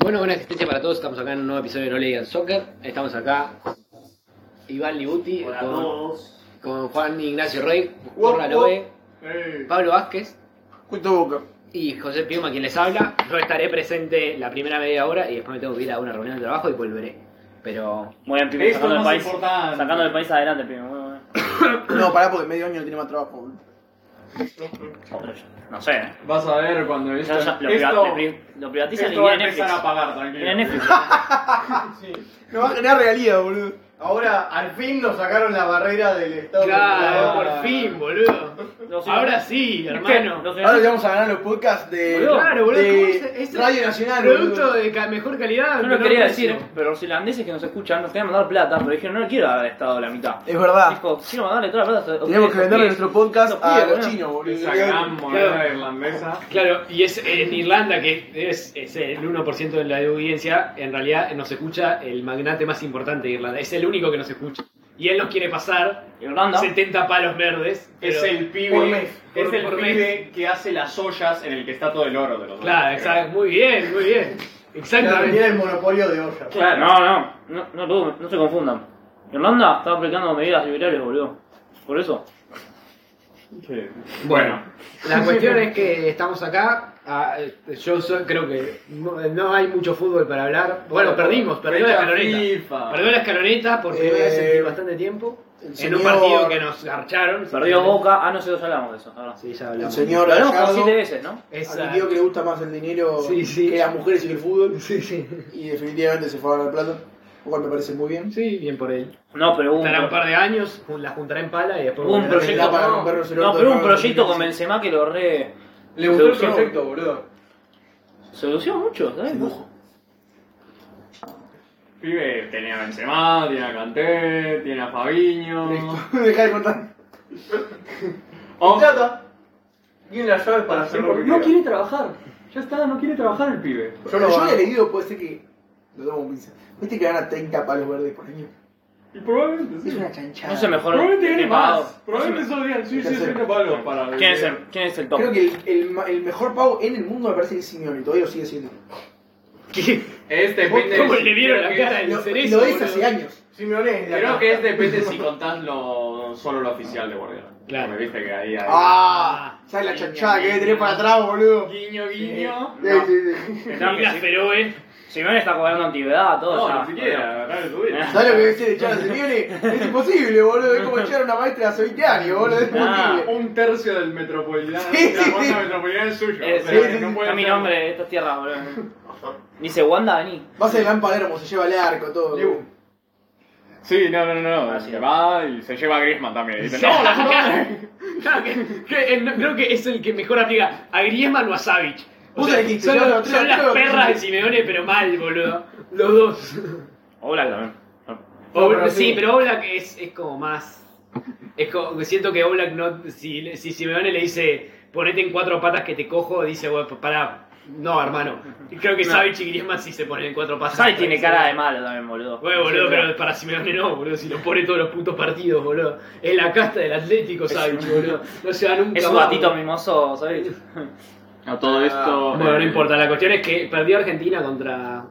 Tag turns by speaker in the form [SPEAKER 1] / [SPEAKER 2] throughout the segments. [SPEAKER 1] Bueno, buena existencia para todos. Estamos acá en un nuevo episodio de No Le Digan Soccer. Estamos acá Iván Libuti
[SPEAKER 2] Hola a
[SPEAKER 1] con,
[SPEAKER 2] todos.
[SPEAKER 1] con Juan Ignacio Rey,
[SPEAKER 2] Guap,
[SPEAKER 1] Borra Loe,
[SPEAKER 2] Ey.
[SPEAKER 1] Pablo Vázquez
[SPEAKER 2] Cuento boca.
[SPEAKER 1] y José Piuma quien les habla. Yo estaré presente la primera media hora y después me tengo que ir a una reunión de trabajo y volveré. Pero
[SPEAKER 3] Muy bien, Pipi,
[SPEAKER 2] Esto
[SPEAKER 3] sacando
[SPEAKER 2] es más
[SPEAKER 3] el país.
[SPEAKER 2] importante.
[SPEAKER 3] Sacando el país adelante, Pipi. Muy, muy bien.
[SPEAKER 4] No, pará porque medio año no tiene más trabajo. boludo.
[SPEAKER 3] Otro yo. No sé, ¿eh?
[SPEAKER 2] Vas a ver cuando esto,
[SPEAKER 3] Ya- ya- lo, priva-
[SPEAKER 2] esto,
[SPEAKER 3] le pri- lo privatizan y
[SPEAKER 2] esto va a
[SPEAKER 3] viene
[SPEAKER 2] empezar
[SPEAKER 3] Netflix.
[SPEAKER 2] a pagar,
[SPEAKER 3] Viene
[SPEAKER 2] tranquilo.
[SPEAKER 3] Netflix.
[SPEAKER 2] Sí.
[SPEAKER 4] Me va a generar realidad, boludo.
[SPEAKER 5] Ahora, al fin nos sacaron la barrera del Estado. Ah.
[SPEAKER 1] Claro, por fin, boludo.
[SPEAKER 3] Los-
[SPEAKER 1] Ahora sí,
[SPEAKER 3] ¿Viste?
[SPEAKER 1] hermano.
[SPEAKER 3] Los-
[SPEAKER 4] Ahora le vamos a ganar los podcasts de,
[SPEAKER 3] Boludo,
[SPEAKER 1] claro, boludo,
[SPEAKER 4] de
[SPEAKER 1] ¿cómo es- es el
[SPEAKER 4] Radio Nacional.
[SPEAKER 1] Producto
[SPEAKER 4] boludo.
[SPEAKER 1] de ca- mejor calidad.
[SPEAKER 3] Yo no
[SPEAKER 1] menor
[SPEAKER 3] quería
[SPEAKER 1] precio.
[SPEAKER 3] decir, pero los irlandeses que nos escuchan nos querían mandar plata, pero dijeron, no le quiero haber estado la mitad.
[SPEAKER 4] Es verdad.
[SPEAKER 3] Dijo, quiero mandarle toda la plata. a ustedes,
[SPEAKER 4] Ah. Tenemos que venderle
[SPEAKER 3] ustedes".
[SPEAKER 4] nuestro podcast
[SPEAKER 3] Los
[SPEAKER 4] a
[SPEAKER 3] pibes,
[SPEAKER 4] los
[SPEAKER 3] boludo.
[SPEAKER 4] chinos, boludo.
[SPEAKER 2] Esa gran moneda irlandesa.
[SPEAKER 1] Claro, y es eh, en Irlanda, que es, es el 1% de la audiencia, en realidad nos escucha el magnate más importante de Irlanda. Es el único que nos escucha. Y él nos quiere pasar
[SPEAKER 3] Irlanda.
[SPEAKER 1] 70 palos verdes. pero-
[SPEAKER 2] Es el
[SPEAKER 5] por
[SPEAKER 2] pibe,
[SPEAKER 5] mes,
[SPEAKER 2] es
[SPEAKER 1] por-
[SPEAKER 2] el
[SPEAKER 1] por
[SPEAKER 2] pibe que hace las ollas en el que está todo el oro de los dos.
[SPEAKER 1] Claro, exacto. Muy bien, muy bien.
[SPEAKER 5] Tiene
[SPEAKER 1] Exactamente.
[SPEAKER 5] el monopolio de olla.
[SPEAKER 2] Claro.
[SPEAKER 3] No, no, no, no, no, no se confundan. Irlanda estaba aplicando medidas liberales, boludo. Por eso.
[SPEAKER 2] Sí.
[SPEAKER 1] Bueno, la cuestión es que estamos acá. ah, eh, yo soy- creo que no, no hay mucho fútbol para hablar. Bueno, perdimos, perdió la
[SPEAKER 2] Fecha
[SPEAKER 1] escaloneta.
[SPEAKER 2] FIFA.
[SPEAKER 1] Perdió la escaloneta por primera
[SPEAKER 4] Eh,
[SPEAKER 1] vez en bastante tiempo.
[SPEAKER 4] el
[SPEAKER 1] En un
[SPEAKER 4] señor-
[SPEAKER 1] partido que nos garcharon.
[SPEAKER 3] Perdió Boca. Ah, no, nosotros hablamos de eso. ahora.
[SPEAKER 1] Sí, ya
[SPEAKER 4] El
[SPEAKER 1] hablamos.
[SPEAKER 4] señor
[SPEAKER 3] Lo hablamos como
[SPEAKER 4] Gallardo,
[SPEAKER 3] siete veces, ¿no?
[SPEAKER 4] admitió que le gusta más el dinero
[SPEAKER 1] Sí, sí.
[SPEAKER 4] que las mujeres y que el fútbol.
[SPEAKER 1] Sí, sí.
[SPEAKER 4] Y definitivamente se fue a ganar plata. Lo cual me parece muy bien.
[SPEAKER 1] Sí, bien por él.
[SPEAKER 3] No, pero hubo
[SPEAKER 1] Estará un
[SPEAKER 3] un,
[SPEAKER 1] par de años, la juntará en pala y después.
[SPEAKER 3] hubo un
[SPEAKER 1] volverá.
[SPEAKER 3] proyecto.
[SPEAKER 4] para
[SPEAKER 3] No,
[SPEAKER 4] rompernos el
[SPEAKER 3] no,
[SPEAKER 4] orto,
[SPEAKER 3] pero hubo un
[SPEAKER 4] no,
[SPEAKER 3] proyecto
[SPEAKER 4] no,
[SPEAKER 3] con
[SPEAKER 4] no,
[SPEAKER 3] Benzema que lo re.
[SPEAKER 5] Le gustó el
[SPEAKER 3] Seducción.
[SPEAKER 5] proyecto, boludo.
[SPEAKER 3] Sedució mucho, ¿sabes?
[SPEAKER 2] Pibe tenía a Benzema, tiene a Kanté, tiene a Fabinho.
[SPEAKER 4] Dejá de contar.
[SPEAKER 2] Oh,
[SPEAKER 5] Plata. Tiene las llaves para hacer lo que
[SPEAKER 2] no
[SPEAKER 5] quiera.
[SPEAKER 2] quiere trabajar. Ya está, no quiere trabajar el pibe.
[SPEAKER 4] Yo,
[SPEAKER 5] no
[SPEAKER 4] le
[SPEAKER 5] gano.
[SPEAKER 4] he leído, puede ser que. Lo tomo un pincel. Viste que gana 30 palos verdes por año.
[SPEAKER 2] Y probablemente
[SPEAKER 4] Es
[SPEAKER 2] sí.
[SPEAKER 4] una chanchada.
[SPEAKER 3] No sé mejor.
[SPEAKER 2] Probablemente
[SPEAKER 3] que
[SPEAKER 2] tiene
[SPEAKER 3] pagado.
[SPEAKER 2] más. Probablemente solo digan, sí, sí,
[SPEAKER 4] Tercero.
[SPEAKER 2] tiene palos para.
[SPEAKER 3] ¿Quién es el, quién es el top?
[SPEAKER 4] Creo que el, el ma- el mejor pago en el mundo me parece que es Simeone, todavía lo sigue siendo.
[SPEAKER 1] ¿Qué?
[SPEAKER 2] Es Este depende.
[SPEAKER 1] ¿Cómo
[SPEAKER 2] de si-
[SPEAKER 1] le vieron la
[SPEAKER 2] creo que-
[SPEAKER 1] cara
[SPEAKER 4] Lo,
[SPEAKER 1] del cerezo?
[SPEAKER 4] lo es
[SPEAKER 1] boludo?
[SPEAKER 4] hace años.
[SPEAKER 5] Simeone es de
[SPEAKER 2] Creo
[SPEAKER 5] acá.
[SPEAKER 2] que es depende si contás lo, solo lo oficial de Guardiola.
[SPEAKER 1] Claro.
[SPEAKER 2] Me viste que ahí hay.
[SPEAKER 4] Ah, ¿sabes la chanchada que debe tener para atrás, boludo?
[SPEAKER 2] Guiño, guiño.
[SPEAKER 4] Sí, sí, sí.
[SPEAKER 3] Claro que eh.
[SPEAKER 1] Mira,
[SPEAKER 3] sí.
[SPEAKER 1] Feroe.
[SPEAKER 3] Simeone está cobrando antigüedad, todo.
[SPEAKER 2] No,
[SPEAKER 3] ya.
[SPEAKER 2] ni siquiera. Acá de tu vida.
[SPEAKER 4] ¿Sabes lo que debe ser echar a Simeone? Es imposible, boludo. Es como echar a una maestra hace 20 años, boludo. Es
[SPEAKER 3] Ah.
[SPEAKER 4] imposible.
[SPEAKER 2] Un tercio del metropolitano.
[SPEAKER 4] Sí,
[SPEAKER 2] la
[SPEAKER 4] sí,
[SPEAKER 2] cuota
[SPEAKER 4] sí.
[SPEAKER 2] metropolitana es suyo.
[SPEAKER 3] Eh,
[SPEAKER 2] o sea,
[SPEAKER 3] sí,
[SPEAKER 4] sí,
[SPEAKER 2] no
[SPEAKER 4] sí.
[SPEAKER 2] puede
[SPEAKER 3] Está mi
[SPEAKER 2] ser-
[SPEAKER 3] nombre de estas tierras, boludo. Dice Wanda, vení.
[SPEAKER 4] Va a ser el gran Palermo, se lleva el arco, todo.
[SPEAKER 5] Dibu.
[SPEAKER 2] Sí, no, no, no.
[SPEAKER 3] Ah,
[SPEAKER 2] no.
[SPEAKER 3] sí.
[SPEAKER 2] Se va y se lleva a Griezmann también. Dice, no, la puta madre".
[SPEAKER 1] Claro que- que- eh, no- Creo que es el que mejor aplica a Griezmann o a Savic. O
[SPEAKER 4] Vos
[SPEAKER 1] sea,
[SPEAKER 4] elegiste,
[SPEAKER 1] son,
[SPEAKER 4] yo
[SPEAKER 1] los-
[SPEAKER 4] no, tres,
[SPEAKER 1] son
[SPEAKER 4] tres,
[SPEAKER 1] las
[SPEAKER 4] tres.
[SPEAKER 1] perras de Simeone, pero mal, boludo. Los dos.
[SPEAKER 3] Hola también.
[SPEAKER 1] O-
[SPEAKER 5] pero
[SPEAKER 1] sí,
[SPEAKER 5] sí.
[SPEAKER 1] pero Oblak es, es como más. Es como, siento que Oblak no. Si, si Simeone le dice ponete en cuatro patas que te cojo, dice, bueno, pará. No, hermano. Y Creo que
[SPEAKER 3] No.
[SPEAKER 1] Savic y Griezmann sí se ponen en cuatro patas.
[SPEAKER 3] Sai tiene cara de malo también, boludo.
[SPEAKER 1] Bueno, boludo, pero para Simeone no, boludo. Si lo pone todos los putos partidos, boludo. Es la casta del Atlético, Savic, boludo. No se va nunca.
[SPEAKER 3] Es un
[SPEAKER 1] más,
[SPEAKER 3] gatito
[SPEAKER 1] boludo.
[SPEAKER 3] mimoso, ¿sabes?
[SPEAKER 2] A todo esto.
[SPEAKER 1] Bueno, no
[SPEAKER 2] eh,
[SPEAKER 1] importa. La cuestión es que perdió Argentina contra.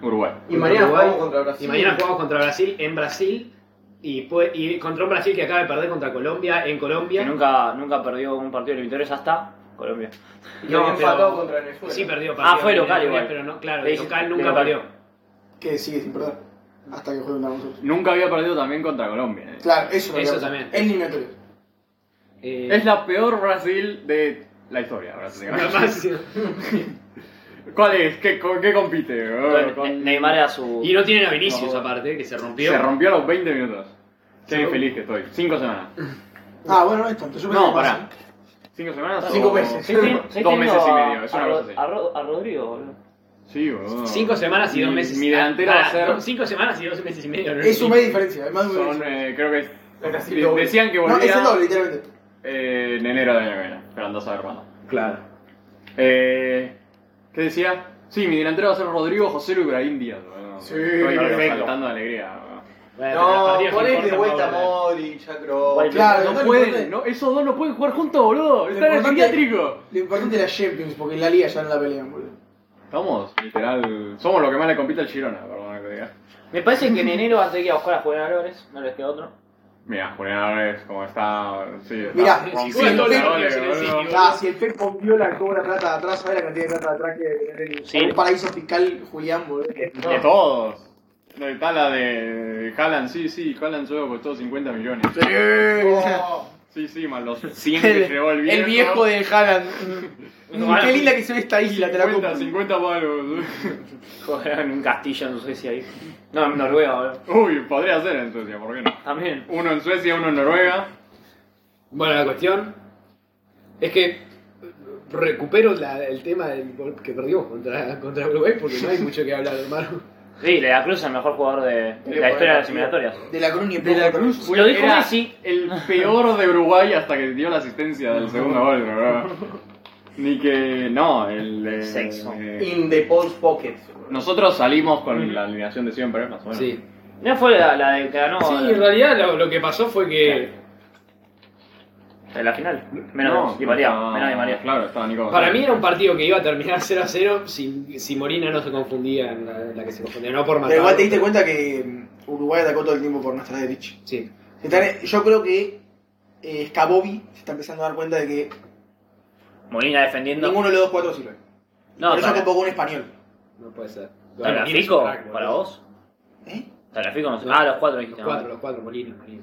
[SPEAKER 2] Uruguay.
[SPEAKER 5] Y mañana
[SPEAKER 1] Uruguay.
[SPEAKER 5] jugamos contra Brasil.
[SPEAKER 1] Y mañana jugamos contra Brasil en Brasil. Y, pue- y contra un Brasil que acaba de perder contra Colombia en
[SPEAKER 3] Que
[SPEAKER 1] Colombia.
[SPEAKER 3] nunca, nunca perdió un partido de victorias hasta Colombia.
[SPEAKER 5] Y
[SPEAKER 1] No,
[SPEAKER 5] había
[SPEAKER 1] pero-
[SPEAKER 5] empatado contra Venezuela.
[SPEAKER 1] Sí, perdió.
[SPEAKER 3] Ah, fue
[SPEAKER 1] perdió,
[SPEAKER 3] local
[SPEAKER 1] perdió,
[SPEAKER 3] igual.
[SPEAKER 1] Pero no, claro,
[SPEAKER 3] Le
[SPEAKER 1] el
[SPEAKER 3] hice-
[SPEAKER 1] local
[SPEAKER 3] le
[SPEAKER 1] nunca
[SPEAKER 3] local.
[SPEAKER 1] perdió.
[SPEAKER 4] Que sigue sin perder. Hasta que jueguen a nosotros.
[SPEAKER 2] Nunca había perdido también contra Colombia. eh.
[SPEAKER 4] Claro, eso,
[SPEAKER 1] Eso
[SPEAKER 4] lo que-
[SPEAKER 1] también.
[SPEAKER 4] Es eliminatorio.
[SPEAKER 1] Eh,
[SPEAKER 2] Es la peor Brasil de la historia. Brasil.
[SPEAKER 1] capaz.
[SPEAKER 2] ¿Cuál es? ¿Qué, con qué compite? Oh,
[SPEAKER 3] Bueno, eh,
[SPEAKER 2] con-
[SPEAKER 3] Ne- Neymar era su.
[SPEAKER 1] Y no tienen a Vinicius aparte, que se rompió.
[SPEAKER 2] Se rompió a los 20 minutos. Qué
[SPEAKER 1] Sí.
[SPEAKER 2] feliz que estoy. Cinco semanas.
[SPEAKER 4] Ah, bueno, no es tanto. Yo pensé
[SPEAKER 2] No,
[SPEAKER 4] que más,
[SPEAKER 2] pará. ¿Cinco semanas?
[SPEAKER 4] Ah,
[SPEAKER 2] o-
[SPEAKER 4] cinco meses.
[SPEAKER 3] Sí, sí, sí,
[SPEAKER 2] Dos
[SPEAKER 3] tengo
[SPEAKER 2] meses y
[SPEAKER 3] a-
[SPEAKER 2] medio. Es
[SPEAKER 3] a
[SPEAKER 2] una
[SPEAKER 3] Ro-
[SPEAKER 2] cosa
[SPEAKER 3] A,
[SPEAKER 2] así.
[SPEAKER 3] Ro- a Rodrigo, boludo.
[SPEAKER 2] Sí, boludo.
[SPEAKER 1] Cinco semanas y dos
[SPEAKER 2] Mi-
[SPEAKER 1] meses.
[SPEAKER 2] Mi delantero va a ser.
[SPEAKER 1] Pará, Cinco semanas y dos meses y medio. ¿no?
[SPEAKER 4] ¿eh? Es un mes de diferencia, es más de un mes de
[SPEAKER 2] Son,
[SPEAKER 4] diferencia.
[SPEAKER 2] eh, creo que es.
[SPEAKER 5] Es casi
[SPEAKER 2] de-
[SPEAKER 5] doble.
[SPEAKER 2] Decían que
[SPEAKER 4] No, es
[SPEAKER 2] volvía
[SPEAKER 4] el doble, literalmente.
[SPEAKER 2] eh, en enero del año que viene. Pero andás a ver cuándo.
[SPEAKER 1] Claro.
[SPEAKER 2] Eh, ¿Qué decía? Sí, mi delantero va a ser Rodrigo José Luis Ibrahim Díaz. boludo.
[SPEAKER 5] Sí,
[SPEAKER 2] Estoy
[SPEAKER 3] perfecto.
[SPEAKER 2] saltando de alegría. boludo.
[SPEAKER 5] No, ponés de vuelta a Modric, a Kroos.
[SPEAKER 4] Claro,
[SPEAKER 2] No
[SPEAKER 4] lo
[SPEAKER 2] pueden,
[SPEAKER 4] importante-
[SPEAKER 2] no, esos dos no pueden jugar juntos, boludo.
[SPEAKER 4] Lo
[SPEAKER 2] Están en el
[SPEAKER 4] importante-
[SPEAKER 2] psiquiátrico.
[SPEAKER 4] Lo importante era Champions, porque en la liga ya no la pelean, boludo.
[SPEAKER 2] Estamos, literal. Somos lo que más le compite al Girona, perdón que te diga.
[SPEAKER 3] Me parece que en enero van a tener que ir a buscar a Julián Álvarez, no les queda otro.
[SPEAKER 2] Mira, Julián Álvarez, como está. Sí, está
[SPEAKER 4] Mirá,
[SPEAKER 2] rompiendo
[SPEAKER 4] si el
[SPEAKER 2] los
[SPEAKER 4] Pep-
[SPEAKER 2] goles,
[SPEAKER 1] si el
[SPEAKER 2] boludo.
[SPEAKER 1] City-
[SPEAKER 4] Ah, si el Pep Guardiola cobra plata de atrás, ¿sabes la cantidad de plata de atrás que tiene Eh,
[SPEAKER 3] Sí.
[SPEAKER 4] un paraíso fiscal Julián, boludo?
[SPEAKER 2] De todos. No, está la de Haaland, sí, sí, Haaland solo costó 50 millones. Sí, sí, más los 100 que llevó el viejo.
[SPEAKER 4] eh, El viejo de Haaland. Mm, Qué linda que se ve esta isla, te la
[SPEAKER 2] 50,
[SPEAKER 4] compro.
[SPEAKER 2] 50 palos.
[SPEAKER 3] Joder, en un castillo en Suecia ahí. No, en Noruega, boludo.
[SPEAKER 2] Uy, podría ser en Suecia, ¿por qué no?
[SPEAKER 3] También.
[SPEAKER 2] Uno en Suecia, uno en Noruega.
[SPEAKER 1] Bueno, la cuestión es que recupero la- el tema del gol que perdió contra, contra Uruguay porque no hay mucho que hablar, hermano.
[SPEAKER 3] Sí, De La Cruz es el mejor jugador de, de la historia de las eliminatorias.
[SPEAKER 4] De la Cruz ni en
[SPEAKER 2] De la
[SPEAKER 4] poco.
[SPEAKER 2] Cruz.
[SPEAKER 3] Lo dijo
[SPEAKER 2] Era
[SPEAKER 3] Messi.
[SPEAKER 2] El peor de Uruguay hasta que dio la asistencia del segundo gol, ¿verdad? Ni que. No, el. eh,
[SPEAKER 3] Sexo.
[SPEAKER 2] eh,
[SPEAKER 5] In the Paul's Pocket.
[SPEAKER 2] nosotros salimos con la alineación de siempre, más o menos.
[SPEAKER 1] Sí.
[SPEAKER 3] No fue la, la de que ganó
[SPEAKER 1] Sí, en
[SPEAKER 3] la,
[SPEAKER 1] realidad lo, lo que pasó fue que
[SPEAKER 3] de la final. Menos
[SPEAKER 2] No,
[SPEAKER 3] Di María.
[SPEAKER 2] estaba-
[SPEAKER 3] Menos Di María.
[SPEAKER 2] Claro, estaba Nico.
[SPEAKER 1] para mí era un partido que iba a terminar 0 a 0 si, si Molina no se confundía en la, en la que se confundía, no por matar.
[SPEAKER 4] Pero igual te diste cuenta que mm, Uruguay atacó todo el tiempo por nuestra derecha.
[SPEAKER 1] Sí.
[SPEAKER 4] Se están- Yo creo que eh, Scabobi se está empezando a dar cuenta de que
[SPEAKER 3] Molina defendiendo.
[SPEAKER 4] ninguno de los dos cuatro sirve.
[SPEAKER 3] No,
[SPEAKER 4] Por eso
[SPEAKER 3] para,
[SPEAKER 4] convocó un español.
[SPEAKER 1] No puede ser.
[SPEAKER 3] para
[SPEAKER 1] Molina es
[SPEAKER 3] Fico,
[SPEAKER 1] un crack, boludo.
[SPEAKER 3] para vos.
[SPEAKER 4] ¿Eh?
[SPEAKER 3] Para Fico no sé. Ah, los cuatro dijiste.
[SPEAKER 1] Los
[SPEAKER 3] no.
[SPEAKER 1] cuatro, los cuatro, Molina, Molina.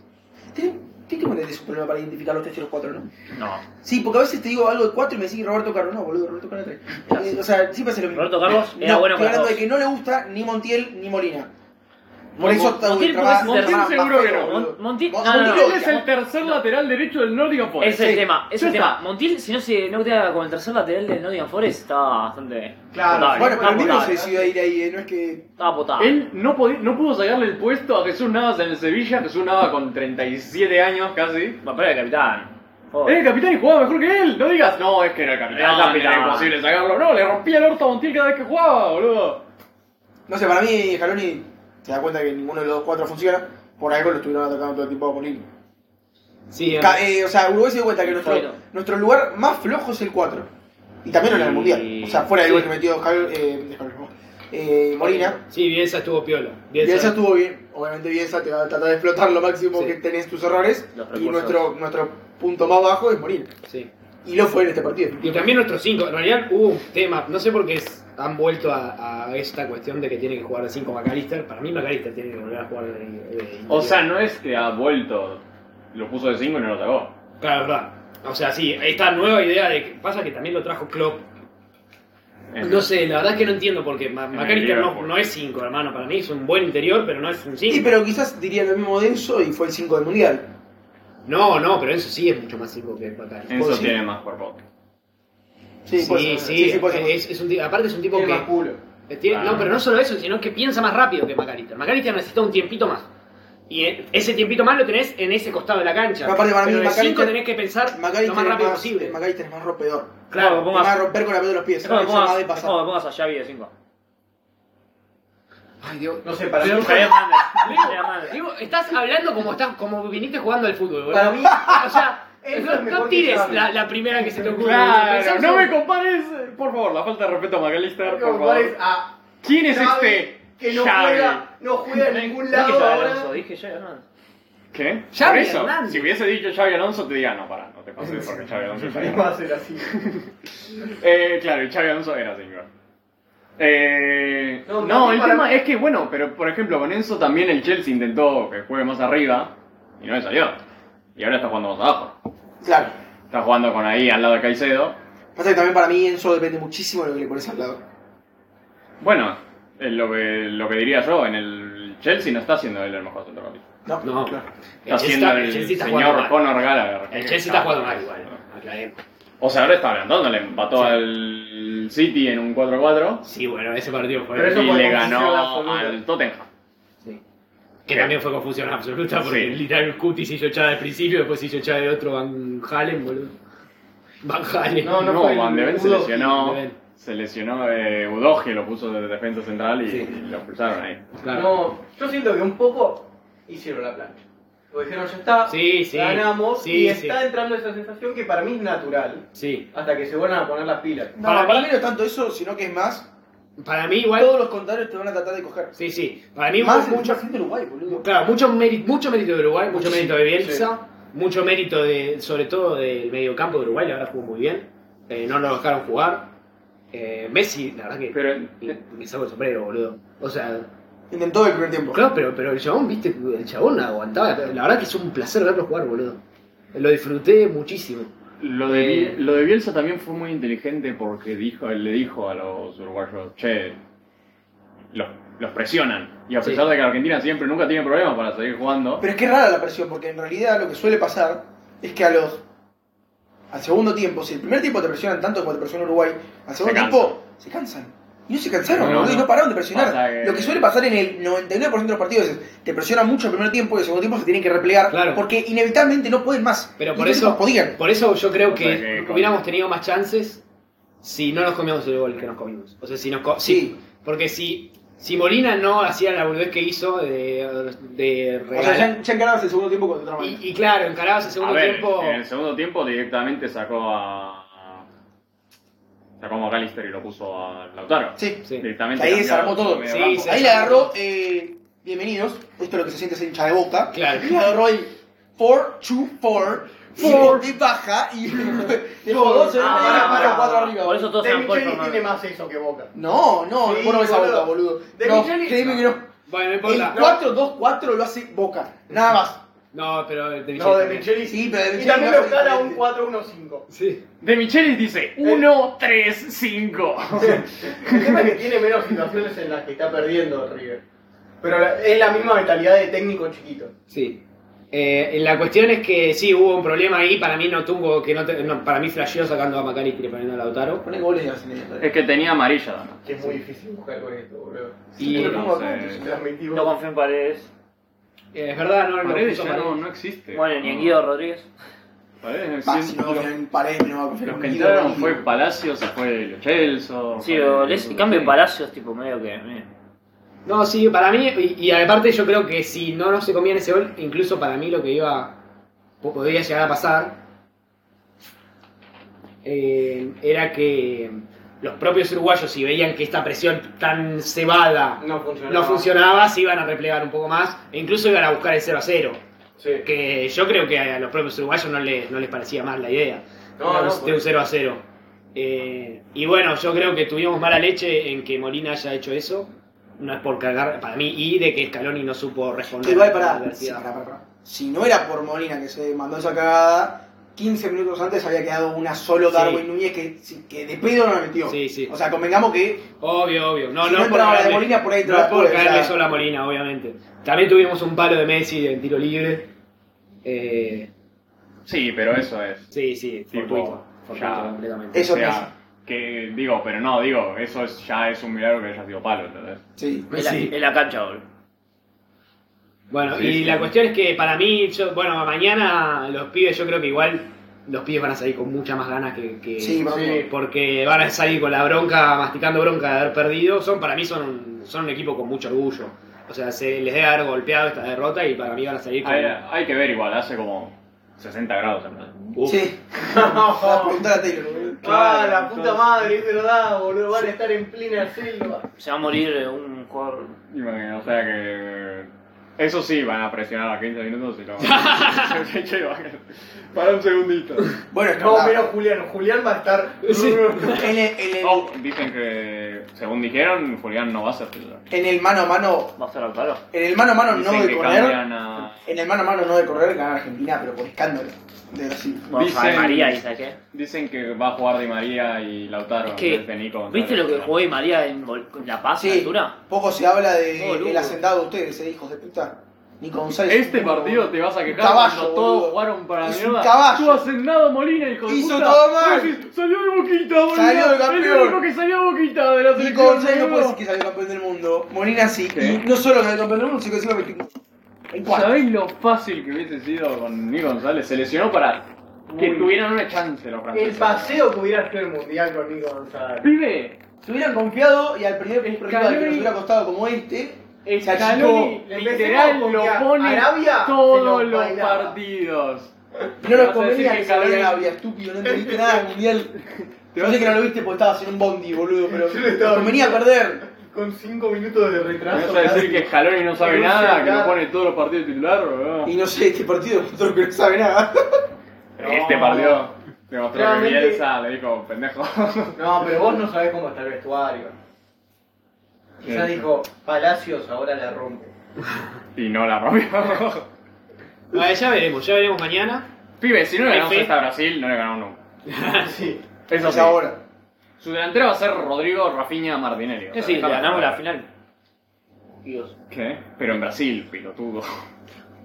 [SPEAKER 4] ¿Tienes que ponerte su problema para identificar los tres y los cuatro, no?
[SPEAKER 3] No.
[SPEAKER 4] Sí, porque a veces te digo algo de cuatro y me decís Roberto Carlos. No, boludo, Roberto Carlos tres. Eh, o sea, siempre hace lo mismo.
[SPEAKER 3] Roberto Carlos era
[SPEAKER 4] no,
[SPEAKER 3] bueno
[SPEAKER 4] estoy
[SPEAKER 3] con
[SPEAKER 4] hablando
[SPEAKER 3] los
[SPEAKER 4] de
[SPEAKER 3] dos.
[SPEAKER 4] que no le gusta ni Montiel ni Molina. Por
[SPEAKER 2] Mon-
[SPEAKER 4] eso está
[SPEAKER 3] Montiel,
[SPEAKER 4] ultra-
[SPEAKER 3] ¿cómo es?
[SPEAKER 2] Montiel
[SPEAKER 4] ultra- más
[SPEAKER 2] seguro que
[SPEAKER 4] feo,
[SPEAKER 2] no.
[SPEAKER 4] boludo.
[SPEAKER 3] Mon- Montiel- Ah,
[SPEAKER 4] Vos-
[SPEAKER 3] no, no, no.
[SPEAKER 4] Montiel
[SPEAKER 2] Él
[SPEAKER 4] odia,
[SPEAKER 2] es el tercer lateral derecho del Nottingham Forest.
[SPEAKER 3] Ese es el
[SPEAKER 4] Sí.
[SPEAKER 3] tema, ese es el
[SPEAKER 2] Ya
[SPEAKER 3] tema. Montiel, si no se no queda como el tercer lateral del Nottingham Forest, estaba bastante.
[SPEAKER 5] Claro,
[SPEAKER 4] Bueno,
[SPEAKER 3] potable.
[SPEAKER 4] pero
[SPEAKER 3] Estaba
[SPEAKER 4] el mismo se
[SPEAKER 3] potable.
[SPEAKER 4] decidió a ir ahí, eh, no es que.
[SPEAKER 3] Estaba potable.
[SPEAKER 2] Él no, podía- no pudo sacarle el puesto a Jesús Navas en el Sevilla. Jesús Navas con 37 años casi.
[SPEAKER 3] Bueno, pero era el capitán.
[SPEAKER 2] Era
[SPEAKER 3] Joder.
[SPEAKER 2] el capitán y jugaba mejor que él. No digas, no, es que era el
[SPEAKER 3] Era
[SPEAKER 2] capitán.
[SPEAKER 3] el
[SPEAKER 2] Era,
[SPEAKER 3] capitán.
[SPEAKER 2] imposible sacarlo. No, le rompía el orto a Montiel cada vez que jugaba, boludo.
[SPEAKER 4] No sé, para mí, Jaloni se da cuenta que ninguno de los cuatro funciona. Por algo lo estuvieron atacando todo el tiempo a Molina.
[SPEAKER 1] Sí,
[SPEAKER 4] Ca- eh, o sea, Uruguay se dio cuenta que
[SPEAKER 3] Bueno.
[SPEAKER 4] nuestro, nuestro lugar más flojo es el 4. Y también en el
[SPEAKER 3] Y-
[SPEAKER 4] Mundial. O sea, fuera del
[SPEAKER 1] sí.
[SPEAKER 4] gol que metió Javier- eh, Javier, no, eh, Molina.
[SPEAKER 1] sí, Bielsa estuvo piola. Bielsa-
[SPEAKER 4] Bielsa estuvo bien. Obviamente Bielsa te va a tratar de explotar lo máximo
[SPEAKER 1] Sí.
[SPEAKER 4] que tenés tus errores.
[SPEAKER 3] Los
[SPEAKER 4] Y
[SPEAKER 3] recursos.
[SPEAKER 4] nuestro, nuestro punto más bajo es Molina.
[SPEAKER 1] Sí.
[SPEAKER 4] Y lo fue en este partido.
[SPEAKER 1] Y también nuestros cinco. En realidad hubo un tema. No sé por qué es- han vuelto a, a esta cuestión de que tiene que jugar de 5 McAllister. Para mí McAllister tiene que volver a jugar de, de-
[SPEAKER 2] O sea, no es que ha vuelto. Lo puso de 5 y no lo sacó.
[SPEAKER 1] Claro, es verdad. O sea, sí, esta nueva idea de... que- Pasa que también lo trajo Klopp. No sé, la verdad es que no entiendo porque Ma-
[SPEAKER 2] En
[SPEAKER 1] McAllister
[SPEAKER 2] el
[SPEAKER 1] no,
[SPEAKER 2] Liverpool.
[SPEAKER 1] no es 5, hermano. Para mí es un buen interior, pero no es un 5.
[SPEAKER 4] Sí, pero quizás diría lo mismo de Enzo y fue el 5 del Mundial.
[SPEAKER 1] No, no, pero eso sí es mucho más 5 que McAllister.
[SPEAKER 2] Enzo
[SPEAKER 4] Puedo
[SPEAKER 2] tiene más cuerpo.
[SPEAKER 4] Sí,
[SPEAKER 1] sí,
[SPEAKER 4] puede
[SPEAKER 1] sí,
[SPEAKER 4] ser. sí, sí, puede ser.
[SPEAKER 1] es, es un ti- aparte es un tipo
[SPEAKER 4] Tiene
[SPEAKER 1] que...
[SPEAKER 4] más culo.
[SPEAKER 1] Eh, tiene-
[SPEAKER 2] Ah.
[SPEAKER 1] No, pero no solo eso, sino que piensa más rápido que McAllister. McAllister necesita un tiempito más. Y eh, ese tiempito más lo tenés en ese costado de la cancha.
[SPEAKER 4] Pero aparte para mí
[SPEAKER 1] Pero de
[SPEAKER 4] McAllister-
[SPEAKER 1] cinco tenés que pensar lo
[SPEAKER 4] MagariTer
[SPEAKER 1] más
[SPEAKER 4] es,
[SPEAKER 1] rápido
[SPEAKER 4] más-
[SPEAKER 1] posible.
[SPEAKER 4] eh, McAllister es más rompedor.
[SPEAKER 3] Claro,
[SPEAKER 4] Te
[SPEAKER 3] pongas-
[SPEAKER 4] va a romper con la pelota de los pies.
[SPEAKER 3] Es como que
[SPEAKER 4] Enzo es más
[SPEAKER 3] pongas,
[SPEAKER 4] de
[SPEAKER 3] es como
[SPEAKER 4] pasar.
[SPEAKER 3] que pongas a Xavi de 5.
[SPEAKER 1] Ay, Dios.
[SPEAKER 5] No sé, para mí.
[SPEAKER 3] Javier Hernández.
[SPEAKER 1] Digo, estás hablando como estás, como viniste jugando al fútbol, boludo.
[SPEAKER 5] Para mí-
[SPEAKER 1] O sea,
[SPEAKER 5] Eso es
[SPEAKER 1] no,
[SPEAKER 5] mejor
[SPEAKER 1] no
[SPEAKER 5] que
[SPEAKER 1] tires
[SPEAKER 5] Xavi.
[SPEAKER 1] la, la primera que se te ocurre.
[SPEAKER 2] Claro,
[SPEAKER 1] Pensá
[SPEAKER 2] no me
[SPEAKER 1] en-
[SPEAKER 2] compares. Por favor, la falta de respeto a McAllister, por
[SPEAKER 5] Como
[SPEAKER 2] favor.
[SPEAKER 5] es a
[SPEAKER 2] ¿Quién es
[SPEAKER 5] Xavi,
[SPEAKER 2] este?
[SPEAKER 5] Que no
[SPEAKER 2] Xavi?
[SPEAKER 5] juega, no juega en ningún
[SPEAKER 3] Dije
[SPEAKER 5] lado
[SPEAKER 3] Xavi
[SPEAKER 5] ahora.
[SPEAKER 3] Alonso, dije Xavi Hernández.
[SPEAKER 2] ¿Qué?
[SPEAKER 1] Xavi
[SPEAKER 2] Por eso,
[SPEAKER 1] Hernández.
[SPEAKER 2] si hubiese dicho Xavi Alonso, te diría, no, pará, no te pases porque Xavi Alonso es Xavi
[SPEAKER 5] No
[SPEAKER 2] Alonso.
[SPEAKER 5] va a ser así.
[SPEAKER 2] Eh, claro, y Xavi Alonso era 5. Eh,
[SPEAKER 5] No,
[SPEAKER 2] no,
[SPEAKER 5] no,
[SPEAKER 2] el
[SPEAKER 5] para
[SPEAKER 2] tema
[SPEAKER 5] mí-
[SPEAKER 2] es que, bueno, pero por ejemplo, con Enzo también el Chelsea intentó que juegue más arriba y no le salió. Y ahora está jugando más abajo.
[SPEAKER 4] Claro.
[SPEAKER 2] Está jugando con ahí al lado de Caicedo.
[SPEAKER 4] Pasa que también para mí Enzo depende muchísimo de lo que le pones al lado.
[SPEAKER 2] Bueno, eh, lo, que, lo que diría yo, en el Chelsea no está haciendo él el mejor centrocampista.
[SPEAKER 4] No,
[SPEAKER 1] No.
[SPEAKER 4] claro.
[SPEAKER 2] Está
[SPEAKER 1] El Chelsea
[SPEAKER 2] haciendo
[SPEAKER 1] está-
[SPEAKER 2] el,
[SPEAKER 1] el Chelsea está jugando
[SPEAKER 2] señor
[SPEAKER 1] mal.
[SPEAKER 2] Conor Gallagher.
[SPEAKER 1] El Chelsea está jugando mal igual, aclaremos.
[SPEAKER 2] O sea, ahora está hablando, le empató al City en un 4-4
[SPEAKER 1] Sí, bueno, ese partido fue.
[SPEAKER 5] Pero eso
[SPEAKER 2] y
[SPEAKER 5] fue
[SPEAKER 2] le
[SPEAKER 5] confusión
[SPEAKER 2] ganó
[SPEAKER 5] absoluta.
[SPEAKER 2] al Tottenham.
[SPEAKER 1] Que también fue confusión absoluta porque
[SPEAKER 2] Sí.
[SPEAKER 1] literal Cuti se hizo echada al principio, después se hizo echada de otro Van Halen, boludo. Van Halen.
[SPEAKER 5] No,
[SPEAKER 2] No,
[SPEAKER 5] fue el
[SPEAKER 2] Van de Ven se
[SPEAKER 5] Udogie,
[SPEAKER 2] lesionó,
[SPEAKER 1] Van de Ven.
[SPEAKER 2] se lesionó eh, Udogie, lo puso de defensa central y,
[SPEAKER 1] Sí.
[SPEAKER 2] y lo expulsaron ahí.
[SPEAKER 1] Claro.
[SPEAKER 5] No, yo siento que un poco hicieron la plancha. Lo dijeron, ya está,
[SPEAKER 1] Sí, sí.
[SPEAKER 5] ganamos,
[SPEAKER 1] Sí,
[SPEAKER 5] y
[SPEAKER 1] sí.
[SPEAKER 5] está entrando esa sensación que para mí es natural,
[SPEAKER 1] Sí.
[SPEAKER 5] hasta que se vuelvan a poner las pilas.
[SPEAKER 4] No,
[SPEAKER 3] Para
[SPEAKER 4] para,
[SPEAKER 3] mí-
[SPEAKER 4] mí no es tanto eso, sino que es más
[SPEAKER 1] Para mí igual...
[SPEAKER 4] Todos los contadores te van a tratar de coger.
[SPEAKER 1] Sí, sí. Para mí
[SPEAKER 4] más
[SPEAKER 1] mucho-
[SPEAKER 4] mucha gente de Uruguay, boludo.
[SPEAKER 1] Claro, mucho mérito, mucho mérito de Uruguay, mucho
[SPEAKER 4] Muchísimo,
[SPEAKER 1] mérito de Bielsa, mucho mérito de, sobre todo del mediocampo de Uruguay, la verdad jugó muy bien, eh, no lo dejaron jugar. Eh, Messi, la verdad que
[SPEAKER 2] Pero-
[SPEAKER 1] me, me saco el sombrero, boludo. O sea,
[SPEAKER 4] Intentó el primer tiempo.
[SPEAKER 1] claro, pero, pero el chabón, viste, el chabón aguantaba. La verdad que es un placer verlo jugar, boludo. Lo disfruté muchísimo.
[SPEAKER 2] Lo de,
[SPEAKER 1] Eh.
[SPEAKER 2] Biel- lo de Bielsa también fue muy inteligente porque dijo, le dijo a los uruguayos, che, los, los presionan. Y a
[SPEAKER 1] Sí.
[SPEAKER 2] pesar de que la Argentina siempre nunca tiene problemas para seguir jugando,
[SPEAKER 4] Pero es que es rara la presión, porque en realidad lo que suele pasar es que a los. Al segundo tiempo, si el primer tiempo te presionan tanto como te presiona Uruguay, al segundo
[SPEAKER 2] cansan.
[SPEAKER 4] tiempo se cansan. Y no se cansaron,
[SPEAKER 2] No,
[SPEAKER 4] boludo, y
[SPEAKER 2] no.
[SPEAKER 4] no pararon de presionar.
[SPEAKER 2] Pasa que-
[SPEAKER 4] Lo que suele pasar en el 99% de los partidos es te presionan mucho el primer tiempo y el segundo tiempo se tienen que replegar
[SPEAKER 1] Claro.
[SPEAKER 4] porque inevitablemente no pueden más.
[SPEAKER 1] Pero
[SPEAKER 4] Y
[SPEAKER 1] por
[SPEAKER 4] estos
[SPEAKER 1] eso-
[SPEAKER 4] no podían.
[SPEAKER 1] Por eso yo creo
[SPEAKER 2] O sea
[SPEAKER 1] que
[SPEAKER 2] que-
[SPEAKER 1] hubiéramos tenido más chances si no nos comíamos el gol que nos comimos. O sea, si nos co- si-
[SPEAKER 4] Sí.
[SPEAKER 1] Porque si, si Molina no hacía la boludez que hizo de, de
[SPEAKER 4] O sea,
[SPEAKER 1] regalar-
[SPEAKER 4] ya, ya encarabas el segundo tiempo con otra manera.
[SPEAKER 1] y, y claro, encarabas el segundo
[SPEAKER 2] a ver,
[SPEAKER 1] tiempo.
[SPEAKER 2] en el segundo tiempo directamente sacó a... Sacó a McAllister y lo puso a Lautaro.
[SPEAKER 4] Sí.
[SPEAKER 1] Sí.
[SPEAKER 2] Directamente
[SPEAKER 4] Ahí
[SPEAKER 2] cambiado
[SPEAKER 4] desarmó todo.
[SPEAKER 2] de medio
[SPEAKER 1] Sí,
[SPEAKER 2] campo.
[SPEAKER 1] sí.
[SPEAKER 4] Ahí le agarró, eh, bienvenidos, esto es lo que se siente ser hincha de boca.
[SPEAKER 1] Claro.
[SPEAKER 4] Le agarró el 4-2-4,
[SPEAKER 1] Four.
[SPEAKER 4] y baja y dejó
[SPEAKER 5] Four.
[SPEAKER 4] 12
[SPEAKER 5] Ah,
[SPEAKER 4] arriba y
[SPEAKER 5] pará,
[SPEAKER 4] puso
[SPEAKER 5] pará.
[SPEAKER 4] 4 arriba.
[SPEAKER 3] Por eso todos
[SPEAKER 5] De
[SPEAKER 3] eran por
[SPEAKER 5] Michelis tiene más eso que Boca.
[SPEAKER 4] No, no,
[SPEAKER 5] Sí,
[SPEAKER 4] vos no ves a
[SPEAKER 5] boludo.
[SPEAKER 4] boca, boludo.
[SPEAKER 5] De
[SPEAKER 4] no,
[SPEAKER 5] Michelis,
[SPEAKER 4] créeme
[SPEAKER 5] no.
[SPEAKER 4] que no.
[SPEAKER 1] Bueno,
[SPEAKER 4] El
[SPEAKER 1] no importa.
[SPEAKER 4] 4-2-4 lo hace boca, nada más.
[SPEAKER 1] No, pero de Michelis
[SPEAKER 5] No, de
[SPEAKER 1] también.
[SPEAKER 5] Michelis.
[SPEAKER 4] Sí, pero de
[SPEAKER 5] Y
[SPEAKER 4] Michelis
[SPEAKER 5] también
[SPEAKER 4] no
[SPEAKER 5] lo
[SPEAKER 4] hace
[SPEAKER 5] escala un
[SPEAKER 4] diferente.
[SPEAKER 5] 4-1-5.
[SPEAKER 1] Sí.
[SPEAKER 2] De Michelis dice 1, 3, 5.
[SPEAKER 5] El tema es que tiene menos situaciones en las que está perdiendo River. Pero la- es la misma mentalidad de técnico chiquito.
[SPEAKER 1] Sí. Eh, la cuestión es que sí, hubo un problema ahí. Para mí no tuvo que no, te- no, Para mí flasheó sacando a McAllister y poniendo a Lautaro.
[SPEAKER 4] Pone goles y hacen eso.
[SPEAKER 2] Es que tenía amarilla. Dana.
[SPEAKER 5] Que es muy difícil buscar con esto, boludo.
[SPEAKER 1] Y
[SPEAKER 4] Yo lo pongo acá,
[SPEAKER 2] no sé.
[SPEAKER 4] entonces.
[SPEAKER 5] Transmitimos.
[SPEAKER 3] No confío en Paredes.
[SPEAKER 1] eh, es verdad, no, no,
[SPEAKER 2] Paredes
[SPEAKER 1] puso
[SPEAKER 2] ya
[SPEAKER 1] Paredes.
[SPEAKER 2] no, no existe.
[SPEAKER 3] Bueno, ni en Guido Rodríguez.
[SPEAKER 2] Paredes no
[SPEAKER 4] Pa,
[SPEAKER 2] existe.
[SPEAKER 4] si no,
[SPEAKER 2] Los-
[SPEAKER 4] en pared, no va a confiar
[SPEAKER 2] Los
[SPEAKER 4] en
[SPEAKER 2] que
[SPEAKER 4] un
[SPEAKER 2] entraron
[SPEAKER 4] ídolo.
[SPEAKER 2] fue Palacios, se fue Lo Celso.
[SPEAKER 3] Sí,
[SPEAKER 2] fue-
[SPEAKER 3] o les, cambio de Palacios, tipo medio que. eh.
[SPEAKER 1] No, sí, para mí, y, y aparte yo creo que si no, no se comían ese gol, incluso para mí lo que iba, po- podía llegar a pasar, eh, era que los propios uruguayos, si veían que esta presión tan cebada
[SPEAKER 5] No funciona.
[SPEAKER 1] no funcionaba, se iban a replegar un poco más, e incluso iban a buscar el 0 a 0,
[SPEAKER 5] Sí.
[SPEAKER 1] que yo creo que a los propios uruguayos no les, no les parecía mal la idea
[SPEAKER 5] No,
[SPEAKER 1] de,
[SPEAKER 5] no,
[SPEAKER 1] un- de un 0 a 0. Eh, y bueno, yo creo que tuvimos mala leche en que Molina haya hecho eso. No es por cargar para mí y de que Scaloni no supo responder.
[SPEAKER 4] Igual
[SPEAKER 1] a la
[SPEAKER 4] para, sí,
[SPEAKER 1] adversidad.
[SPEAKER 4] pará, pará, pará. Si no era por Molina que se mandó esa cagada, 15 minutos antes había quedado una solo
[SPEAKER 1] Sí.
[SPEAKER 4] Darwin Núñez que, sí, que de pedo no la metió.
[SPEAKER 1] Sí, sí.
[SPEAKER 4] O sea, convengamos que
[SPEAKER 1] Obvio, obvio. No,
[SPEAKER 4] Si
[SPEAKER 1] no,
[SPEAKER 4] no
[SPEAKER 1] es por
[SPEAKER 4] entraba la de
[SPEAKER 1] caerle-
[SPEAKER 4] Molina, por ahí
[SPEAKER 1] no
[SPEAKER 4] entraba
[SPEAKER 1] es por
[SPEAKER 4] después,
[SPEAKER 1] caerle
[SPEAKER 4] ya.
[SPEAKER 1] solo a Molina, obviamente. También tuvimos un palo de Messi en tiro libre. Eh,
[SPEAKER 2] Sí, pero eso es.
[SPEAKER 1] sí, sí,
[SPEAKER 2] Tipo,
[SPEAKER 1] fortuito. Fortuito
[SPEAKER 2] ya.
[SPEAKER 1] completamente.
[SPEAKER 4] eso
[SPEAKER 2] O
[SPEAKER 4] es
[SPEAKER 2] sea, que digo, pero no, digo, eso es, ya es un milagro que haya sido palo, ¿entendés?
[SPEAKER 4] Sí.
[SPEAKER 3] En la,
[SPEAKER 1] Sí.
[SPEAKER 3] en la cancha, boludo.
[SPEAKER 1] Bueno,
[SPEAKER 2] Sí,
[SPEAKER 1] y
[SPEAKER 2] sí.
[SPEAKER 1] la cuestión es que para mí, yo, bueno, mañana los pibes, yo creo que igual los pibes van a salir con muchas más ganas que, que-
[SPEAKER 4] Sí, para mí.
[SPEAKER 1] porque van a salir con la bronca, masticando bronca de haber perdido. Son para mí son un, son un equipo con mucho orgullo. O sea, se les debe haber golpeado esta derrota y para mí van a salir con.
[SPEAKER 2] Hay, hay que ver igual, hace como 60 grados, ¿entendés?
[SPEAKER 1] Uf.
[SPEAKER 4] Sí. Para preguntar a Taylor, boludo.
[SPEAKER 5] Ah, la
[SPEAKER 2] Claro,
[SPEAKER 5] puta madre, es verdad, boludo. Van a estar en plena selva.
[SPEAKER 3] Se va a morir eh, un jugador.
[SPEAKER 2] Imagina, o sea que... Eso sí, van a presionar a 15 minutos y lo van a... Che, baja. Para un segundito.
[SPEAKER 4] Bueno, es que
[SPEAKER 5] No,
[SPEAKER 4] verdad.
[SPEAKER 5] menos Julián. Julián va a estar.
[SPEAKER 1] Sí.
[SPEAKER 4] en, el, en, el,
[SPEAKER 2] Oh, dicen que, según dijeron, Julián no va a ser titular.
[SPEAKER 4] en el mano a mano,
[SPEAKER 3] Va a estar al paro.
[SPEAKER 4] en el mano a mano no
[SPEAKER 2] Dicen
[SPEAKER 4] de
[SPEAKER 2] que
[SPEAKER 4] correr,
[SPEAKER 2] cambian a...
[SPEAKER 4] en el mano a mano no de correr gana Argentina, pero por escándalo de Brasil.
[SPEAKER 3] Vamos a ver
[SPEAKER 2] Dicen-
[SPEAKER 3] María y saqué.
[SPEAKER 2] Dicen que va a jugar Di María y Lautaro.
[SPEAKER 3] Es que, ¿viste lo que jugó Di María en, Vol- en La Paz,
[SPEAKER 4] Sí.
[SPEAKER 3] altura?
[SPEAKER 4] Poco se habla
[SPEAKER 3] Oh,
[SPEAKER 4] de
[SPEAKER 3] loco.
[SPEAKER 4] el hacendado de ustedes, eh, hijos de puta. Nico González.
[SPEAKER 2] Este
[SPEAKER 4] Nico-
[SPEAKER 2] partido te vas a quejar
[SPEAKER 4] Caballo,
[SPEAKER 2] cuando todos
[SPEAKER 4] boludo.
[SPEAKER 2] jugaron para la
[SPEAKER 4] Es un
[SPEAKER 2] mierda.
[SPEAKER 4] caballo.
[SPEAKER 2] Tú has nada Molina, hijo de
[SPEAKER 4] Hizo
[SPEAKER 2] puta.
[SPEAKER 4] todo mal.
[SPEAKER 2] Tú decís, Salió de boquita, boludo.
[SPEAKER 4] Salió el
[SPEAKER 2] Es
[SPEAKER 4] campeón.
[SPEAKER 2] el único que salió de boquita de la
[SPEAKER 4] Nico
[SPEAKER 2] selección.
[SPEAKER 4] González no
[SPEAKER 2] boludo.
[SPEAKER 4] puede decir que salió campeón del mundo. Molina sí.
[SPEAKER 2] ¿Qué?
[SPEAKER 4] Y no solo salió campeón del mundo, sino que encima metió un- un cuarto.
[SPEAKER 2] ¿Sabéis lo fácil que hubiese sido con Nico González? Se lesionó para que
[SPEAKER 3] Muy
[SPEAKER 2] tuvieran una chance los franceses.
[SPEAKER 5] El paseo que hubiera sido el mundial con Nico González.
[SPEAKER 2] Pibe,
[SPEAKER 4] Se hubieran confiado y al primer primer rival que
[SPEAKER 2] Scaloni-
[SPEAKER 4] nos hubiera costado como este, se achicó.
[SPEAKER 2] Scaloni literal
[SPEAKER 5] Empecemos con
[SPEAKER 2] lo
[SPEAKER 5] que
[SPEAKER 2] pone
[SPEAKER 5] Arabia
[SPEAKER 2] todos
[SPEAKER 5] se lo
[SPEAKER 2] los
[SPEAKER 5] bailaba.
[SPEAKER 2] partidos.
[SPEAKER 4] No nos
[SPEAKER 2] Vas a decir
[SPEAKER 4] convenía
[SPEAKER 2] que
[SPEAKER 4] que se vaya
[SPEAKER 2] Scaloni-
[SPEAKER 4] a Arabia, estúpido, no entendiste nada del mundial.
[SPEAKER 2] Te
[SPEAKER 4] Yo
[SPEAKER 2] vas-
[SPEAKER 4] sé que no lo viste porque estabas en un bondi, boludo, pero
[SPEAKER 5] Yo lo estaba-
[SPEAKER 4] te convenía perder.
[SPEAKER 5] Con 5 minutos de
[SPEAKER 2] ¿Me
[SPEAKER 5] retraso.
[SPEAKER 2] vas a decir que Scaloni no sabe
[SPEAKER 5] Que no
[SPEAKER 2] nada,
[SPEAKER 5] sabe
[SPEAKER 2] que no
[SPEAKER 5] nada.
[SPEAKER 2] pone todos los partidos titular? boludo?
[SPEAKER 4] Y no sé, este partido mostró que no sabe nada.
[SPEAKER 2] Este partido te mostró que
[SPEAKER 5] Claramente-
[SPEAKER 2] Bielsa le dijo, pendejo.
[SPEAKER 5] No, pero vos no sabés cómo está el vestuario. Quizás
[SPEAKER 2] Sí.
[SPEAKER 5] dijo, Palacios ahora la rompe.
[SPEAKER 2] y no la rompió.
[SPEAKER 1] Ah, ya veremos, ya veremos mañana.
[SPEAKER 2] Pibe, si no le ganamos
[SPEAKER 1] Efe.
[SPEAKER 2] esta a Brasil, no le ganamos nunca.
[SPEAKER 5] Sí.
[SPEAKER 2] Eso
[SPEAKER 4] Es
[SPEAKER 2] sí.
[SPEAKER 4] ahora.
[SPEAKER 2] Su delantero va a ser Rodrigo Rafinha Martinelli. o sea,
[SPEAKER 3] Es decir,
[SPEAKER 2] dejalo
[SPEAKER 3] ganamos
[SPEAKER 2] de-
[SPEAKER 3] la final. Dios.
[SPEAKER 2] ¿Qué? Pero en Brasil, pilotudo. Fue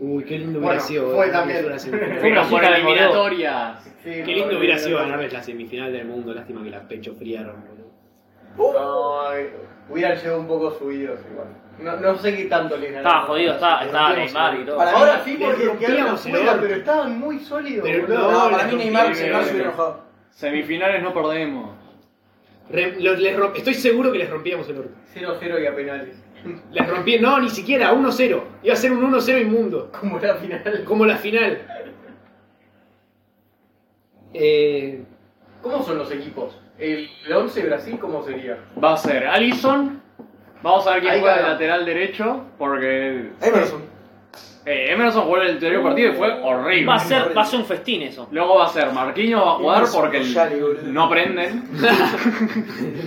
[SPEAKER 1] Uy, qué lindo
[SPEAKER 5] Bueno,
[SPEAKER 1] hubiera sido.
[SPEAKER 5] fue
[SPEAKER 1] eh,
[SPEAKER 5] también.
[SPEAKER 1] hubiera sido una
[SPEAKER 3] Fue
[SPEAKER 1] semifinal.
[SPEAKER 3] una-
[SPEAKER 2] por
[SPEAKER 3] Brasil la devolvió.
[SPEAKER 2] eliminatorias.
[SPEAKER 5] Sí,
[SPEAKER 1] Qué lindo hubiera sido
[SPEAKER 5] ganar
[SPEAKER 1] ganarles la semifinal del mundo. Lástima que la pecho friaron, boludo.
[SPEAKER 5] No, hubieran llegado un poco subidos igual. No, no sé qué tanto les ganaron.
[SPEAKER 3] Estaba jodido, estaba, estaba
[SPEAKER 1] Rompimos,
[SPEAKER 3] Neymar y todo.
[SPEAKER 4] Para
[SPEAKER 5] Ahora
[SPEAKER 4] mí,
[SPEAKER 5] sí
[SPEAKER 1] les
[SPEAKER 5] porque quedaron
[SPEAKER 1] rompíamos el
[SPEAKER 5] afuera,
[SPEAKER 1] orto.
[SPEAKER 5] pero estaban muy sólidos,
[SPEAKER 1] Pero
[SPEAKER 5] boludo.
[SPEAKER 1] no,
[SPEAKER 4] No, para mí Neymar,
[SPEAKER 2] sí,
[SPEAKER 4] Neymar se
[SPEAKER 2] sí.
[SPEAKER 4] hubiera enojado.
[SPEAKER 2] Semifinales no perdemos.
[SPEAKER 1] Re- los- les romp- Estoy seguro que les rompíamos el orto.
[SPEAKER 5] 0-0 y a penales.
[SPEAKER 1] Les rompí, no, ni siquiera, 1-0. Iba a ser un 1-0 inmundo.
[SPEAKER 5] Como la final.
[SPEAKER 1] Como la final. Eh,
[SPEAKER 5] ¿Cómo son los equipos? ¿El 11 Brasil cómo sería?
[SPEAKER 2] Va a ser Allison. Vamos a ver quién
[SPEAKER 5] Ahí
[SPEAKER 2] juega de
[SPEAKER 5] ganó.
[SPEAKER 2] lateral derecho. Porque.
[SPEAKER 4] Emerson.
[SPEAKER 2] Eh, Emerson jugó el anterior partido y fue horrible.
[SPEAKER 3] Va a ser, va a ser un festín eso.
[SPEAKER 2] Luego va a ser Marquinhos va a jugar
[SPEAKER 4] Emerson
[SPEAKER 2] porque el-
[SPEAKER 4] Royale, boludo.
[SPEAKER 2] no aprenden.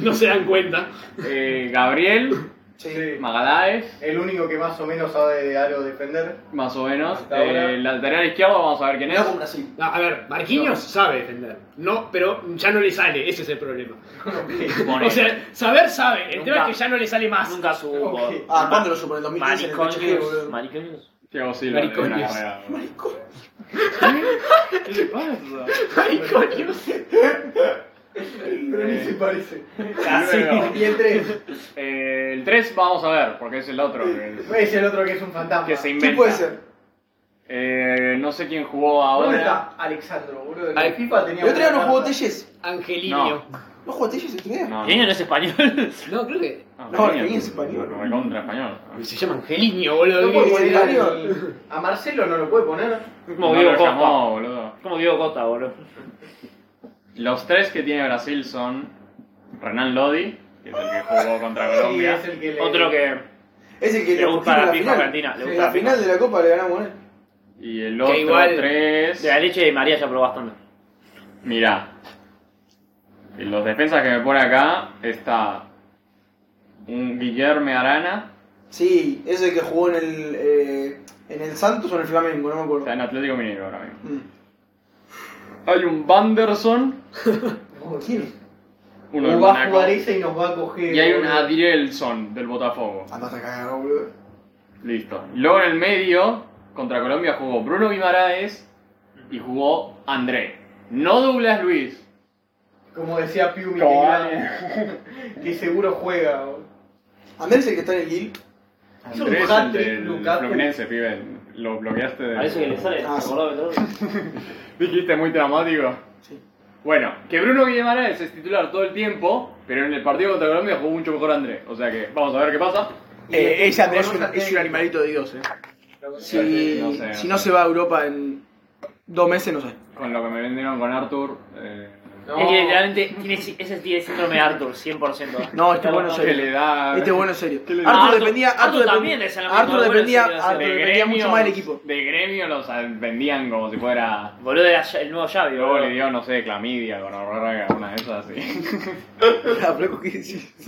[SPEAKER 1] no se dan cuenta.
[SPEAKER 2] Eh, Gabriel,
[SPEAKER 4] Sí.
[SPEAKER 2] Magaláes,
[SPEAKER 5] El único que más o menos sabe de algo defender.
[SPEAKER 2] más o menos.
[SPEAKER 5] Hasta ahora.
[SPEAKER 2] Eh, lateral izquierdo, vamos a ver quién
[SPEAKER 4] Ganó
[SPEAKER 2] es.
[SPEAKER 4] con Brasil.
[SPEAKER 1] A a ver, Marquinhos sabe defender. No, pero ya no le sale, ese es el problema.
[SPEAKER 2] Ponele.
[SPEAKER 1] O sea, saber sabe, el tema
[SPEAKER 3] Nunca.
[SPEAKER 1] es que ya no le sale más.
[SPEAKER 3] Nunca supo.
[SPEAKER 5] Ok.
[SPEAKER 4] Ah, ¿cuándo lo supo? En el 2015 en el PSG,
[SPEAKER 3] Mariconios.
[SPEAKER 4] boludo.
[SPEAKER 3] Mariconios.
[SPEAKER 2] Thiago Silva le dio una
[SPEAKER 1] Mariconios.
[SPEAKER 2] carrera, boludo. ¿Qué le pasa?
[SPEAKER 1] Ay, coño.
[SPEAKER 5] Pero ni se parece.
[SPEAKER 2] Luego,
[SPEAKER 5] Y el 3.
[SPEAKER 2] eh, el 3 vamos a ver, porque es el otro que,
[SPEAKER 5] Es el otro que es un fantasma.
[SPEAKER 2] que se inventa.
[SPEAKER 4] ¿Quién puede ser?
[SPEAKER 2] Eh, no sé quién jugó ahora.
[SPEAKER 5] ¿Dónde está Alexandro, boludo? En
[SPEAKER 2] Al-
[SPEAKER 5] el FIFA tenía
[SPEAKER 4] El otro día
[SPEAKER 5] una
[SPEAKER 4] no jugó
[SPEAKER 5] carta.
[SPEAKER 4] Telles.
[SPEAKER 1] Angelinho.
[SPEAKER 4] ¿No jugó Telles el otro día?
[SPEAKER 2] No,
[SPEAKER 3] Mariconios no es español.
[SPEAKER 1] No. creo que.
[SPEAKER 2] no,
[SPEAKER 4] No,
[SPEAKER 2] Peña.
[SPEAKER 4] Peña es español.
[SPEAKER 2] No, Recontra español.
[SPEAKER 1] Se llama Angelinho, boludo.
[SPEAKER 5] No puede
[SPEAKER 1] ¿Qué-
[SPEAKER 5] poner
[SPEAKER 4] Mario.
[SPEAKER 5] al- A Marcelo no lo puede poner.
[SPEAKER 3] Como
[SPEAKER 2] No
[SPEAKER 3] Diego
[SPEAKER 2] lo
[SPEAKER 3] Costa.
[SPEAKER 2] llamó, boludo.
[SPEAKER 3] Como Diego Costa, boludo.
[SPEAKER 2] Los tres que tiene Brasil son Renan Lodi, que es el que jugó contra Colombia.
[SPEAKER 5] Sí, es el que le-
[SPEAKER 3] Otro que.
[SPEAKER 4] Es el que
[SPEAKER 3] Le
[SPEAKER 4] nos
[SPEAKER 3] gusta
[SPEAKER 4] pusimos en
[SPEAKER 3] la FIFA
[SPEAKER 4] final.
[SPEAKER 3] argentina, le
[SPEAKER 4] En
[SPEAKER 3] gusta
[SPEAKER 4] la
[SPEAKER 3] la
[SPEAKER 4] final de la Copa le ganamos a él.
[SPEAKER 2] Y el otro
[SPEAKER 1] igual-
[SPEAKER 2] tres.
[SPEAKER 3] De la leche de María ya probó bastante.
[SPEAKER 2] Mirá. En los defensas que me pone acá está un Guillermo Arana.
[SPEAKER 4] Sí, es el que jugó en el, eh, en el Santos o en el Flamengo, no me acuerdo.
[SPEAKER 2] Está en Atlético Mineiro ahora mismo.
[SPEAKER 4] Mm.
[SPEAKER 2] Hay un Vanderson,
[SPEAKER 5] Oh,
[SPEAKER 4] ¿Quién?
[SPEAKER 2] uno del
[SPEAKER 5] O va a
[SPEAKER 2] Monaco.
[SPEAKER 5] jugar ese y nos va a coger.
[SPEAKER 2] Y hay un
[SPEAKER 5] boludo.
[SPEAKER 2] Adrielson del Botafogo.
[SPEAKER 4] Andás Ah, a cagar, boludo.
[SPEAKER 2] Listo. Y Luego en el medio, contra Colombia jugó Bruno Guimaraes y jugó André. No Douglas Luis.
[SPEAKER 5] Como decía Piumi, que,
[SPEAKER 2] Cabal.
[SPEAKER 5] iba- que seguro juega. boludo.
[SPEAKER 4] Andrés es el que está en el Gil.
[SPEAKER 5] Es un
[SPEAKER 2] André es el
[SPEAKER 5] hat-trick,
[SPEAKER 2] del
[SPEAKER 5] Lukaku.
[SPEAKER 2] Fluminense, pibe. Lo bloqueaste de...
[SPEAKER 3] Parece que le sale.
[SPEAKER 4] Ah, sí.
[SPEAKER 3] ¿te acordás de todo?
[SPEAKER 2] Dijiste muy dramático.
[SPEAKER 4] Sí.
[SPEAKER 2] Bueno, que Bruno Guimaraes es titular todo el tiempo, pero en el partido contra Colombia jugó mucho mejor André. O sea que vamos a ver qué pasa.
[SPEAKER 4] Eh, ese Andrés es
[SPEAKER 5] Con
[SPEAKER 4] un,
[SPEAKER 5] otra
[SPEAKER 4] es un
[SPEAKER 5] técnica.
[SPEAKER 4] animalito de Dios, eh. Si
[SPEAKER 2] Sí,
[SPEAKER 4] no,
[SPEAKER 2] no sé, no
[SPEAKER 4] si no
[SPEAKER 2] sé.
[SPEAKER 4] se va a Europa en dos meses, no sé.
[SPEAKER 2] Con lo que me vendieron con Arthur. eh,
[SPEAKER 5] No.
[SPEAKER 3] Es que literalmente tiene, sí- ese tiene síndrome de Arthur, 100%.
[SPEAKER 4] No, este bueno es
[SPEAKER 2] que
[SPEAKER 4] serio.
[SPEAKER 2] le da.
[SPEAKER 4] Este bueno es serio.
[SPEAKER 2] ¿Qué le-
[SPEAKER 4] Arthur,
[SPEAKER 3] Ah, Arthur-
[SPEAKER 4] dependía, Arthur,
[SPEAKER 3] Arthur
[SPEAKER 4] dependía-
[SPEAKER 3] también es el amigo
[SPEAKER 4] Arthur
[SPEAKER 3] del bueno,
[SPEAKER 4] dependía,
[SPEAKER 3] en serio,
[SPEAKER 4] Arthur
[SPEAKER 2] de
[SPEAKER 4] dependía mucho más del equipo.
[SPEAKER 2] De gremio los vendían como si fuera.
[SPEAKER 3] Boludo era el nuevo Xavi,
[SPEAKER 2] Luego le
[SPEAKER 3] boludo.
[SPEAKER 2] dio, no sé, clamidia, con horror, una de esas así.
[SPEAKER 4] Ah, flaco, ¿qué decís?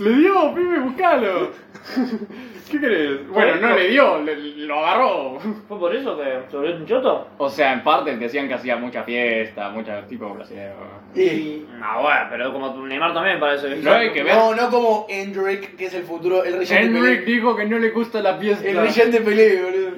[SPEAKER 2] ¡Le dio, pibe, buscalo! ¿Qué crees? Bueno, no le dio, le- lo agarró.
[SPEAKER 3] ¿Fue por eso que se volvió un choto?
[SPEAKER 2] O sea, en parte decían que hacía mucha fiesta, muchos tipos brasileños.
[SPEAKER 4] Eh,
[SPEAKER 3] Ah, bueno, pero como tu Neymar también parece.
[SPEAKER 2] No hay que ver.
[SPEAKER 4] No, no como Endrick, que es el futuro, el rey de
[SPEAKER 2] Henrik
[SPEAKER 4] Pelé.
[SPEAKER 2] dijo que no le gusta la fiesta.
[SPEAKER 4] El rey de Pelé, boludo.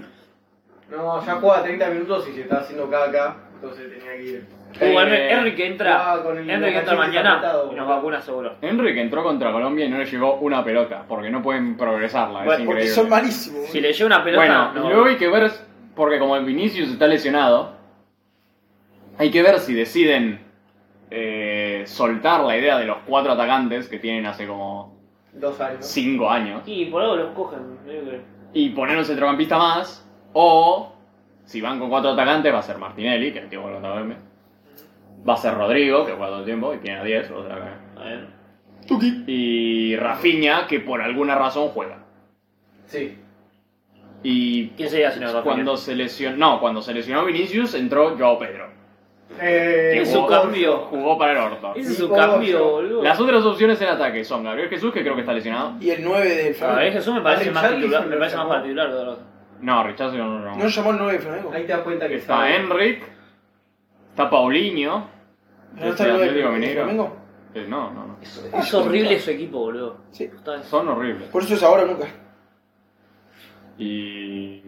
[SPEAKER 5] No, ya juega 30 minutos y se está haciendo caca. Entonces tenía que ir.
[SPEAKER 3] Uh,
[SPEAKER 2] Eh,
[SPEAKER 3] Enrique entra.
[SPEAKER 5] Ah, con el-
[SPEAKER 3] Enrique
[SPEAKER 5] la
[SPEAKER 3] entra
[SPEAKER 5] cachita
[SPEAKER 3] mañana
[SPEAKER 5] apretado,
[SPEAKER 3] y nos
[SPEAKER 5] boludo.
[SPEAKER 3] vacuna seguro.
[SPEAKER 2] Henrik entró contra Colombia y no le llegó una pelota, porque no pueden progresarla, es
[SPEAKER 3] Bueno,
[SPEAKER 2] increíble.
[SPEAKER 4] Porque son malísimos. boludo.
[SPEAKER 3] Si le llega una pelota,
[SPEAKER 2] Bueno,
[SPEAKER 3] no.
[SPEAKER 2] y luego hay que ver, porque como el Vinicius está lesionado, hay que ver si deciden eh, soltar la idea de los cuatro atacantes que tienen hace como
[SPEAKER 5] Dos años.
[SPEAKER 2] cinco años
[SPEAKER 3] Y por algo los cogen. medio que-
[SPEAKER 2] y poner un centrocampista más, o si van con cuatro atacantes va a ser Martinelli, que el tío vuelve a verme, va a ser Rodrigo, que juega todo el tiempo y tiene 10, o sea que-
[SPEAKER 4] Tuki.
[SPEAKER 2] Y Rafinha, que por alguna razón juega.
[SPEAKER 5] Sí.
[SPEAKER 2] Y
[SPEAKER 3] ¿Quién sería si no Rafinha?
[SPEAKER 2] cuando se lesionó, no, cuando se lesionó Vinicius entró Joao Pedro.
[SPEAKER 5] Eh,
[SPEAKER 3] Es un
[SPEAKER 2] Jugó-
[SPEAKER 3] cambio.
[SPEAKER 2] Jugó para el orto.
[SPEAKER 3] Ese es
[SPEAKER 5] Y
[SPEAKER 3] un
[SPEAKER 5] Coloso.
[SPEAKER 3] cambio, boludo.
[SPEAKER 2] Las otras opciones en ataque son Gabriel Jesús, que creo que está lesionado.
[SPEAKER 4] Y el 9
[SPEAKER 2] Ah,
[SPEAKER 4] del
[SPEAKER 3] A
[SPEAKER 2] ¿eh?
[SPEAKER 3] ver,
[SPEAKER 4] Flamengo.
[SPEAKER 3] Ah, eh, Jesús me parece
[SPEAKER 5] Patrick
[SPEAKER 3] más
[SPEAKER 5] Charlie
[SPEAKER 3] titular,
[SPEAKER 5] se
[SPEAKER 3] me parece más
[SPEAKER 5] enfermó.
[SPEAKER 3] para titular. de verdad.
[SPEAKER 2] No, Richardson no. no.
[SPEAKER 4] ¿No lo llamó el 9 del Flamengo?
[SPEAKER 5] ahí te das cuenta que
[SPEAKER 2] Está Enric, está Paulinho. Este
[SPEAKER 4] ¿No está el 9
[SPEAKER 2] Atlético
[SPEAKER 4] del del
[SPEAKER 2] Mineiro.
[SPEAKER 4] Flamengo?
[SPEAKER 2] Eh, No, no, no.
[SPEAKER 3] Es, es horrible su equipo, boludo.
[SPEAKER 4] Sí.
[SPEAKER 3] Está-
[SPEAKER 2] Son horribles.
[SPEAKER 4] Por eso es ahora o nunca.
[SPEAKER 2] Y,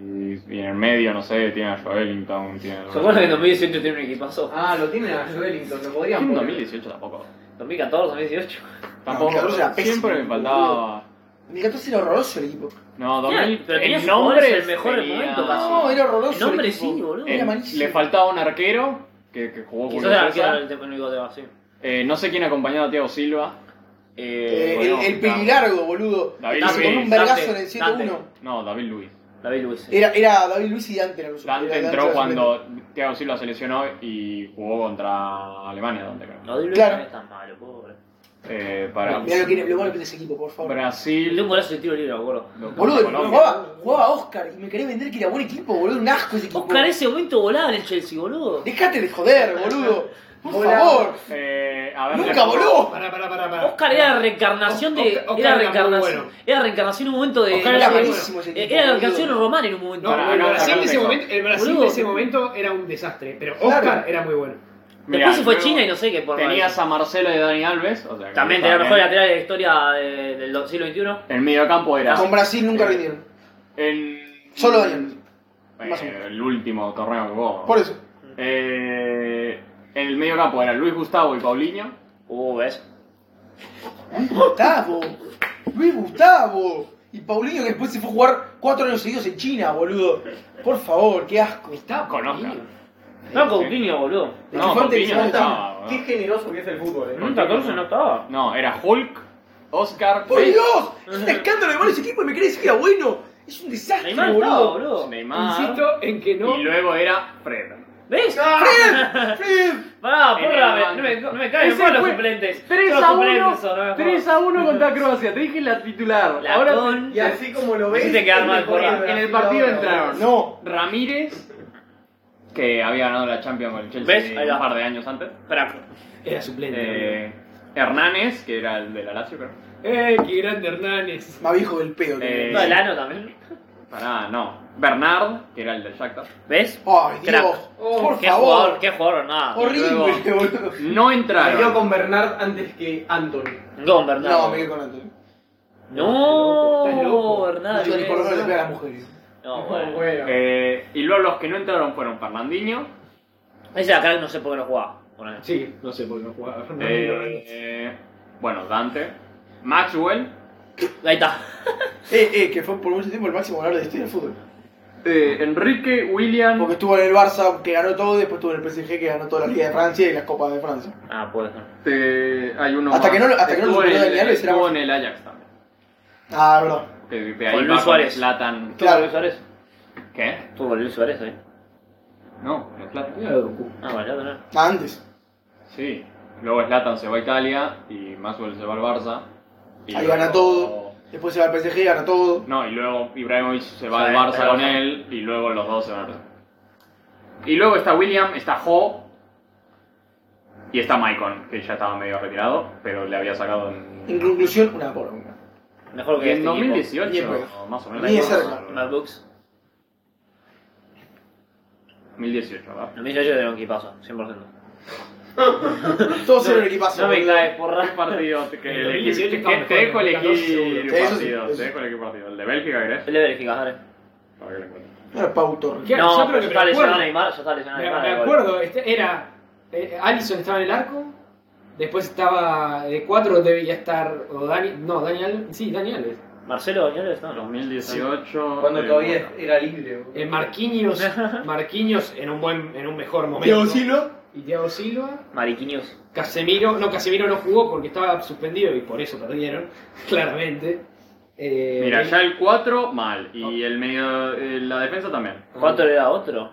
[SPEAKER 2] y en el medio, no sé, tiene a Joelinton, tiene a...
[SPEAKER 3] ¿Se acuerdan que en 2018 tiene un equipazo?
[SPEAKER 5] Ah, lo tienen a Joelington, lo podrían
[SPEAKER 2] En
[SPEAKER 5] poner.
[SPEAKER 2] 2018 tampoco.
[SPEAKER 3] 2014, 2018.
[SPEAKER 2] Tampoco,
[SPEAKER 4] 2014 era pésimo,
[SPEAKER 2] siempre me faltaba...
[SPEAKER 4] En el 14 era horroroso el equipo.
[SPEAKER 2] No,
[SPEAKER 3] Claro,
[SPEAKER 2] 2000...
[SPEAKER 3] pero tenía
[SPEAKER 2] el
[SPEAKER 3] sus
[SPEAKER 2] nombre
[SPEAKER 3] jugadores en el mejor
[SPEAKER 2] tenía-
[SPEAKER 3] momento, casi.
[SPEAKER 4] No, era horroroso.
[SPEAKER 3] El nombre
[SPEAKER 4] el equipo.
[SPEAKER 3] sí, boludo.
[SPEAKER 2] Eh,
[SPEAKER 4] Era malísimo.
[SPEAKER 2] le faltaba un arquero que, que jugó con
[SPEAKER 3] Quizás era el que
[SPEAKER 2] Urquiza.
[SPEAKER 3] era el te- único tema, sí.
[SPEAKER 2] Eh, no sé quién acompañaba a Thiago Silva.
[SPEAKER 4] Eh,
[SPEAKER 2] Eh,
[SPEAKER 4] el,
[SPEAKER 2] bueno,
[SPEAKER 4] el pelilargo, boludo.
[SPEAKER 2] David
[SPEAKER 4] Que se
[SPEAKER 2] Luiz.
[SPEAKER 4] comió un
[SPEAKER 3] Dante,
[SPEAKER 4] vergazo en el 7-1.
[SPEAKER 2] No, David Luis.
[SPEAKER 3] David Luis. sí.
[SPEAKER 4] Era, era David Luis y Dante. eran los- era
[SPEAKER 2] Dante
[SPEAKER 4] Dante
[SPEAKER 2] entró
[SPEAKER 4] era
[SPEAKER 2] cuando Thiago Silva se lesionó y jugó contra Alemania, Dante creo.
[SPEAKER 3] David Luis
[SPEAKER 4] Claro.
[SPEAKER 3] no es tan malo, pobre.
[SPEAKER 2] Eh,
[SPEAKER 4] suplente.
[SPEAKER 2] para
[SPEAKER 4] Mirá lo, que, lo bueno que es ese equipo, por favor.
[SPEAKER 3] Le dio un
[SPEAKER 2] Brasil.
[SPEAKER 3] golazo de tiro libre, me acuerdo.
[SPEAKER 4] Boludo,
[SPEAKER 2] Colombia.
[SPEAKER 4] jugaba, jugaba Oscar y me querés vender que era buen equipo, boludo. Un asco ese equipo.
[SPEAKER 3] Oscar ese momento volaba en el Chelsea, boludo.
[SPEAKER 4] Dejate de joder, boludo. Por
[SPEAKER 5] Hola.
[SPEAKER 4] favor.
[SPEAKER 2] Eh, a ver,
[SPEAKER 4] Nunca
[SPEAKER 2] después-
[SPEAKER 4] voló.
[SPEAKER 1] Pará, pará, pará, pará.
[SPEAKER 3] Oscar era la reencarnación de.
[SPEAKER 1] Oscar- Oscar
[SPEAKER 3] era
[SPEAKER 1] era muy
[SPEAKER 3] reencarnación.
[SPEAKER 1] bueno.
[SPEAKER 3] Era reencarnación en un momento de.
[SPEAKER 1] Oscar
[SPEAKER 4] Era
[SPEAKER 1] Era
[SPEAKER 4] buenísimo ese
[SPEAKER 3] Eh,
[SPEAKER 4] equipo.
[SPEAKER 3] era la
[SPEAKER 4] boludo.
[SPEAKER 3] reencarnación romana en un momento.
[SPEAKER 1] No,
[SPEAKER 2] Pará,
[SPEAKER 1] el
[SPEAKER 2] no,
[SPEAKER 1] Brasil,
[SPEAKER 2] acá
[SPEAKER 1] de ese,
[SPEAKER 2] tengo.
[SPEAKER 1] momento, el Brasil
[SPEAKER 3] Boludo.
[SPEAKER 1] de ese momento era un desastre, pero Oscar
[SPEAKER 4] Claro.
[SPEAKER 1] era muy bueno.
[SPEAKER 2] Mirá,
[SPEAKER 3] Después se fue
[SPEAKER 2] luego
[SPEAKER 3] China y no sé qué por
[SPEAKER 2] Tenías a Marcelo y a Dani Alves. O sea, que
[SPEAKER 3] También tenía
[SPEAKER 2] estaba
[SPEAKER 3] el mejor
[SPEAKER 2] bien.
[SPEAKER 3] lateral de la historia de- del siglo XXI.
[SPEAKER 2] El mediocampo era.
[SPEAKER 4] Con Brasil nunca rindieron.
[SPEAKER 2] En...
[SPEAKER 4] Solo Dani Alves.
[SPEAKER 2] Eh,
[SPEAKER 4] Más o menos.
[SPEAKER 2] el último torneo que jugó.
[SPEAKER 4] Por eso.
[SPEAKER 2] Eh, en el mediocampo eran Luis Gustavo y Paulinho.
[SPEAKER 3] Uh, ¿ves?
[SPEAKER 4] Gustavo. Luis Gustavo. Y Paulinho que después se fue a jugar cuatro años seguidos en China, boludo. Por favor, qué asco.
[SPEAKER 1] Está
[SPEAKER 2] Con Oscar.
[SPEAKER 1] Paulinho.
[SPEAKER 3] No, Coutinho, boludo.
[SPEAKER 4] que
[SPEAKER 2] No,
[SPEAKER 4] fue antes de
[SPEAKER 2] Coutinho no
[SPEAKER 4] Zidane.
[SPEAKER 2] estaba.
[SPEAKER 5] Qué
[SPEAKER 2] ¿no?
[SPEAKER 5] generoso que es el fútbol,
[SPEAKER 3] En
[SPEAKER 5] eh.
[SPEAKER 3] un 14 no estaba.
[SPEAKER 2] No, era Hulk, Oscar,
[SPEAKER 4] ¡Por Dios! Es un escándalo de mal ese equipo y me querés decir que era bueno. Es un desastre,
[SPEAKER 3] Neymar estaba,
[SPEAKER 4] boludo.
[SPEAKER 3] boludo.
[SPEAKER 2] Neymar.
[SPEAKER 1] Insisto en que no.
[SPEAKER 2] Y luego era Fred.
[SPEAKER 3] ¿Ves?
[SPEAKER 4] ¡Fred! ¡Fred!
[SPEAKER 3] Pará,
[SPEAKER 2] En el
[SPEAKER 3] porra,
[SPEAKER 2] banco.
[SPEAKER 3] no me, no me caen
[SPEAKER 2] Ese
[SPEAKER 3] mal los
[SPEAKER 2] fue
[SPEAKER 3] suplentes.
[SPEAKER 2] 3
[SPEAKER 3] Son
[SPEAKER 2] a
[SPEAKER 3] los suplentes,
[SPEAKER 2] 1,
[SPEAKER 3] son, no me jodas.
[SPEAKER 2] 3 a 1 contra Croacia. Te dije la titular.
[SPEAKER 3] La
[SPEAKER 2] Ahora
[SPEAKER 3] con-
[SPEAKER 5] Y así como lo ves.
[SPEAKER 3] Hiciste quedar
[SPEAKER 5] es
[SPEAKER 3] mal,
[SPEAKER 5] mejor
[SPEAKER 3] porra.
[SPEAKER 5] Brasil
[SPEAKER 2] en el partido
[SPEAKER 5] ahora,
[SPEAKER 2] entraron
[SPEAKER 5] boludo.
[SPEAKER 4] No.
[SPEAKER 2] Ramírez, que había ganado la Champions con el Chelsea
[SPEAKER 3] ¿Ves? Ahí
[SPEAKER 2] un
[SPEAKER 3] va.
[SPEAKER 2] par de años antes.
[SPEAKER 3] Pará.
[SPEAKER 1] Era suplente. Eh,
[SPEAKER 2] Eh, Hernández, que era el de la Lazio, creo.
[SPEAKER 1] qué grande Hernández!
[SPEAKER 4] Más viejo del pedo.
[SPEAKER 2] Eh.
[SPEAKER 4] Eh.
[SPEAKER 3] No, el ano también.
[SPEAKER 2] Pará, no. Bernard, que era el del Shakhtar.
[SPEAKER 3] ¿Ves?
[SPEAKER 4] Ay,
[SPEAKER 3] Crack.
[SPEAKER 4] Dios. por
[SPEAKER 3] qué
[SPEAKER 4] favor.
[SPEAKER 3] jugador, qué jugador, nada.
[SPEAKER 4] Horrible,
[SPEAKER 2] Luego-
[SPEAKER 4] boludo.
[SPEAKER 2] No
[SPEAKER 5] Me quedo
[SPEAKER 2] entraron.
[SPEAKER 5] con Bernard antes que Anthony.
[SPEAKER 3] Gol, Bernardo.
[SPEAKER 4] No, me quedo con Antonio.
[SPEAKER 3] No,
[SPEAKER 1] Estás loco.
[SPEAKER 3] Bernardo.
[SPEAKER 4] Antonio, por lo menos le pega a las mujeres.
[SPEAKER 1] Oh,
[SPEAKER 3] No, Ah, bueno.
[SPEAKER 5] Bueno.
[SPEAKER 2] Eh, y luego los que no entraron fueron Fernandinho,
[SPEAKER 3] Ese de acá no sé por qué no jugaba. ponele.
[SPEAKER 1] Sí, no sé por qué no jugaba. No,
[SPEAKER 2] eh, eh, bueno, Dante, Maxwell,
[SPEAKER 3] Ahí está.
[SPEAKER 4] Eh, eh, que fue por mucho tiempo el máximo ganador de la historia del fútbol.
[SPEAKER 2] eh, Enrique, William,
[SPEAKER 4] Porque estuvo en el Barça, que ganó todo, y después estuvo en el PSG, que ganó toda la Liga de Francia y las Copas de Francia.
[SPEAKER 3] Ah, puede ser.
[SPEAKER 2] eh, hay uno
[SPEAKER 4] Hasta
[SPEAKER 2] más.
[SPEAKER 4] que no lo- hasta que no lo
[SPEAKER 2] Estuvo en
[SPEAKER 4] superó
[SPEAKER 2] el-
[SPEAKER 4] Dani Alves, era
[SPEAKER 2] estuvo en
[SPEAKER 4] más-
[SPEAKER 2] el Ajax también.
[SPEAKER 4] Ah, verdad.
[SPEAKER 2] Que de ahí
[SPEAKER 3] Con
[SPEAKER 2] va
[SPEAKER 3] Luis Suárez.
[SPEAKER 2] Zlatan.
[SPEAKER 3] ¿Tú con
[SPEAKER 4] Claro.
[SPEAKER 3] Luis Suárez?
[SPEAKER 2] ¿Qué?
[SPEAKER 3] ¿Tú con Luis Suárez ahí?
[SPEAKER 2] No, con Zlatan.
[SPEAKER 1] Mira, Goku.
[SPEAKER 3] Ah, vale, ya no.
[SPEAKER 4] Ah, Antes.
[SPEAKER 2] Sí. Luego Zlatan se va a Italia y Maxwell se va al Barça. Y
[SPEAKER 4] Ahí
[SPEAKER 2] luego-
[SPEAKER 4] gana todo. Después se va al PSG, y gana todo.
[SPEAKER 2] No, y luego Ibrahimovic se
[SPEAKER 3] O
[SPEAKER 2] va
[SPEAKER 3] sea,
[SPEAKER 2] al Barça
[SPEAKER 3] pero-
[SPEAKER 2] con él y luego los dos se van al Barça. Y luego está William, está Jo y está Maicon, que ya estaba medio retirado, pero le había sacado
[SPEAKER 4] En
[SPEAKER 2] en,
[SPEAKER 4] conclusión, una poronga.
[SPEAKER 3] Mejor que
[SPEAKER 2] en
[SPEAKER 3] este equipo.
[SPEAKER 2] 2018,
[SPEAKER 4] Ni en pedo.
[SPEAKER 2] más o menos.
[SPEAKER 4] Ni de cerca.
[SPEAKER 3] Mad Books.
[SPEAKER 2] 2018, ¿verdad?
[SPEAKER 3] En 2018 era un equipazo, 100%.
[SPEAKER 4] Todos eran un equipazo.
[SPEAKER 3] No me
[SPEAKER 4] boludo.
[SPEAKER 3] caes,
[SPEAKER 2] ¿Qué
[SPEAKER 3] porra.
[SPEAKER 2] partido te, que
[SPEAKER 1] En
[SPEAKER 2] elegí-
[SPEAKER 1] 2018
[SPEAKER 2] te-
[SPEAKER 1] estaba
[SPEAKER 2] te
[SPEAKER 1] mejor,
[SPEAKER 2] dejo
[SPEAKER 1] en
[SPEAKER 2] elegir
[SPEAKER 1] 2014
[SPEAKER 2] partido?
[SPEAKER 4] seguro. Sí, eso sí,
[SPEAKER 2] te
[SPEAKER 4] eso.
[SPEAKER 2] dejo elegir partido. ¿El de Bélgica querés?
[SPEAKER 3] El de Bélgica, dale.
[SPEAKER 2] A ver, bueno.
[SPEAKER 4] No era Pau Torres.
[SPEAKER 1] ¿Qué?
[SPEAKER 3] No,
[SPEAKER 1] Yo creo
[SPEAKER 3] pero ya
[SPEAKER 1] que me
[SPEAKER 3] está lesionado
[SPEAKER 1] acuerdo.
[SPEAKER 3] Neymar, ya está lesionado
[SPEAKER 1] Me,
[SPEAKER 3] Neymar.
[SPEAKER 1] me
[SPEAKER 3] igual.
[SPEAKER 1] acuerdo, este, era. eh, Allison estaba en el arco. Después estaba. eh, De 4 debía estar. O Dani. No, Dani Alves. Sí, Dani Alves.
[SPEAKER 3] Marcelo, ¿ya está? No.
[SPEAKER 2] 2018.
[SPEAKER 5] Cuando
[SPEAKER 2] eh,
[SPEAKER 5] todavía
[SPEAKER 2] bueno.
[SPEAKER 5] era libre. boludo.
[SPEAKER 1] Eh, Marquinhos. Marquinhos en un buen. en un mejor momento.
[SPEAKER 4] Diego Silva.
[SPEAKER 1] Y Thiago Silva.
[SPEAKER 3] Mariquinhos.
[SPEAKER 1] Casemiro. No, Casemiro no jugó porque estaba suspendido y por eso perdieron. Claramente. Eh,
[SPEAKER 2] Mira, ya el 4 mal. Y el medio, eh, la defensa también.
[SPEAKER 3] ¿Cuánto le da otro?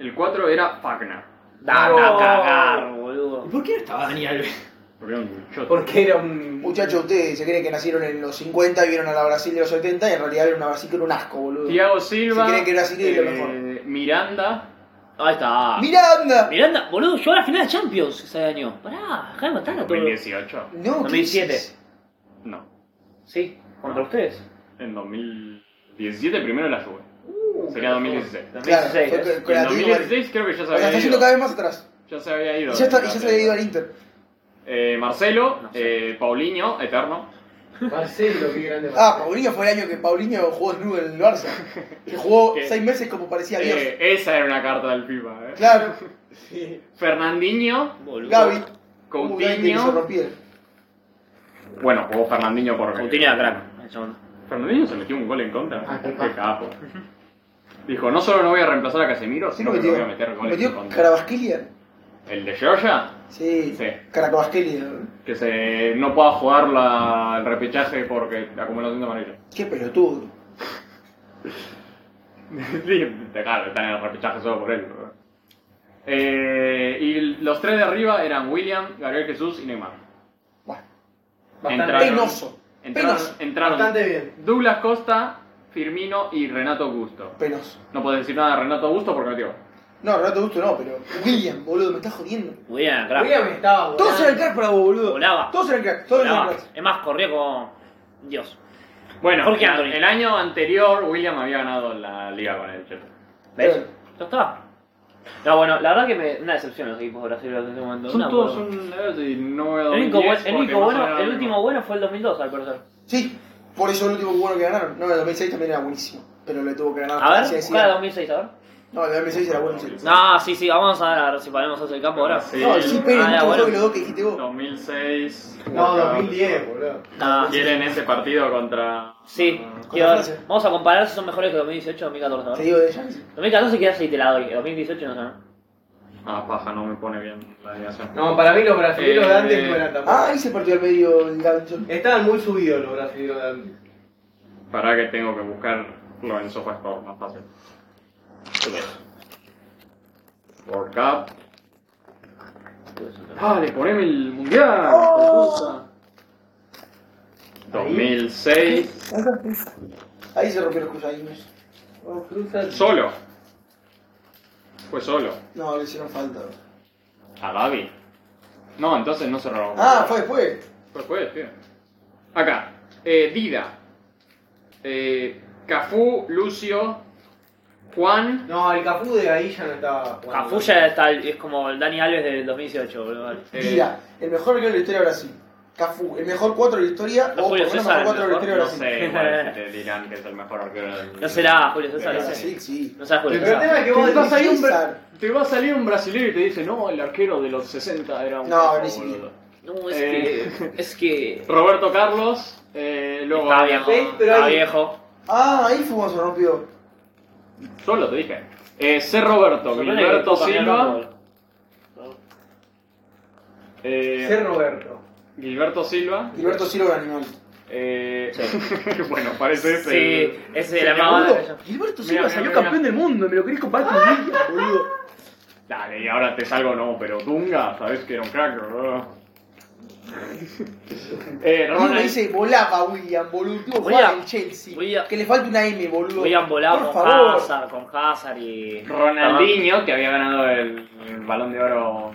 [SPEAKER 2] El 4 era Fagner.
[SPEAKER 3] Dame a
[SPEAKER 1] No.
[SPEAKER 3] cagar, boludo.
[SPEAKER 1] ¿Y ¿Por qué no estaba Dani Alves?
[SPEAKER 2] Porque era un choto.
[SPEAKER 5] Porque era un.
[SPEAKER 4] Muchachos, ustedes se creen que nacieron en los 50 y vieron a la Brasil de los 70 y en realidad era una Brasil que era un asco, boludo.
[SPEAKER 2] Thiago Silva. eh,
[SPEAKER 4] Si creen que era así, es lo
[SPEAKER 2] Miranda. Ahí está.
[SPEAKER 4] ¡Miranda!
[SPEAKER 3] Miranda, boludo, llegó a la final de Champions ese año. Pará, dejá de matar a todos.
[SPEAKER 2] 2018.
[SPEAKER 4] No,
[SPEAKER 3] 2007.
[SPEAKER 2] No.
[SPEAKER 3] Sí, contra ustedes.
[SPEAKER 2] En 2017 primero la Juve. Sería 2016.
[SPEAKER 4] Claro,
[SPEAKER 3] 2016,
[SPEAKER 4] fue
[SPEAKER 3] ¿eh?
[SPEAKER 4] Uh, con- con
[SPEAKER 2] En
[SPEAKER 4] la Atlético de Madrid.
[SPEAKER 2] 2016 creo que ya se
[SPEAKER 4] O sea,
[SPEAKER 2] había
[SPEAKER 4] está yendo
[SPEAKER 2] ido.
[SPEAKER 4] cada vez más atrás.
[SPEAKER 2] Ya se había
[SPEAKER 4] Y
[SPEAKER 2] ido.
[SPEAKER 4] ya, está, y ya se había ido al Inter.
[SPEAKER 2] Eh, Marcelo,
[SPEAKER 3] No sé.
[SPEAKER 2] eh, Paulinho, eterno.
[SPEAKER 5] Marcelo, qué grande.
[SPEAKER 4] Ah,
[SPEAKER 5] Marcelo.
[SPEAKER 4] Paulinho fue el año que Paulinho jugó desnudo en el Barça. Que jugó
[SPEAKER 2] Que-
[SPEAKER 4] seis meses como parecía bien.
[SPEAKER 2] Eh, esa era una carta del FIFA. eh.
[SPEAKER 4] Claro,
[SPEAKER 5] Sí.
[SPEAKER 2] Fernandinho,
[SPEAKER 3] Boludo.
[SPEAKER 4] Gaby. Uh, Gaby que hizo
[SPEAKER 2] Coutinho.
[SPEAKER 4] rompier.
[SPEAKER 2] Bueno, jugó Fernandinho por
[SPEAKER 3] Coutinho era crack. en ese momento.
[SPEAKER 2] Fernandinho se metió un gol en contra.
[SPEAKER 5] Ah, qué
[SPEAKER 2] qué capo. Dijo, no solo no voy a reemplazar a Casemiro,
[SPEAKER 4] Sí,
[SPEAKER 2] sino
[SPEAKER 4] lo
[SPEAKER 2] que le
[SPEAKER 4] metió.
[SPEAKER 2] voy a meter goles en
[SPEAKER 4] ¿Metió
[SPEAKER 2] contra.
[SPEAKER 4] Carabasquilia?
[SPEAKER 2] ¿El de Georgia?
[SPEAKER 4] Sí.
[SPEAKER 2] Sí.
[SPEAKER 4] Carabasquilia.
[SPEAKER 2] Que se no pueda jugar la, el repechaje porque acumulación de amarillo.
[SPEAKER 4] Qué pelotudo.
[SPEAKER 2] Sí, claro, están en el repechaje solo por él. ¿verdad? Eh, y los tres de arriba eran William, Gabriel Jesús y Neymar.
[SPEAKER 4] Bueno,
[SPEAKER 2] Entraron-
[SPEAKER 4] penoso.
[SPEAKER 2] Entraron,
[SPEAKER 4] Penoso.
[SPEAKER 2] entraron
[SPEAKER 5] Bastante bien.
[SPEAKER 2] Douglas Costa, Firmino y Renato Augusto.
[SPEAKER 4] Penoso.
[SPEAKER 2] No puedes decir nada de Renato Augusto porque no tío.
[SPEAKER 4] No, Renato Gusto no, pero William, boludo, me estás jodiendo.
[SPEAKER 3] William, crack.
[SPEAKER 5] William estaba.
[SPEAKER 4] Todos eran crack para vos, boludo.
[SPEAKER 3] Volaba.
[SPEAKER 4] Todos eran crack, todos eran
[SPEAKER 3] Volaba.
[SPEAKER 4] cracks.
[SPEAKER 3] Es más, corría como. Dios.
[SPEAKER 2] Bueno,
[SPEAKER 3] Jorge
[SPEAKER 2] el,
[SPEAKER 3] Anthony.
[SPEAKER 2] el año anterior William había ganado la liga con el Chelsea.
[SPEAKER 3] ¿Ves?
[SPEAKER 4] Bien.
[SPEAKER 3] Ya está. No, bueno, la verdad que me. Una decepción los equipos brasileños en este momento.
[SPEAKER 2] Son
[SPEAKER 3] Una
[SPEAKER 2] todos
[SPEAKER 3] poronga.
[SPEAKER 2] un... eh, No voy a
[SPEAKER 3] El único,
[SPEAKER 2] 2010
[SPEAKER 3] buen- el, único
[SPEAKER 2] porque
[SPEAKER 3] bueno-
[SPEAKER 2] no soy
[SPEAKER 3] el
[SPEAKER 2] nada
[SPEAKER 3] último bueno fue el 2002, al parecer.
[SPEAKER 4] Sí, por eso el último bueno que ganaron. No, el 2006 también era buenísimo, pero le tuvo que ganar.
[SPEAKER 3] A ver,
[SPEAKER 4] Francia,
[SPEAKER 3] buscá la
[SPEAKER 4] decía.
[SPEAKER 3] 2006, a ver.
[SPEAKER 4] No, el 2006 era bueno, sí.
[SPEAKER 3] No, sí, sí, vamos a ver, a ver si ponemos eso el campo ahora.
[SPEAKER 2] Sí.
[SPEAKER 4] No, sí, pero
[SPEAKER 3] Ah,
[SPEAKER 4] no te
[SPEAKER 3] bueno.
[SPEAKER 4] acuerdo que los dos que dijiste vos.
[SPEAKER 2] 2006.
[SPEAKER 5] No,
[SPEAKER 2] World Cup.
[SPEAKER 5] 2010, boludo.
[SPEAKER 3] No,
[SPEAKER 2] ¿Quieren ese partido contra.?
[SPEAKER 3] sí.
[SPEAKER 2] Ah,
[SPEAKER 3] quiero ver.
[SPEAKER 4] Francia.
[SPEAKER 3] Vamos a comparar si son mejores que 2018 o 2014. a
[SPEAKER 4] Te
[SPEAKER 3] ver.
[SPEAKER 4] digo de Giannis.
[SPEAKER 3] 2014 quizás sí te la doy, 2018 no sé. ¿no?
[SPEAKER 2] Ah, paja, no me pone bien la alineación.
[SPEAKER 5] No, para mí los brasileños de
[SPEAKER 2] Eh,
[SPEAKER 5] antes no eran tan buenos.
[SPEAKER 4] Ah, ese partido al medio el Davidson.
[SPEAKER 5] Estaban muy subidos los brasileños de antes.
[SPEAKER 2] Para que tengo que buscarlo en SofaScore, más fácil. World Cup. Dale, poneme el mundial.
[SPEAKER 4] Oh.
[SPEAKER 2] hijo de puta. 2006.
[SPEAKER 4] Ahí se rompió los cruzaines.
[SPEAKER 2] Solo. Fue solo.
[SPEAKER 4] No, le hicieron falta.
[SPEAKER 2] A Gaby. No, entonces no se robó.
[SPEAKER 4] Ah, fue después.
[SPEAKER 2] Fue jueves, tío. Acá. Eh, Dida. Eh, Cafú, Lucio, Juan.
[SPEAKER 5] No, el Cafú de ahí ya no estaba. jugando.
[SPEAKER 3] Cafú ya está, es como el Dani Alves del 2018, boludo. vale.
[SPEAKER 2] Eh.
[SPEAKER 4] Mira, el mejor arquero de la historia de Brasil. Cafú, el mejor 4 de la historia,
[SPEAKER 3] No,
[SPEAKER 4] o por
[SPEAKER 3] Julio
[SPEAKER 4] lo menos
[SPEAKER 3] César,
[SPEAKER 4] mejor 4 de la
[SPEAKER 3] el
[SPEAKER 4] historia de
[SPEAKER 2] No
[SPEAKER 4] Brasil.
[SPEAKER 2] sé igual si te dirán que es el mejor arquero del
[SPEAKER 3] No será Julio César,
[SPEAKER 2] Pero
[SPEAKER 3] ese.
[SPEAKER 4] Brasil, Ah, sí.
[SPEAKER 3] No será Julio
[SPEAKER 5] Pero el tema
[SPEAKER 3] César.
[SPEAKER 5] es que vos
[SPEAKER 4] Pero
[SPEAKER 5] decís,
[SPEAKER 4] vas a ir un bra-
[SPEAKER 2] Te va a salir un brasileño y te dice, no, el arquero de los 60 era un...
[SPEAKER 4] No,
[SPEAKER 2] capo,
[SPEAKER 4] ni siquiera.
[SPEAKER 2] boludo".
[SPEAKER 3] No, es que. Es que.
[SPEAKER 2] Roberto Carlos. Eh, luego...
[SPEAKER 3] Está viejo.
[SPEAKER 5] Sí, pero
[SPEAKER 3] Está
[SPEAKER 5] hay-
[SPEAKER 3] viejo.
[SPEAKER 4] Ah, ahí fue cuando se rompió.
[SPEAKER 2] Solo te dije. Eh, C. Roberto, Gilberto Silva. eh,
[SPEAKER 5] Ser Roberto.
[SPEAKER 2] Gilberto Silva.
[SPEAKER 4] Gilberto Silva era animal.
[SPEAKER 2] Eh, bueno, parece ese.
[SPEAKER 3] Sí, ese era más
[SPEAKER 4] Boludo,
[SPEAKER 3] bala que yo.
[SPEAKER 4] Gilberto
[SPEAKER 2] Mira,
[SPEAKER 4] Silva
[SPEAKER 2] mira,
[SPEAKER 4] salió
[SPEAKER 2] mira.
[SPEAKER 4] campeón del mundo, me lo querés comparar con William, boludo.
[SPEAKER 2] Dale, y ahora te salgo, no, pero Dunga, sabes que era un crack, bro. eh,
[SPEAKER 4] Y uno
[SPEAKER 2] Ronald,
[SPEAKER 4] dice, volaba William, boludo. Último
[SPEAKER 3] William,
[SPEAKER 4] jugador en Chelsea.
[SPEAKER 3] William.
[SPEAKER 4] Que le falta una M, boludo.
[SPEAKER 3] Habían
[SPEAKER 4] Por
[SPEAKER 3] volado con
[SPEAKER 4] favor.
[SPEAKER 3] Hazard, con Hazard y.
[SPEAKER 2] Ronaldinho, que había ganado el, el balón de oro.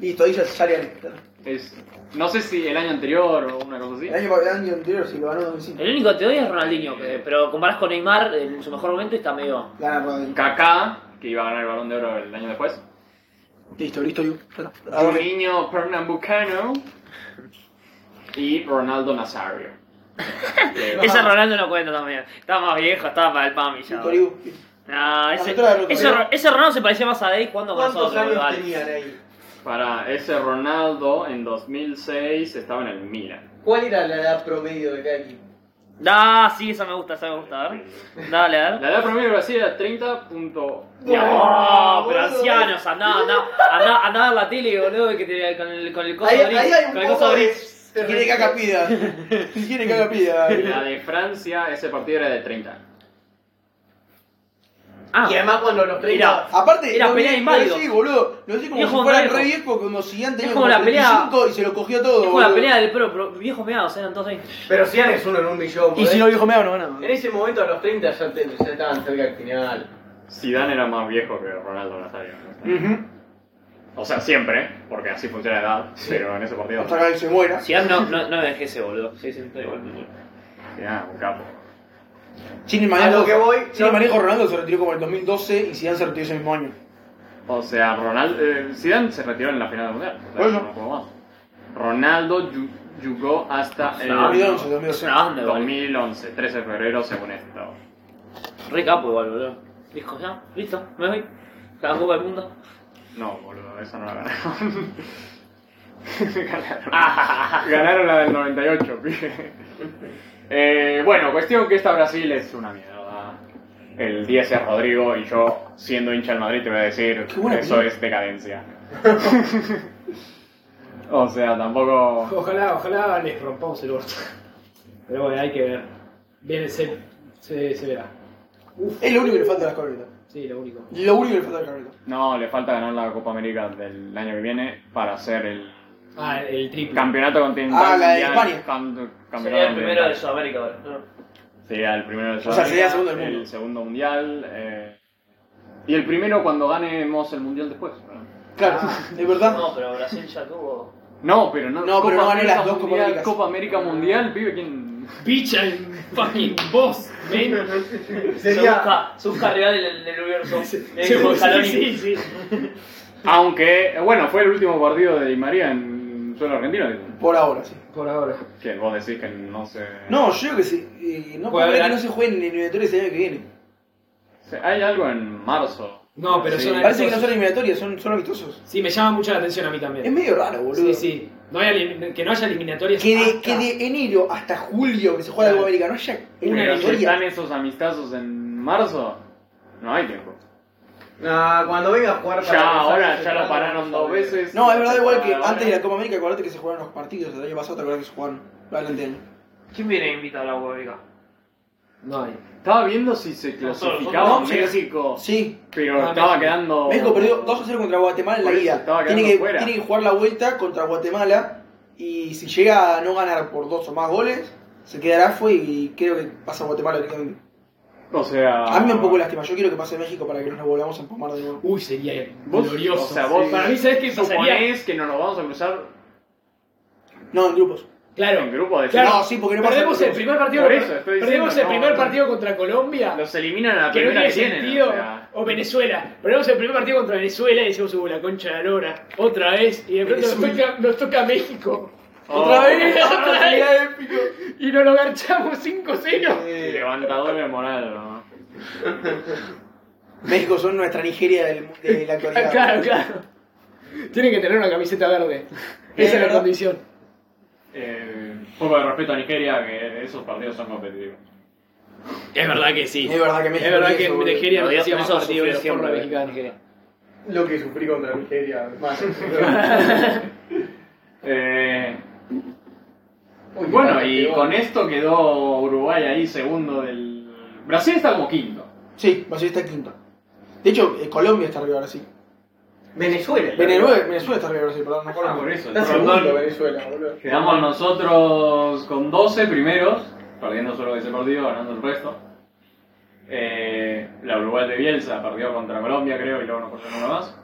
[SPEAKER 4] Listo, ahí ya sale al Inter.
[SPEAKER 2] Es, no sé si el año anterior o una cosa así.
[SPEAKER 4] El año, el año anterior sí lo ganó 2005.
[SPEAKER 3] El único que te doy es Ronaldinho, que- pero comparás con Neymar en su mejor momento y está medio.
[SPEAKER 4] Gana Rodri.
[SPEAKER 2] Kaká, que iba a ganar el balón de oro el año después.
[SPEAKER 4] Listo, listo, yo. ¿A
[SPEAKER 2] Un
[SPEAKER 4] dónde?
[SPEAKER 2] niño pernambucano. Y Ronaldo Nazario. Eh,
[SPEAKER 3] Ese Ronaldo no cuenta también. Estaba más viejo, estaba para el PAMI ya.
[SPEAKER 4] Listo, Liu.
[SPEAKER 3] No, ese,
[SPEAKER 4] Nosotros era lo que
[SPEAKER 3] ese,
[SPEAKER 4] era.
[SPEAKER 3] Ro- ese Ronaldo se parecía más a Day jugando con
[SPEAKER 5] ¿Cuántos
[SPEAKER 3] nosotros.
[SPEAKER 5] años
[SPEAKER 3] boludo.
[SPEAKER 5] tenían ahí?
[SPEAKER 2] Para ese Ronaldo en 2006 estaba en el Milan.
[SPEAKER 5] ¿Cuál era la edad promedio de cada equipo?
[SPEAKER 3] Ah, sí, esa me gusta, esa me gusta. A ver. Dale, a ver.
[SPEAKER 2] La edad promedio de Brasil era 30. punto-
[SPEAKER 3] No, pero
[SPEAKER 4] boludo.
[SPEAKER 3] ancianos, andá, andá, andá, andá a ver la tele, boludo, que te, con el, con el coso
[SPEAKER 4] Ahí-
[SPEAKER 3] gris,
[SPEAKER 4] ahí hay un
[SPEAKER 3] con el
[SPEAKER 4] poco
[SPEAKER 3] coso
[SPEAKER 4] de-
[SPEAKER 3] gris.
[SPEAKER 4] Si quiere que haga pida. Si quiere que haga pida.
[SPEAKER 2] La de Francia, ese partido era de 30.
[SPEAKER 3] Ah,
[SPEAKER 5] Y además cuando los 30...
[SPEAKER 3] Mirá,
[SPEAKER 4] Aparte,
[SPEAKER 3] Era
[SPEAKER 4] Ah, lo
[SPEAKER 3] pelea
[SPEAKER 4] vi-
[SPEAKER 3] inválido.
[SPEAKER 4] lo Sí, boludo. Lo sé como
[SPEAKER 3] Viejo
[SPEAKER 4] si fueran
[SPEAKER 3] Drago.
[SPEAKER 4] re viejos, como si antes
[SPEAKER 3] Es
[SPEAKER 4] tenían
[SPEAKER 3] como la pelea-
[SPEAKER 4] 35 y se lo cogió todo.
[SPEAKER 3] es como la
[SPEAKER 4] boludo.
[SPEAKER 3] pelea del pro, pro- viejos meados eran todos ahí.
[SPEAKER 5] Pero Sian es uno en un millón.
[SPEAKER 4] Y
[SPEAKER 5] ¿eh?
[SPEAKER 4] si no viejo meado no ganaba.
[SPEAKER 5] En ese momento a los 30 ya, te- ya estaban cerca del final.
[SPEAKER 2] Zidane era más viejo que Ronaldo Nazario. ¿no?
[SPEAKER 4] Ujú.
[SPEAKER 2] O sea, siempre, porque así funciona la edad, pero en ese partido.
[SPEAKER 4] Hasta que se muera.
[SPEAKER 3] Si no, no, no envejece, boludo. Sí, sí, está igual.
[SPEAKER 2] Zidane, un capo.
[SPEAKER 4] Sin el
[SPEAKER 5] A
[SPEAKER 4] manejo,
[SPEAKER 5] lo que voy...
[SPEAKER 4] sin el manejo Ronaldo se retiró como en el 2012 y Zidane se retiró ese mismo año.
[SPEAKER 2] O sea, Ronaldo. eh, Zidane se retiró en la final del mundial. O sea,
[SPEAKER 4] Bueno.
[SPEAKER 2] no jugó más. Ronaldo yu- jugó hasta el
[SPEAKER 3] Ah, No, Ah.
[SPEAKER 4] 2011, 2012.
[SPEAKER 3] Una banda, igual.
[SPEAKER 2] 2011, 13 de febrero, según esto.
[SPEAKER 3] Re capo, igual, boludo. Dijo, ya, listo, me voy. La Copa del Mundo.
[SPEAKER 2] No, boludo, esa no la ganaron. ganaron. Ganaron la del 98, pibe. Eh, bueno, cuestión que esta Brasil es una mierda. El 10 es Rodrigo y yo, siendo hincha del Madrid, te voy a decir este
[SPEAKER 4] Qué buena
[SPEAKER 2] eso
[SPEAKER 4] película.
[SPEAKER 2] es decadencia. o sea, tampoco...
[SPEAKER 1] Ojalá, ojalá les rompamos el orto. Pero bueno, hay que ver. Bien, se, se, se verá. Uf,
[SPEAKER 4] Es lo único que le falta a las carretas.
[SPEAKER 1] sí, lo único.
[SPEAKER 4] Lo único que le falta a las carretas.
[SPEAKER 2] No, le falta ganar la Copa América del año que viene para hacer el
[SPEAKER 1] Ah, el triple.
[SPEAKER 2] campeonato continental.
[SPEAKER 4] Ah, la de
[SPEAKER 2] mundial,
[SPEAKER 4] España.
[SPEAKER 2] cam- campeonato
[SPEAKER 3] Sería el primero
[SPEAKER 2] continental.
[SPEAKER 3] de Sudamérica, boludo.
[SPEAKER 2] Sería el primero del
[SPEAKER 4] O sea, sería el
[SPEAKER 2] Sudamérica,
[SPEAKER 4] segundo del mundo.
[SPEAKER 2] El segundo mundial. eh, y el primero cuando ganemos el mundial después. ¿verdad?
[SPEAKER 4] Claro, es verdad.
[SPEAKER 3] Ah. No, pero Brasil ya tuvo.
[SPEAKER 2] No, pero no.
[SPEAKER 4] No, pero no ganó
[SPEAKER 2] América
[SPEAKER 4] las dos Copa
[SPEAKER 2] Mundial,
[SPEAKER 4] Américas. Ah.
[SPEAKER 2] Copa América Mundial, pibe, ¿quién?
[SPEAKER 1] Picha el fucking boss, man.
[SPEAKER 3] Se
[SPEAKER 5] Sería...
[SPEAKER 3] busca, se busca rival en el, en el universo. Eh,
[SPEAKER 1] Sí,
[SPEAKER 3] con Scaloni.
[SPEAKER 1] sí, sí.
[SPEAKER 2] Aunque, eh, bueno, fue el último partido de Di María en suelo argentino. digo.
[SPEAKER 4] Por ahora, sí.
[SPEAKER 1] Por ahora.
[SPEAKER 2] Que vos decís que no se.
[SPEAKER 4] No, yo creo que sí. Eh, no puedo
[SPEAKER 1] Puede
[SPEAKER 4] creer
[SPEAKER 1] haber-
[SPEAKER 4] que no se juegue en eliminatorias el año que viene.
[SPEAKER 2] se- Hay algo en marzo.
[SPEAKER 1] No, pero
[SPEAKER 2] Sí.
[SPEAKER 1] son
[SPEAKER 4] Parece que no
[SPEAKER 1] amistosos.
[SPEAKER 4] son eliminatorias, son, son amistosos.
[SPEAKER 1] Sí, me llama mucho la atención a mí
[SPEAKER 4] Es
[SPEAKER 1] también.
[SPEAKER 4] medio raro, boludo.
[SPEAKER 1] Sí, sí. No hay elim- que no haya eliminatorias.
[SPEAKER 4] Que de,
[SPEAKER 1] hasta-
[SPEAKER 4] que de enero hasta julio que se juega la Copa América no haya una
[SPEAKER 2] Pero si
[SPEAKER 4] eliminatoria.
[SPEAKER 2] están esos amistazos en marzo, no hay tiempo.
[SPEAKER 5] Nah, cuando venga a jugar... para
[SPEAKER 2] Ya,
[SPEAKER 5] los
[SPEAKER 2] ahora
[SPEAKER 5] años
[SPEAKER 2] ya lo
[SPEAKER 5] 70,
[SPEAKER 2] pararon dos
[SPEAKER 5] vamos a ver.
[SPEAKER 2] veces.
[SPEAKER 4] No, es verdad igual que
[SPEAKER 2] Ahora-
[SPEAKER 4] antes de la Copa América, acuérdate que se jugaron los partidos el año pasado, te acuerdas que se jugaron la del año.
[SPEAKER 3] ¿Quién viene invitado a la Copa América?
[SPEAKER 1] No hay.
[SPEAKER 2] Estaba viendo si se clasificaba
[SPEAKER 4] No, sí.
[SPEAKER 2] México,
[SPEAKER 4] Sí,
[SPEAKER 2] pero
[SPEAKER 1] Ah,
[SPEAKER 2] estaba
[SPEAKER 1] México.
[SPEAKER 2] quedando.
[SPEAKER 4] México perdió 2 a 0 contra Guatemala en la
[SPEAKER 2] Por eso
[SPEAKER 4] ida.
[SPEAKER 2] estaba quedando
[SPEAKER 4] Tiene que,
[SPEAKER 2] fuera.
[SPEAKER 4] tiene que jugar la vuelta contra Guatemala y si llega a no ganar por dos o más goles, se quedará fue y creo que pasa Guatemala directamente.
[SPEAKER 2] O sea.
[SPEAKER 4] A mí me da un poco lástima, yo quiero que pase México para que no nos volvamos a empomar de nuevo.
[SPEAKER 1] Uy, sería
[SPEAKER 2] Vos,
[SPEAKER 1] glorioso.
[SPEAKER 2] o sea, vos-
[SPEAKER 1] Para mí, ¿sabes qué pasaría?
[SPEAKER 2] Suponés que no nos vamos a cruzar
[SPEAKER 4] No, en grupos.
[SPEAKER 1] Claro.
[SPEAKER 2] en grupo de
[SPEAKER 1] Claro,
[SPEAKER 4] No, sí, porque no pasa
[SPEAKER 1] perdemos
[SPEAKER 4] por
[SPEAKER 1] el
[SPEAKER 4] eso.
[SPEAKER 1] primer partido.
[SPEAKER 2] Por eso estoy diciendo,
[SPEAKER 1] perdemos el
[SPEAKER 2] no,
[SPEAKER 1] primer
[SPEAKER 2] no.
[SPEAKER 1] partidos partido contra Colombia.
[SPEAKER 2] Los eliminan a la
[SPEAKER 1] que no
[SPEAKER 2] primera
[SPEAKER 1] tiene
[SPEAKER 2] que tienen.
[SPEAKER 1] sentido.
[SPEAKER 2] O
[SPEAKER 1] O,
[SPEAKER 2] sea,
[SPEAKER 1] Venezuela. Perdemos el primer partido contra Venezuela y decimos, uh, la concha de la lora. Otra vez. Y de pronto nos
[SPEAKER 4] Venezuela.
[SPEAKER 1] toca, nos toca México.
[SPEAKER 2] Oh.
[SPEAKER 1] Otra vez, otra vez.
[SPEAKER 4] Sería épico.
[SPEAKER 1] Y no lo garchamos 5-0.
[SPEAKER 5] Eh,
[SPEAKER 2] Levantador de moral, ¿no?
[SPEAKER 4] México son nuestra Nigeria del- de la actualidad.
[SPEAKER 1] Claro, claro. Tienen que tener una camiseta verde. Esa es la
[SPEAKER 4] ¿verdad?
[SPEAKER 1] condición.
[SPEAKER 2] Eh, un poco de respeto a Nigeria, que esos partidos son competitivos.
[SPEAKER 1] Es verdad que sí.
[SPEAKER 4] Es verdad que México
[SPEAKER 1] Es verdad
[SPEAKER 4] tiene
[SPEAKER 1] que
[SPEAKER 4] eso, boludo.
[SPEAKER 1] Nigeria
[SPEAKER 3] Lo digo
[SPEAKER 1] merecía
[SPEAKER 3] por
[SPEAKER 1] más
[SPEAKER 3] eso
[SPEAKER 1] partidos
[SPEAKER 3] sufrió
[SPEAKER 1] por la
[SPEAKER 3] siempre.
[SPEAKER 1] mexicana.
[SPEAKER 5] Lo que sufrí contra Nigeria, hermano.
[SPEAKER 2] Eh,
[SPEAKER 5] Uy,
[SPEAKER 2] bueno,
[SPEAKER 5] qué
[SPEAKER 2] y
[SPEAKER 5] bueno.
[SPEAKER 2] con esto quedó Uruguay ahí segundo del. Brasil está como quinto.
[SPEAKER 4] Sí, Brasil está quinto. De hecho, eh, Colombia está arriba de Brasil.
[SPEAKER 5] Venezuela.
[SPEAKER 4] Venezuela, Venezuela está arriba de Brasil, perdón, no
[SPEAKER 2] Ah, por
[SPEAKER 4] Colombia.
[SPEAKER 2] eso.
[SPEAKER 5] Está segundo Venezuela, boludo.
[SPEAKER 2] Quedamos nosotros con 12 primeros, perdiendo solo ese partido, ganando el resto. Eh, la Uruguay de Bielsa perdió contra Colombia, creo, y luego no perdió nada más.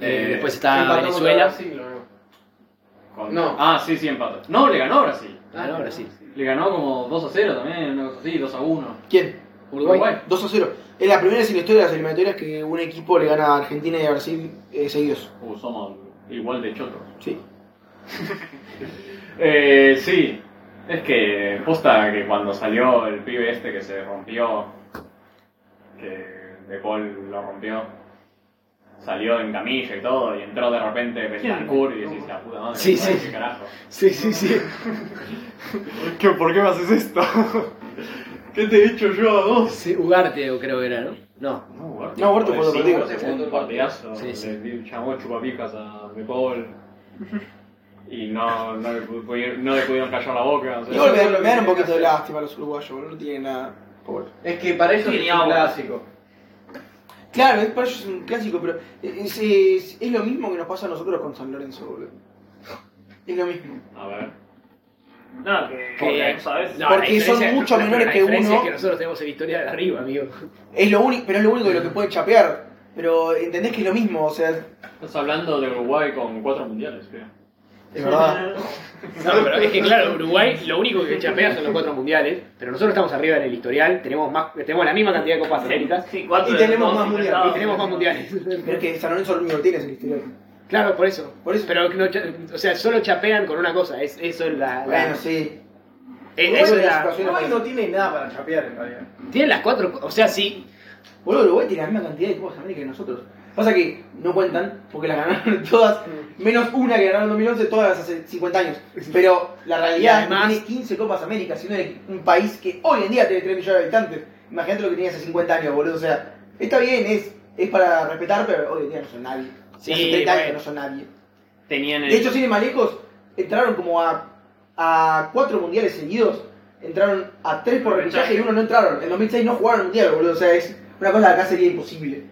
[SPEAKER 2] Eh,
[SPEAKER 1] Después está
[SPEAKER 5] Empató contra
[SPEAKER 1] Venezuela.
[SPEAKER 5] Brasil, ¿o no?
[SPEAKER 2] con-
[SPEAKER 5] no.
[SPEAKER 2] Ah, sí, sí, empató. No, le ganó a Brasil.
[SPEAKER 1] Ah, no, Brasil.
[SPEAKER 2] Le ganó como 2 a 0 también, una cosa así, 2 a 1.
[SPEAKER 4] ¿Quién?
[SPEAKER 1] Uruguay.
[SPEAKER 4] 2 a 0. Es la primera vez en la historia de las eliminatorias que un equipo le gana a Argentina y a Brasil eh, seguidos.
[SPEAKER 2] Uh, somos igual de chotos.
[SPEAKER 4] Sí.
[SPEAKER 2] Eh, sí, es que posta que cuando salió el pibe este que se rompió, que De Paul lo rompió, salió en camilla y todo, y entró de repente Betancourt y decís la puta madre,
[SPEAKER 1] Sí, sí.
[SPEAKER 2] ¿qué carajo?
[SPEAKER 1] Sí, sí, sí.
[SPEAKER 2] ¿Qué, ¿Por qué me haces esto? ¿Qué te he dicho yo a vos?
[SPEAKER 1] Sí, Ugarte o creo que era, ¿no? No.
[SPEAKER 2] No, Huerta.
[SPEAKER 4] No, Huerta fue otro
[SPEAKER 2] Sí,
[SPEAKER 4] partido.
[SPEAKER 2] fue un partidazo.
[SPEAKER 1] Sí, sí.
[SPEAKER 2] Le di- llamó chupapijas a De Paul. Y no, no, le, pu- pudieron, no le pudieron callar la boca. o sea,
[SPEAKER 4] Igual me, dan-
[SPEAKER 5] eso es lo que
[SPEAKER 4] me dan
[SPEAKER 5] tiene
[SPEAKER 4] un
[SPEAKER 5] que
[SPEAKER 4] poquito de
[SPEAKER 5] hacer.
[SPEAKER 4] lástima a los uruguayos, boludo, no tienen nada. Pobre.
[SPEAKER 5] Es que para ellos
[SPEAKER 3] Sí,
[SPEAKER 5] es un
[SPEAKER 3] digamos.
[SPEAKER 5] clásico.
[SPEAKER 4] Claro, es, para ellos es un clásico, pero es, es- es lo mismo que nos pasa a nosotros con San Lorenzo, boludo. Es lo mismo.
[SPEAKER 2] A ver.
[SPEAKER 3] No, que, que
[SPEAKER 1] Ok.
[SPEAKER 3] ¿sabes?
[SPEAKER 1] No,
[SPEAKER 4] Porque
[SPEAKER 1] la
[SPEAKER 4] son
[SPEAKER 1] diferencia-
[SPEAKER 4] mucho
[SPEAKER 1] la-
[SPEAKER 4] menores
[SPEAKER 1] la
[SPEAKER 4] que
[SPEAKER 1] diferencia
[SPEAKER 4] uno.
[SPEAKER 1] Es que nosotros tenemos el historial de arriba, amigo.
[SPEAKER 4] Es lo único, pero es lo único de lo que pueden chapear. Pero entendés que es lo mismo, o sea, es
[SPEAKER 2] Estás hablando de Uruguay con cuatro mundiales, creo.
[SPEAKER 4] verdad.
[SPEAKER 1] No, pero es que claro, Uruguay lo único que chapea son los cuatro mundiales, pero nosotros estamos arriba en el historial, tenemos más, tenemos la misma cantidad de copas atléticas
[SPEAKER 3] Sí, cuatro
[SPEAKER 4] Y
[SPEAKER 3] de
[SPEAKER 4] tenemos
[SPEAKER 3] dos
[SPEAKER 4] más mundial,
[SPEAKER 3] inventados.
[SPEAKER 1] y tenemos más mundiales.
[SPEAKER 4] Pero es que San Lorenzo lo único que tiene es el historial.
[SPEAKER 1] Claro, por eso.
[SPEAKER 4] Por eso.
[SPEAKER 1] Pero no cha- o sea, solo chapean con una cosa, es, eso es la, la-
[SPEAKER 4] Bueno, sí.
[SPEAKER 1] es-
[SPEAKER 4] Uruguay
[SPEAKER 1] eh, eso es
[SPEAKER 4] la
[SPEAKER 1] la-
[SPEAKER 4] situación-
[SPEAKER 5] Uruguay no tiene nada para chapear en realidad.
[SPEAKER 1] tienen las cuatro, co- o sea, sí,
[SPEAKER 4] Boludo, Uruguay tiene la misma cantidad de Copas América que nosotros. Pasa que no cuentan, porque las ganaron todas, menos una que ganaron en 2011, todas hace 50 años. Pero la realidad es que
[SPEAKER 1] además-
[SPEAKER 4] tiene 15 Copas América, siendo un país que hoy en día tiene 3 millones de habitantes. Imagínate lo que tenía hace 50 años, boludo. O sea, está bien, es, es para respetar, pero hoy en día no son nadie.
[SPEAKER 1] Sí,
[SPEAKER 4] hace 30 años
[SPEAKER 1] bueno.
[SPEAKER 4] no son nadie.
[SPEAKER 3] Tenían el.
[SPEAKER 4] De hecho, sin ir más lejos, entraron como a, a cuatro mundiales seguidos. Entraron a tres por repechaje y uno no entraron. En 2006 no jugaron mundial, boludo. O sea, es una cosa que acá sería imposible.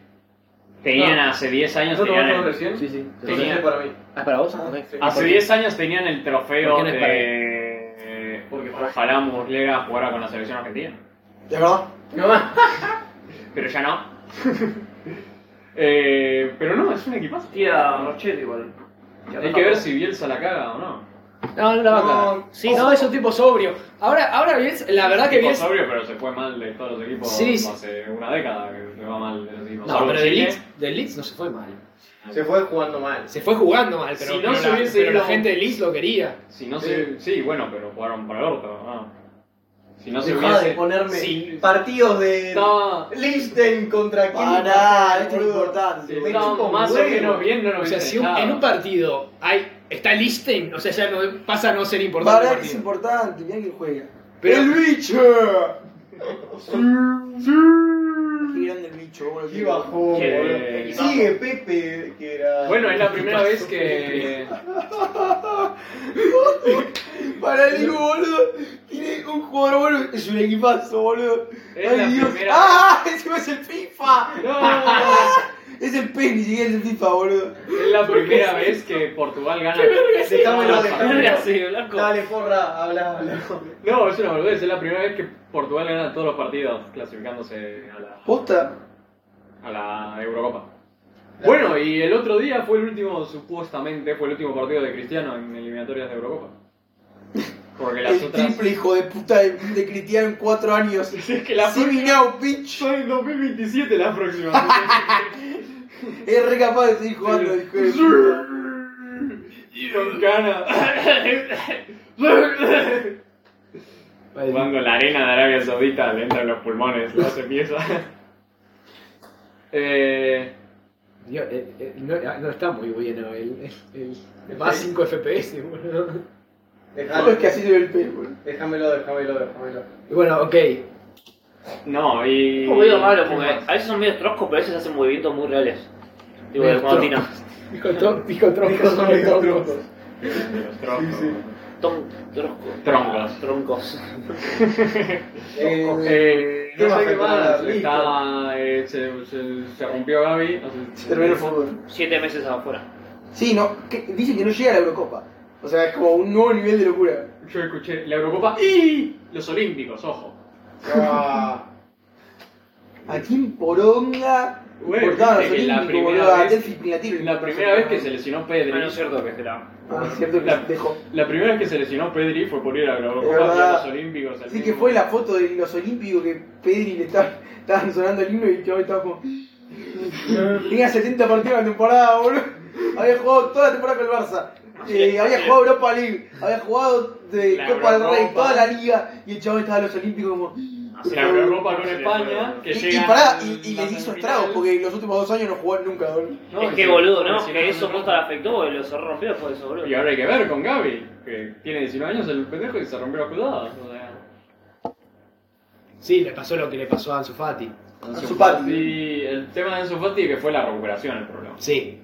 [SPEAKER 2] Tenían
[SPEAKER 5] No.
[SPEAKER 2] hace 10 años.
[SPEAKER 5] ¿Nosotros
[SPEAKER 2] Tenían
[SPEAKER 5] vamos
[SPEAKER 2] el-
[SPEAKER 5] recién? Sí, sí.
[SPEAKER 2] Tenía-
[SPEAKER 5] para mí.
[SPEAKER 1] Ah, ¿es para vos?
[SPEAKER 4] Ah,
[SPEAKER 1] Ok.
[SPEAKER 5] sí.
[SPEAKER 2] hace 10 años tenían el trofeo
[SPEAKER 1] ¿Por qué no es para
[SPEAKER 2] de.
[SPEAKER 5] Porque para-
[SPEAKER 2] Ojalá Muslera jugara con la selección argentina.
[SPEAKER 4] ¿De verdad?
[SPEAKER 5] No más.
[SPEAKER 2] Pero ya no. Eh, pero no, es un equipazo.
[SPEAKER 3] Tía Rochette igual.
[SPEAKER 2] Hay que ver si Bielsa la caga o no.
[SPEAKER 1] No, no la va a cagar.
[SPEAKER 4] No,
[SPEAKER 1] Sí, no, es un tipo sobrio. Ahora, ahora Bielsa- la verdad que
[SPEAKER 2] Tipo
[SPEAKER 1] Bielsa...
[SPEAKER 2] sobrio, pero se fue mal de todos los equipos
[SPEAKER 1] Sí, sí.
[SPEAKER 2] hace una década que se va mal de los equipos.
[SPEAKER 1] No,
[SPEAKER 2] Salvo
[SPEAKER 1] pero del
[SPEAKER 2] Chile.
[SPEAKER 1] Leeds, del Leeds no se fue mal.
[SPEAKER 5] Se fue jugando mal.
[SPEAKER 1] Se fue jugando mal, pero,
[SPEAKER 2] Si no
[SPEAKER 1] pero
[SPEAKER 2] se
[SPEAKER 1] la,
[SPEAKER 2] hubiese
[SPEAKER 1] pero
[SPEAKER 2] ido-
[SPEAKER 1] la gente del Leeds lo quería.
[SPEAKER 2] Si no se. Sí, bueno, pero jugaron para el orto. ¿no? Si no se
[SPEAKER 5] Dejá
[SPEAKER 2] hubiese.
[SPEAKER 5] de ponerme
[SPEAKER 2] si-
[SPEAKER 5] partidos de
[SPEAKER 2] Estaba.
[SPEAKER 5] Lichten contra quién.
[SPEAKER 4] Pará, esto es
[SPEAKER 5] boludo.
[SPEAKER 4] importante.
[SPEAKER 2] si
[SPEAKER 5] Me
[SPEAKER 2] estaba
[SPEAKER 5] chupa un
[SPEAKER 2] más o
[SPEAKER 5] huevo.
[SPEAKER 2] menos bien, no lo
[SPEAKER 1] O
[SPEAKER 2] hubiese
[SPEAKER 1] sea, si un-
[SPEAKER 2] dejado.
[SPEAKER 1] en un partido hay, está Listen, o sea, ya no, pasa a no ser importante.
[SPEAKER 4] Pará,
[SPEAKER 1] el
[SPEAKER 4] que es
[SPEAKER 1] partido.
[SPEAKER 4] importante. Mirá quién juega.
[SPEAKER 1] Pero-
[SPEAKER 4] ¡El bicho! Qué grande el bicho, boludo.
[SPEAKER 5] Qué bajón,
[SPEAKER 2] Que-
[SPEAKER 5] boludo. Y Sigue Pepe, que era.
[SPEAKER 2] Bueno, es la primera vez que.
[SPEAKER 4] Pará, digo, boludo. Tiene un jugador, boludo. Es un equipazo, boludo.
[SPEAKER 2] Es
[SPEAKER 4] Ay,
[SPEAKER 2] la
[SPEAKER 4] Dios.
[SPEAKER 2] primera
[SPEAKER 4] ¡Ah! Encima es el FIFA.
[SPEAKER 2] No,
[SPEAKER 4] Es el PEN, ni siquiera es el FIFA, boludo.
[SPEAKER 2] es la primera vez que Portugal gana.
[SPEAKER 5] Dejámelo, dejámelo.
[SPEAKER 3] Sí, blanco.
[SPEAKER 5] Dale, forra, habla, habla.
[SPEAKER 2] No, es una boludez, es la primera vez que Portugal gana todos los partidos clasificándose a la,
[SPEAKER 4] ¿Posta?
[SPEAKER 2] a la Eurocopa. Bueno, y el otro día fue el último, supuestamente, fue el último partido de Cristiano en eliminatorias de Eurocopa. Porque las
[SPEAKER 4] El
[SPEAKER 2] otras...
[SPEAKER 4] triple hijo de puta de, de Cristiano en cuatro años.
[SPEAKER 2] Es que la
[SPEAKER 4] See me now, bitch.
[SPEAKER 2] Son en 2027 la próxima.
[SPEAKER 4] Es re capaz de seguir jugando, hijo de puta.
[SPEAKER 2] Con Cana. Cuando la arena de Arabia Saudita le entra en los pulmones, la hace pieza. Eh,
[SPEAKER 1] Dios, eh, eh, no, ah, no está muy bueno el, el, el- más 5 FPS, boludo.
[SPEAKER 4] Claro,
[SPEAKER 5] Dejalo,
[SPEAKER 4] es que así se ve el PEN, boludo.
[SPEAKER 5] Déjamelo, déjamelo, déjamelo.
[SPEAKER 1] Bueno, ok.
[SPEAKER 2] no, y.
[SPEAKER 3] Es como medio malo,
[SPEAKER 2] ¿qué
[SPEAKER 3] porque
[SPEAKER 2] más?
[SPEAKER 3] a veces son medio troscos, pero a veces hacen movimientos muy reales. Digo,
[SPEAKER 1] Medio
[SPEAKER 3] de cuando tiran.
[SPEAKER 1] Dijo tro- dijo troncos,
[SPEAKER 5] Dijo
[SPEAKER 1] sobre
[SPEAKER 5] troncos.
[SPEAKER 1] troncos.
[SPEAKER 2] De los troncos.
[SPEAKER 5] Sí,
[SPEAKER 3] Tom, troscos.
[SPEAKER 2] Troncos.
[SPEAKER 3] Troncos.
[SPEAKER 5] Eh,
[SPEAKER 2] Eh,
[SPEAKER 5] ¿Qué
[SPEAKER 2] no
[SPEAKER 5] más
[SPEAKER 2] sé qué
[SPEAKER 5] faltaba?
[SPEAKER 2] más.
[SPEAKER 5] Listo.
[SPEAKER 2] Está, eh, se, se, se rompió Gaby. no sé si-
[SPEAKER 4] Terminó el fútbol.
[SPEAKER 3] Siete meses afuera.
[SPEAKER 4] Sí, no. que- dicen que no llega a la Eurocopa. O sea, es como un nuevo nivel de locura.
[SPEAKER 2] Yo escuché la Eurocopa y los Olímpicos, ojo.
[SPEAKER 5] ah,
[SPEAKER 4] Aquí en Poronga.
[SPEAKER 2] Bueno,
[SPEAKER 4] Portaban los
[SPEAKER 2] viste que la
[SPEAKER 4] olímpicos, boludo.
[SPEAKER 2] primera
[SPEAKER 4] A
[SPEAKER 2] vez-
[SPEAKER 4] Delphi Pilatino.
[SPEAKER 2] La primera vez que se lesionó Pedri.
[SPEAKER 3] Bueno, es cierto que se la.
[SPEAKER 4] Ah, es cierto que
[SPEAKER 2] La-
[SPEAKER 4] se dejó.
[SPEAKER 2] La primera vez que se lesionó Pedri fue por ir a la
[SPEAKER 4] Es
[SPEAKER 2] Eurocopa y
[SPEAKER 4] verdad.
[SPEAKER 2] a los Olímpicos. al
[SPEAKER 4] Así que
[SPEAKER 2] mismo-
[SPEAKER 4] fue la foto de los olímpicos que Pedri le estaba, estaban sonando el himno y el chaval estaba como. Tenía 70 partidos en la temporada, boludo. Había jugado toda la temporada con el Barça. Eh, había jugado Europa League, había jugado de
[SPEAKER 2] La
[SPEAKER 4] Copa del Rey,
[SPEAKER 2] Eurocopa.
[SPEAKER 4] toda la liga, y el chaval estaba en los olímpicos como.
[SPEAKER 2] Hacia la Eurocopa con España. Que
[SPEAKER 4] Y, y
[SPEAKER 2] llegan
[SPEAKER 4] pará,
[SPEAKER 2] al-
[SPEAKER 4] y, y
[SPEAKER 2] la
[SPEAKER 4] les hizo
[SPEAKER 2] semifinal.
[SPEAKER 4] estragos, porque los últimos dos años no jugaron nunca, boludo.
[SPEAKER 2] No,
[SPEAKER 3] es
[SPEAKER 2] y
[SPEAKER 3] que
[SPEAKER 2] se-
[SPEAKER 3] boludo, ¿no?
[SPEAKER 2] lesionaron
[SPEAKER 3] Que eso
[SPEAKER 2] en
[SPEAKER 3] Costa le afectó y lo cerró rompido por eso, boludo.
[SPEAKER 2] Y ahora hay que ver con Gaby, que tiene 19 años el pendejo y se rompió las codadas. O sea,
[SPEAKER 1] Sí, le pasó lo que le pasó a Ansu Fati.
[SPEAKER 4] Ansu Fati.
[SPEAKER 2] Y el tema de Ansu Fati que fue la recuperación el problema.
[SPEAKER 1] Sí.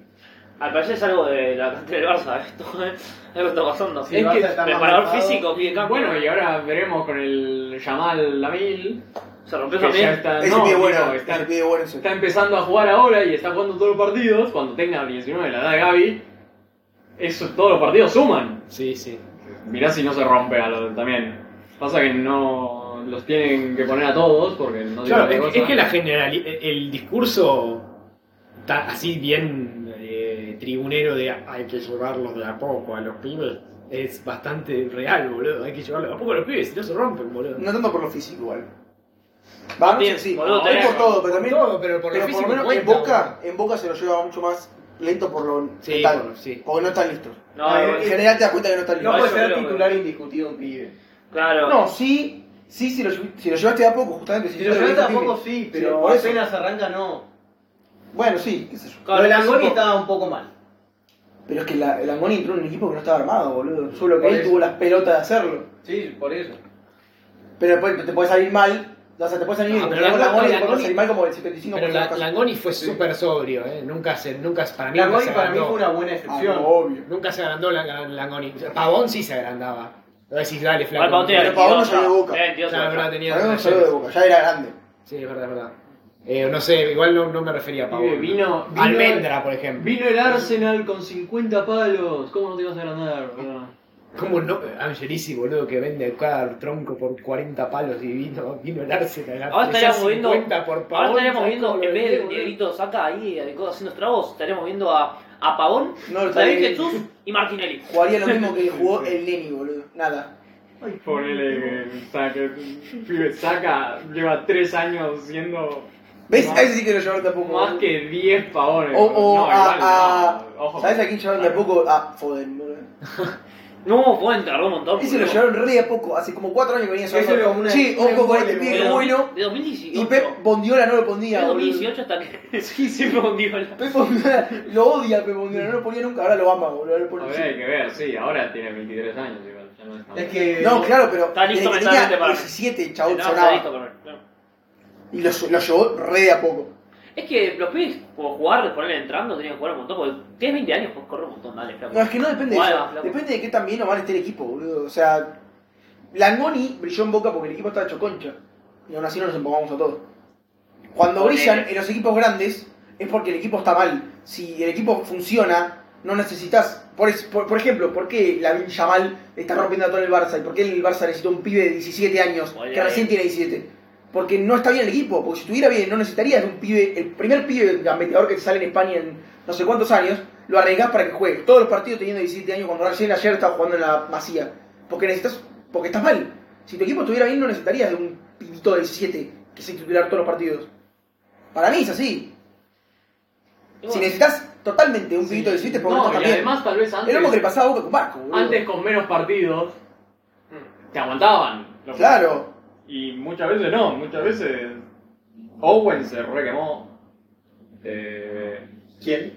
[SPEAKER 3] Al parecer es algo de la cantidad del Barça, esto, ¿eh? Algo está pasando.
[SPEAKER 5] Sí,
[SPEAKER 3] es
[SPEAKER 5] Barça
[SPEAKER 3] que
[SPEAKER 5] está más
[SPEAKER 3] preparador
[SPEAKER 5] bajado.
[SPEAKER 3] físico, pie de campo.
[SPEAKER 2] Bueno, y ahora veremos con el Yamal Lamil
[SPEAKER 3] Se rompió
[SPEAKER 2] que ya
[SPEAKER 3] también.
[SPEAKER 2] está,
[SPEAKER 4] Ese
[SPEAKER 2] Ah, no,
[SPEAKER 4] pibe bueno,
[SPEAKER 2] digo,
[SPEAKER 4] ese
[SPEAKER 2] está,
[SPEAKER 4] pibe bueno es un-
[SPEAKER 2] está empezando a jugar ahora y está jugando todos los partidos. Cuando tenga 19 la edad de Gaby, eso, todos los partidos suman.
[SPEAKER 1] Sí, sí.
[SPEAKER 2] Mirá si no se rompe a los también. Pasa que no los tienen que poner a todos porque no tienen
[SPEAKER 1] Claro,
[SPEAKER 2] otra
[SPEAKER 1] es, es
[SPEAKER 2] cosa.
[SPEAKER 1] que la generali el discurso está así bien eh, tribunero de hay que llevarlos de a poco a los pibes es bastante real, boludo. Hay que llevarlos de a poco a los pibes, si no se rompen, boludo.
[SPEAKER 4] No tanto por lo físico igual. Va, no sé,
[SPEAKER 3] Bien,
[SPEAKER 4] sí.
[SPEAKER 3] boludo,
[SPEAKER 4] No,
[SPEAKER 3] tenés-
[SPEAKER 4] es por todo, pero también.
[SPEAKER 1] Todo, pero por lo
[SPEAKER 4] pero
[SPEAKER 1] físico
[SPEAKER 4] por lo menos en
[SPEAKER 1] cuenta,
[SPEAKER 4] Boca, en Boca se lo lleva mucho más lento por lo
[SPEAKER 1] Sí,
[SPEAKER 4] mental,
[SPEAKER 1] por- sí.
[SPEAKER 4] Porque no están listos.
[SPEAKER 3] No,
[SPEAKER 5] Eh,
[SPEAKER 4] En
[SPEAKER 3] igual-
[SPEAKER 4] general te das cuenta que no están
[SPEAKER 5] No
[SPEAKER 4] listos.
[SPEAKER 3] eso
[SPEAKER 5] puede ser
[SPEAKER 3] creo que-
[SPEAKER 5] titular indiscutido un pibe.
[SPEAKER 3] claro.
[SPEAKER 4] No, sí, sí, si lo, llev- si lo llevaste de a poco, justamente.
[SPEAKER 5] Si lo
[SPEAKER 4] llevaste
[SPEAKER 5] llevas
[SPEAKER 4] de a poco,
[SPEAKER 5] tampoco sí, pero
[SPEAKER 4] por eso.
[SPEAKER 5] apenas arranca no.
[SPEAKER 4] Bueno, sí, qué sé yo.
[SPEAKER 5] Lo de Langoni
[SPEAKER 3] tampoco-
[SPEAKER 5] estaba un poco mal.
[SPEAKER 4] Pero es que la, el Angoni entró en un equipo que no estaba armado, boludo. Solo que
[SPEAKER 5] Por
[SPEAKER 4] él
[SPEAKER 5] eso.
[SPEAKER 4] tuvo las pelotas de hacerlo.
[SPEAKER 5] Sí, por eso.
[SPEAKER 4] Pero después te puede salir mal. O sea, te puede salir
[SPEAKER 1] Ah,
[SPEAKER 4] como
[SPEAKER 1] pero
[SPEAKER 4] el
[SPEAKER 1] Langoni-
[SPEAKER 4] Angoni y te puede
[SPEAKER 1] Langoni-
[SPEAKER 4] salir mal como el 75%
[SPEAKER 1] Pero
[SPEAKER 4] de
[SPEAKER 1] la-
[SPEAKER 4] los casos.
[SPEAKER 1] Langoni fue súper sobrio, ¿eh? Nunca se, nunca, para mí, nunca
[SPEAKER 5] Langoni
[SPEAKER 1] se
[SPEAKER 5] para mí fue
[SPEAKER 1] agrandó.
[SPEAKER 5] una buena
[SPEAKER 4] Ah,
[SPEAKER 5] excepción.
[SPEAKER 4] no, obvio.
[SPEAKER 1] Nunca se agrandó la- la- Langoni. Pavón sí se agrandaba. Lo decís, dale, flaco.
[SPEAKER 3] Igual Pavón tenía
[SPEAKER 4] Pero Pavón no
[SPEAKER 3] 22,
[SPEAKER 4] salió de Boca.
[SPEAKER 3] tenía 22,
[SPEAKER 1] Claro, es verdad, tenía
[SPEAKER 4] Para mí no salió de boca, ya era grande.
[SPEAKER 1] Sí, es verdad, es verdad. Eh, no sé, igual no, no me refería a
[SPEAKER 2] Pibe,
[SPEAKER 1] Pavón.
[SPEAKER 2] vino, vino-
[SPEAKER 1] Almendra, por ejemplo.
[SPEAKER 2] Vino el Arsenal con 50 palos. ¿Cómo no te vas a agrandar? boludo?
[SPEAKER 1] Como no, Angelici, boludo, que vende cada tronco por 40 palos y vino, vino el Arsenal.
[SPEAKER 3] Ahora estaríamos viendo.
[SPEAKER 1] por Pavón,
[SPEAKER 3] Ahora estaríamos
[SPEAKER 1] ¿sabes
[SPEAKER 3] viendo,
[SPEAKER 1] cómo lo
[SPEAKER 3] en vez de
[SPEAKER 1] vendés,
[SPEAKER 3] un
[SPEAKER 1] boludo?
[SPEAKER 3] Dieguito saca ahí eh, haciendo estragos, estaríamos viendo a, a Pavón,
[SPEAKER 4] No, lo
[SPEAKER 3] David
[SPEAKER 4] estaría-
[SPEAKER 3] Jesús y Martinelli.
[SPEAKER 4] Jugaría lo mismo que jugó el Neni, boludo. Nada.
[SPEAKER 2] Ponele que saca, pibe, saca, lleva 3 años siendo
[SPEAKER 4] ¿Ves?
[SPEAKER 2] No.
[SPEAKER 4] A ese sí que lo llevaron de a poco.
[SPEAKER 2] más
[SPEAKER 4] boludo.
[SPEAKER 2] que 10 pavones.
[SPEAKER 4] O, o
[SPEAKER 2] No,
[SPEAKER 4] a.
[SPEAKER 2] igual,
[SPEAKER 4] a-
[SPEAKER 2] no, ojo.
[SPEAKER 4] ¿Sabes a quién llevaron de a poco? A Foden, boludo.
[SPEAKER 3] No, fue enterró un montón.
[SPEAKER 4] Ese lo
[SPEAKER 3] boludo.
[SPEAKER 4] llevaron re de a poco. Hace como cuatro años que venía
[SPEAKER 5] Ese era como
[SPEAKER 4] llevando.
[SPEAKER 5] una-
[SPEAKER 4] Sí,
[SPEAKER 5] un
[SPEAKER 4] ojo con este
[SPEAKER 5] embole,
[SPEAKER 4] pibe que
[SPEAKER 3] de,
[SPEAKER 4] es
[SPEAKER 5] boludo.
[SPEAKER 4] bueno.
[SPEAKER 3] de
[SPEAKER 4] Y
[SPEAKER 3] 2018.
[SPEAKER 4] Pep Bondiola no lo
[SPEAKER 3] de
[SPEAKER 4] ponía, boludo.
[SPEAKER 3] 2018 hasta que. sí, sí, fue un Diola.
[SPEAKER 4] Pep Bondiola lo odia, Pep Bondiola. No lo ponía nunca. Ahora lo ama, boludo. ahora lo pone-
[SPEAKER 2] Ahora hay que ver, sí, ahora tiene 23 años, igual, ya no es tan-
[SPEAKER 5] Es que.
[SPEAKER 4] No, claro, pero.
[SPEAKER 3] Está listo
[SPEAKER 4] desde que
[SPEAKER 3] mentalmente
[SPEAKER 4] tenía
[SPEAKER 3] para mí.
[SPEAKER 4] 17, chabón,
[SPEAKER 3] No, está listo
[SPEAKER 4] sonaba.
[SPEAKER 3] para ver, claro.
[SPEAKER 4] Y lo, lo llevó re de a poco.
[SPEAKER 3] Es que los pibes, como jugar, ponerle entrando, tenían que jugar un montón. Porque tienes 20 años, pues corre un montón, dale, flaco.
[SPEAKER 4] No, es que no depende de
[SPEAKER 3] Bueno,
[SPEAKER 4] eso.
[SPEAKER 3] flaco.
[SPEAKER 4] Depende de qué tan bien o mal esté el equipo, boludo. O sea, Langoni brilló en boca porque el equipo estaba hecho concha. Y aún así no nos empujamos a todos. Cuando
[SPEAKER 3] Ponele.
[SPEAKER 4] brillan en los equipos grandes es porque el equipo está mal. Si el equipo funciona, no necesitas. Por, es- por, por ejemplo, ¿por qué Lamin Yamal está rompiendo a todo el Barça? ¿Y por qué el Barça necesita un pibe de 17 años
[SPEAKER 3] Ponele.
[SPEAKER 4] que recién tiene 17? Porque no está bien el equipo. Porque si estuviera bien, no necesitarías un pibe, el primer pibe gambeteador que te sale en España en no sé cuántos años, lo arriesgás para que juegue. Todos los partidos teniendo 17 años, cuando recién ayer estaba jugando en la Masía. Porque necesitas, porque estás mal. Si tu equipo estuviera bien, no necesitarías de un pibito de 17 que se titular todos los partidos. Para mí es así.
[SPEAKER 3] Y
[SPEAKER 4] Si
[SPEAKER 3] bueno,
[SPEAKER 4] necesitas totalmente un pibito de 17, porque no,
[SPEAKER 2] No,
[SPEAKER 4] estás
[SPEAKER 2] y
[SPEAKER 4] bien.
[SPEAKER 2] además tal vez
[SPEAKER 4] Es lo mismo que le
[SPEAKER 2] antes,
[SPEAKER 4] pasaba a Boca con Barco, boludo.
[SPEAKER 2] antes con menos partidos, te aguantaban. los
[SPEAKER 4] Claro.
[SPEAKER 2] Y muchas veces no, muchas veces Owen se requemó. Eh,
[SPEAKER 5] ¿Quién?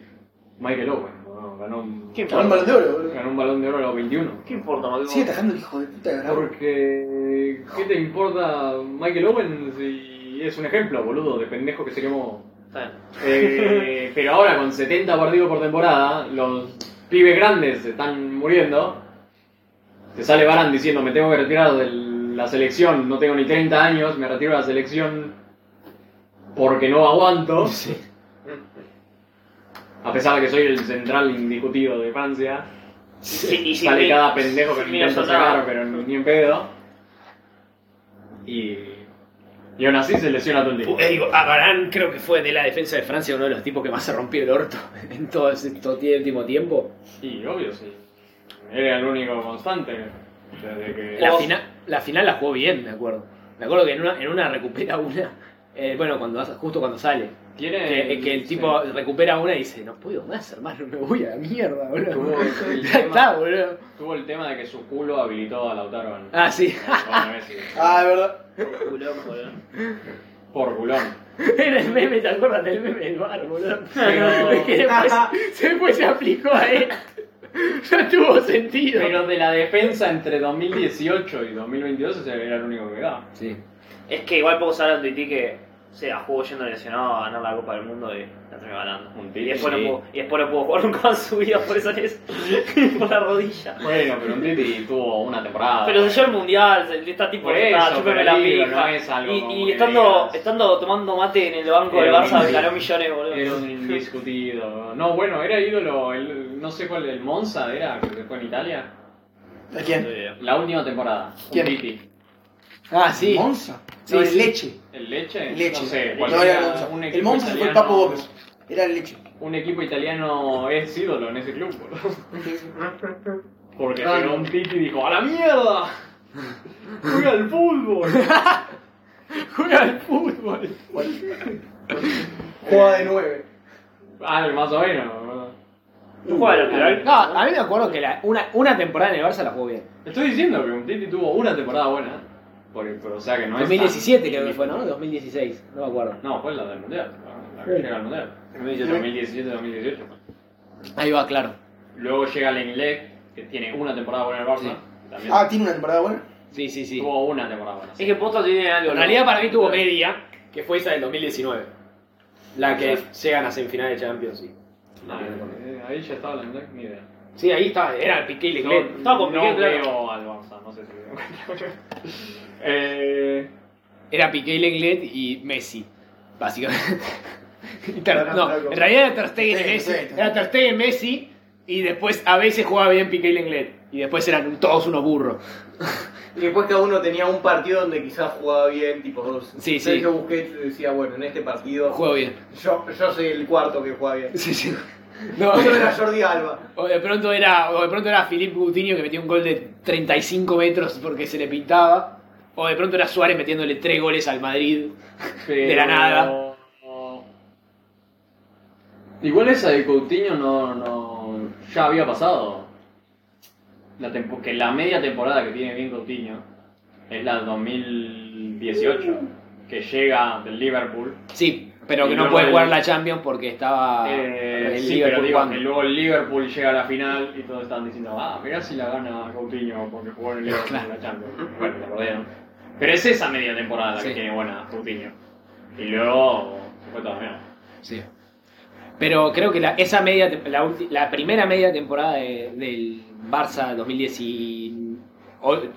[SPEAKER 2] Michael Owen, bueno, ganó un,
[SPEAKER 3] ¿Quién fue?
[SPEAKER 4] Con un balón de oro, boludo.
[SPEAKER 2] ganó un balón de oro a los 21.
[SPEAKER 3] ¿Qué importa, boludo?
[SPEAKER 4] Sigue atajando el hijo de puta de Bravo.
[SPEAKER 2] Porque, ¿qué te importa Michael Owen si es un ejemplo, boludo, de pendejo que se quemó?
[SPEAKER 3] Está bien.
[SPEAKER 2] Eh, pero ahora con 70 partidos por temporada, los pibes grandes se están muriendo. Te sale Barán diciendo, me tengo que retirar de la selección, no tengo ni 30 años, me retiro de la selección porque no aguanto. A pesar de que soy el central indiscutido de Francia,
[SPEAKER 3] Sí, y si
[SPEAKER 2] sale
[SPEAKER 3] me-
[SPEAKER 2] cada pendejo que
[SPEAKER 3] si
[SPEAKER 2] me
[SPEAKER 3] me
[SPEAKER 2] intenta
[SPEAKER 3] sonaba.
[SPEAKER 2] sacar, pero ni en pedo. Y, y aún así se lesiona todo el tiempo.
[SPEAKER 1] Eh, digo, a Varane creo que fue de la defensa de Francia uno de los tipos que más se rompió el orto en todo este todo el último tiempo.
[SPEAKER 2] Sí, obvio, sí. Era el único constante. Desde que...
[SPEAKER 1] La, fina- la final la jugó bien, me acuerdo. Me acuerdo que en una, en una recupera una. eh, bueno, cuando hace- justo cuando sale.
[SPEAKER 2] Tiene
[SPEAKER 1] Que, Eh, que el tipo recupera una y dice, no puedo más, hermano, me voy a la mierda, boludo.
[SPEAKER 2] Tuvo el,
[SPEAKER 1] Ya está,
[SPEAKER 2] tema,
[SPEAKER 1] boludo.
[SPEAKER 2] tuvo el tema de que su culo habilitó a Lautaro. en-
[SPEAKER 1] Ah, sí.
[SPEAKER 2] con Messi.
[SPEAKER 4] Ah, es verdad.
[SPEAKER 3] Culón, boludo.
[SPEAKER 2] Por culón.
[SPEAKER 1] Era el meme, ¿te acuerdas del meme del bar, boludo?
[SPEAKER 2] Pero-
[SPEAKER 1] Es que después, después se aplicó a él. No tuvo sentido.
[SPEAKER 2] Pero de la defensa entre 2018 y 2022 ese era el único que daba.
[SPEAKER 1] Sí.
[SPEAKER 3] Es que igual pocos hablan de ti que se la jugó yendo lesionado a ganar la Copa del Mundo y la terminó ganando.
[SPEAKER 2] Un
[SPEAKER 3] Y
[SPEAKER 2] Titi,
[SPEAKER 3] después,
[SPEAKER 2] sí.
[SPEAKER 3] no pudo, y después no pudo jugar nunca más en su vida por esa les- por la rodilla.
[SPEAKER 2] Bueno, pero un Titi tuvo una temporada.
[SPEAKER 3] Pero se llevó el mundial, se- está tipo,
[SPEAKER 2] Por
[SPEAKER 3] está,
[SPEAKER 2] eso,
[SPEAKER 3] chúpeme
[SPEAKER 2] pero
[SPEAKER 3] la
[SPEAKER 2] digo,
[SPEAKER 3] pija.
[SPEAKER 2] no es algo
[SPEAKER 3] y
[SPEAKER 2] como
[SPEAKER 3] y
[SPEAKER 2] que
[SPEAKER 3] estando,
[SPEAKER 2] digas.
[SPEAKER 3] estando tomando mate en el banco del
[SPEAKER 2] Era un
[SPEAKER 3] Barça,
[SPEAKER 2] indie.
[SPEAKER 3] ganó millones, boludo.
[SPEAKER 2] Era un indiscutido. No, bueno, era ídolo, el- no sé cuál, el Monza era, creo que fue en Italia.
[SPEAKER 4] ¿A quién?
[SPEAKER 2] La última temporada. un
[SPEAKER 4] ¿Quién?
[SPEAKER 2] Titi.
[SPEAKER 1] Ah, sí.
[SPEAKER 4] Monza.
[SPEAKER 1] Sí,
[SPEAKER 4] No, el
[SPEAKER 1] sí.
[SPEAKER 4] Leche.
[SPEAKER 2] ¿El Leche?
[SPEAKER 4] Leche.
[SPEAKER 2] No sé,
[SPEAKER 4] No
[SPEAKER 2] cuál
[SPEAKER 4] era el
[SPEAKER 2] era,
[SPEAKER 4] Monza.
[SPEAKER 2] un
[SPEAKER 4] El
[SPEAKER 2] equipo
[SPEAKER 4] Monza se fue el
[SPEAKER 2] italiano-
[SPEAKER 4] Papo Gómez. Era el Leche.
[SPEAKER 2] Un equipo italiano es ídolo en ese club, boludo. Porque
[SPEAKER 5] Ah,
[SPEAKER 2] llegó
[SPEAKER 5] no.
[SPEAKER 2] un Titi y dijo, ¡a la mierda! ¡Juega al fútbol! ¡Juega al fútbol!
[SPEAKER 5] Juega de 9.
[SPEAKER 2] Ah, más o menos. boludo.
[SPEAKER 3] No juega de
[SPEAKER 2] Uh.
[SPEAKER 3] lateral.
[SPEAKER 1] No, a mí me acuerdo que la- una, una temporada en el Barça la jugó bien.
[SPEAKER 2] Estoy diciendo que un Titi tuvo una temporada buena. Por, por- o sea que no es tan-
[SPEAKER 1] 2017 creo que fue, ¿no? 2016, no me acuerdo.
[SPEAKER 2] No, fue la del Mundial. La que llega al Mundial. 2017-2018.
[SPEAKER 1] Ahí va, claro.
[SPEAKER 2] Luego llega Lenilek, que tiene una temporada buena en el Barça. También
[SPEAKER 4] Ah, tiene una temporada buena.
[SPEAKER 1] Sí, sí, sí.
[SPEAKER 2] tuvo una temporada buena.
[SPEAKER 3] Es que Posta tiene algo.
[SPEAKER 1] En
[SPEAKER 3] ¿no?
[SPEAKER 1] realidad para mí tuvo media, que fue esa del 2019. La que llegan a semifinal de Champions. Sí,
[SPEAKER 2] Ah, eh, ahí ya estaba Lenilek, ni idea.
[SPEAKER 1] sí ahí estaba, era Piqué y Leclerc.
[SPEAKER 2] No,
[SPEAKER 3] Estaba con
[SPEAKER 2] no
[SPEAKER 3] Piqué, claro.
[SPEAKER 2] veo al Barça, no sé si lo encuentro. eh,
[SPEAKER 1] Era Piqué y Leclerc y Messi, básicamente. Y Ter-
[SPEAKER 5] Para-
[SPEAKER 1] no,
[SPEAKER 5] para algo.
[SPEAKER 1] en realidad era Ter Stegen y
[SPEAKER 4] Sí,
[SPEAKER 1] Messi.
[SPEAKER 4] sí, sí.
[SPEAKER 1] Era Ter Stegen, Messi y después a veces jugaba bien Piqué y Leclerc. Y después eran todos unos burros.
[SPEAKER 5] Y después cada uno tenía un partido donde quizás jugaba bien, tipo dos.
[SPEAKER 1] Sí, sí.
[SPEAKER 5] Sergio Busquets decía, bueno, en este partido
[SPEAKER 1] Juego bien.
[SPEAKER 5] yo, yo soy el cuarto que juega bien.
[SPEAKER 1] Sí, sí. No,
[SPEAKER 5] Otro era Jordi Alba.
[SPEAKER 1] O de pronto era, o de pronto era Filipe Coutinho que metía un gol de 35 metros porque se le pintaba. O de pronto era Suárez metiéndole tres goles al Madrid.
[SPEAKER 2] pero-
[SPEAKER 1] De la nada.
[SPEAKER 2] Igual esa de Coutinho no, no ya había pasado. La tempo- que la media temporada que tiene bien Coutinho es la 2018, que llega del Liverpool.
[SPEAKER 1] Sí, pero que
[SPEAKER 2] Y
[SPEAKER 1] no
[SPEAKER 2] luego
[SPEAKER 1] puede
[SPEAKER 2] el-
[SPEAKER 1] jugar la Champions porque estaba
[SPEAKER 2] Eh,
[SPEAKER 1] Ah, el
[SPEAKER 2] sí,
[SPEAKER 1] Liverpool
[SPEAKER 2] pero digo
[SPEAKER 1] jugando.
[SPEAKER 2] que luego el Liverpool llega a la final y todos están diciendo, ah, mirá si la gana Coutinho porque jugó en el Liverpool en la Champions. Bueno, la rodean. Pero es esa media temporada la que
[SPEAKER 1] Sí.
[SPEAKER 2] tiene buena Coutinho. Y luego se fue toda la mierda.
[SPEAKER 1] Sí. Pero creo que la, esa media, tem- la, ulti- la primera media temporada de- del Barça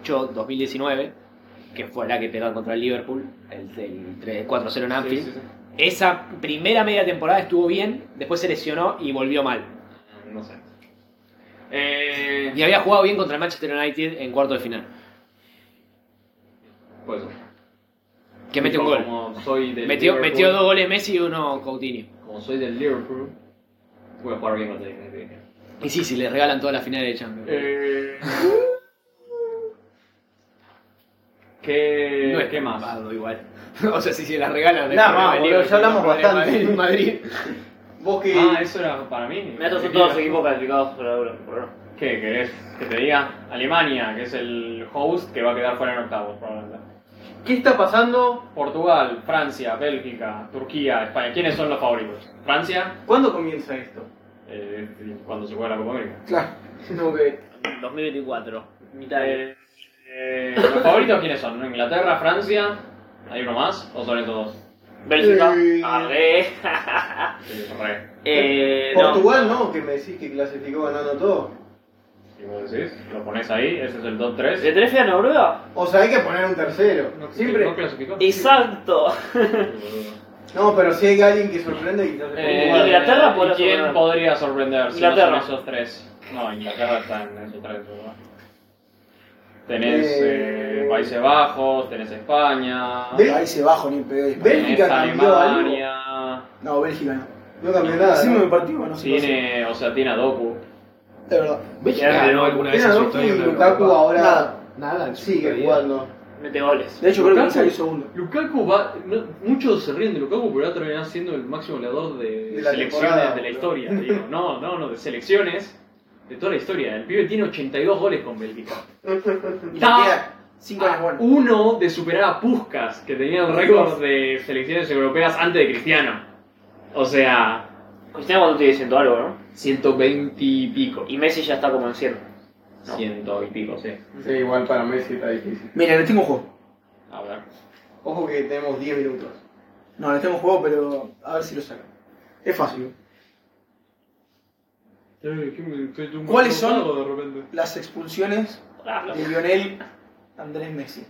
[SPEAKER 1] 2018-2019, que fue la que pegan contra el Liverpool, el, el 3 4-0 en Anfield,
[SPEAKER 2] Sí, sí, sí.
[SPEAKER 1] esa primera media temporada estuvo bien, después se lesionó y volvió mal.
[SPEAKER 2] No sé. Eh,
[SPEAKER 1] Y había jugado bien contra el Manchester United en cuarto de final,
[SPEAKER 2] Pues,
[SPEAKER 1] que metió un gol.
[SPEAKER 2] Como soy del
[SPEAKER 1] Metió,
[SPEAKER 2] Liverpool-
[SPEAKER 1] metió dos goles Messi y uno Coutinho.
[SPEAKER 2] Como soy del Liverpool, voy a jugar bien contra el Liverpool.
[SPEAKER 1] Y sí, sí, le regalan toda la final de Champions.
[SPEAKER 2] Eh, ¿Qué,
[SPEAKER 1] No es
[SPEAKER 2] ¿Qué más?
[SPEAKER 1] malvado igual. o sea, si se la regalan.
[SPEAKER 5] Nada
[SPEAKER 1] problema
[SPEAKER 5] más,
[SPEAKER 1] del
[SPEAKER 5] boludo,
[SPEAKER 1] Liverpool,
[SPEAKER 5] ya hablamos
[SPEAKER 1] no hay problema
[SPEAKER 5] bastante.
[SPEAKER 1] del Madrid.
[SPEAKER 5] Vos que...
[SPEAKER 2] Ah, eso era para mí.
[SPEAKER 3] Estos son todos los equipos calificados por euro. por ahora.
[SPEAKER 2] ¿Qué querés que te diga? Alemania, que es el host que va a quedar fuera en octavos, probablemente.
[SPEAKER 5] ¿Qué está pasando?
[SPEAKER 2] Portugal, Francia, Bélgica, Turquía, España. ¿Quiénes son los favoritos? Francia,
[SPEAKER 5] ¿Cuándo comienza esto?
[SPEAKER 2] eh, cuando se juega la Copa América.
[SPEAKER 4] Claro.
[SPEAKER 5] No, que...
[SPEAKER 3] 2024. Mitad de.
[SPEAKER 2] Eh, eh, ¿Los favoritos quiénes son? ¿Inglaterra, Francia? ¿Hay uno más? ¿O son estos dos?
[SPEAKER 3] Bélgica.
[SPEAKER 5] Eh,
[SPEAKER 3] Arre.
[SPEAKER 2] Sí, re.
[SPEAKER 3] eh, no.
[SPEAKER 5] Portugal no, que me decís que clasificó ganando todo.
[SPEAKER 2] Si vos decís, lo pones ahí, ese es el top 3.
[SPEAKER 3] ¿De tres fui a Noruega?
[SPEAKER 5] O sea, hay que poner un tercero. Eh, Siempre.
[SPEAKER 2] ¿No clasificó?
[SPEAKER 3] Exacto.
[SPEAKER 5] No, pero si hay alguien que sorprende, quizás es
[SPEAKER 2] Eh,
[SPEAKER 5] Portugal.
[SPEAKER 3] Inglaterra
[SPEAKER 2] ¿y
[SPEAKER 3] podría
[SPEAKER 2] ¿Quién
[SPEAKER 3] sorprender.
[SPEAKER 2] podría sorprender si
[SPEAKER 3] Inglaterra.
[SPEAKER 2] no son esos tres? No, Inglaterra está en esos tres, ¿verdad? Tenés
[SPEAKER 5] Eh,
[SPEAKER 2] eh, Países Bajos, tenés España,
[SPEAKER 5] Bel-
[SPEAKER 4] Ahí se bajo ni pedo. y-
[SPEAKER 5] Ve-
[SPEAKER 2] tenés
[SPEAKER 5] Bélgica cambió algo.
[SPEAKER 2] Alemania,
[SPEAKER 4] No, Bélgica no.
[SPEAKER 5] No cambió nada.
[SPEAKER 4] Hicimos
[SPEAKER 5] ¿no?
[SPEAKER 4] el partido, no sé.
[SPEAKER 2] tiene, o sea, tiene a Doku.
[SPEAKER 4] De verdad.
[SPEAKER 1] Bélgica
[SPEAKER 3] Ya
[SPEAKER 1] ganó alguna vez
[SPEAKER 5] Era
[SPEAKER 1] en su
[SPEAKER 5] Doku
[SPEAKER 1] historia
[SPEAKER 5] y
[SPEAKER 1] una
[SPEAKER 5] Lukaku
[SPEAKER 1] Eurocopa.
[SPEAKER 5] ahora
[SPEAKER 4] Nada.
[SPEAKER 1] Nada, en su
[SPEAKER 5] sigue
[SPEAKER 1] vida.
[SPEAKER 5] jugando.
[SPEAKER 3] Mete goles.
[SPEAKER 4] De hecho, creo que
[SPEAKER 2] Lukaku.
[SPEAKER 4] no salió segundo.
[SPEAKER 2] Lukaku va. no- muchos se ríen de Lukaku, pero va a terminar siendo el máximo goleador de,
[SPEAKER 5] De la
[SPEAKER 2] selecciones
[SPEAKER 5] temporada,
[SPEAKER 2] de la
[SPEAKER 5] boludo.
[SPEAKER 2] historia. digo. No, no, no, de selecciones. De toda la historia. El pibe tiene 82 goles con Bélgica.
[SPEAKER 4] Y
[SPEAKER 2] Ta-
[SPEAKER 4] le queda 5 años
[SPEAKER 2] a
[SPEAKER 4] bueno.
[SPEAKER 2] Uno de superar a Puskas, que tenía el récord de selecciones europeas antes de Cristiano. O sea,
[SPEAKER 3] Cristiano cuando tiene 100 algo, ¿no?
[SPEAKER 2] 120 y pico.
[SPEAKER 3] Y Messi ya está como en 100.
[SPEAKER 2] 100 y pico, sí.
[SPEAKER 5] Sí, igual para Messi está difícil.
[SPEAKER 4] Mira, le tengo un juego.
[SPEAKER 2] A ver.
[SPEAKER 5] Ojo que tenemos 10 minutos.
[SPEAKER 4] No, no tengo juego, pero a ver si lo sacan. Es fácil.
[SPEAKER 6] Eh,
[SPEAKER 4] ¿Cuáles son?
[SPEAKER 6] De repente.
[SPEAKER 4] Las expulsiones de Lionel Andrés Messi.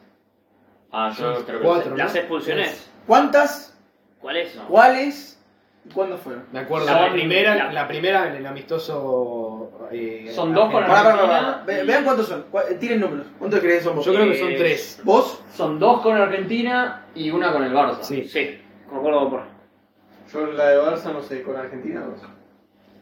[SPEAKER 2] Ah, yo creo que.
[SPEAKER 1] Cuatro.
[SPEAKER 3] Las expulsiones.
[SPEAKER 4] ¿Cuántas?
[SPEAKER 3] ¿Cuáles son?
[SPEAKER 4] ¿Cuáles? ¿Y cuándo fueron?
[SPEAKER 1] Me acuerdo,
[SPEAKER 3] La
[SPEAKER 1] la,
[SPEAKER 3] prim-
[SPEAKER 1] primera,
[SPEAKER 3] la-
[SPEAKER 1] la, primera en el amistoso. eh,
[SPEAKER 2] Son dos con
[SPEAKER 4] Pará,
[SPEAKER 1] Argentina.
[SPEAKER 4] pará, pará, pará. Ve-
[SPEAKER 2] Y-
[SPEAKER 4] Vean cuántos son. Cua- Tiren números. ¿Cuántos crees que son vos?
[SPEAKER 1] Yo creo que son
[SPEAKER 3] Eh,
[SPEAKER 1] tres.
[SPEAKER 4] ¿Vos?
[SPEAKER 2] Son dos con Argentina y una con el Barça.
[SPEAKER 1] Sí.
[SPEAKER 3] Sí, concuerdo por.
[SPEAKER 5] Yo la de Barça no sé, con Argentina no sé.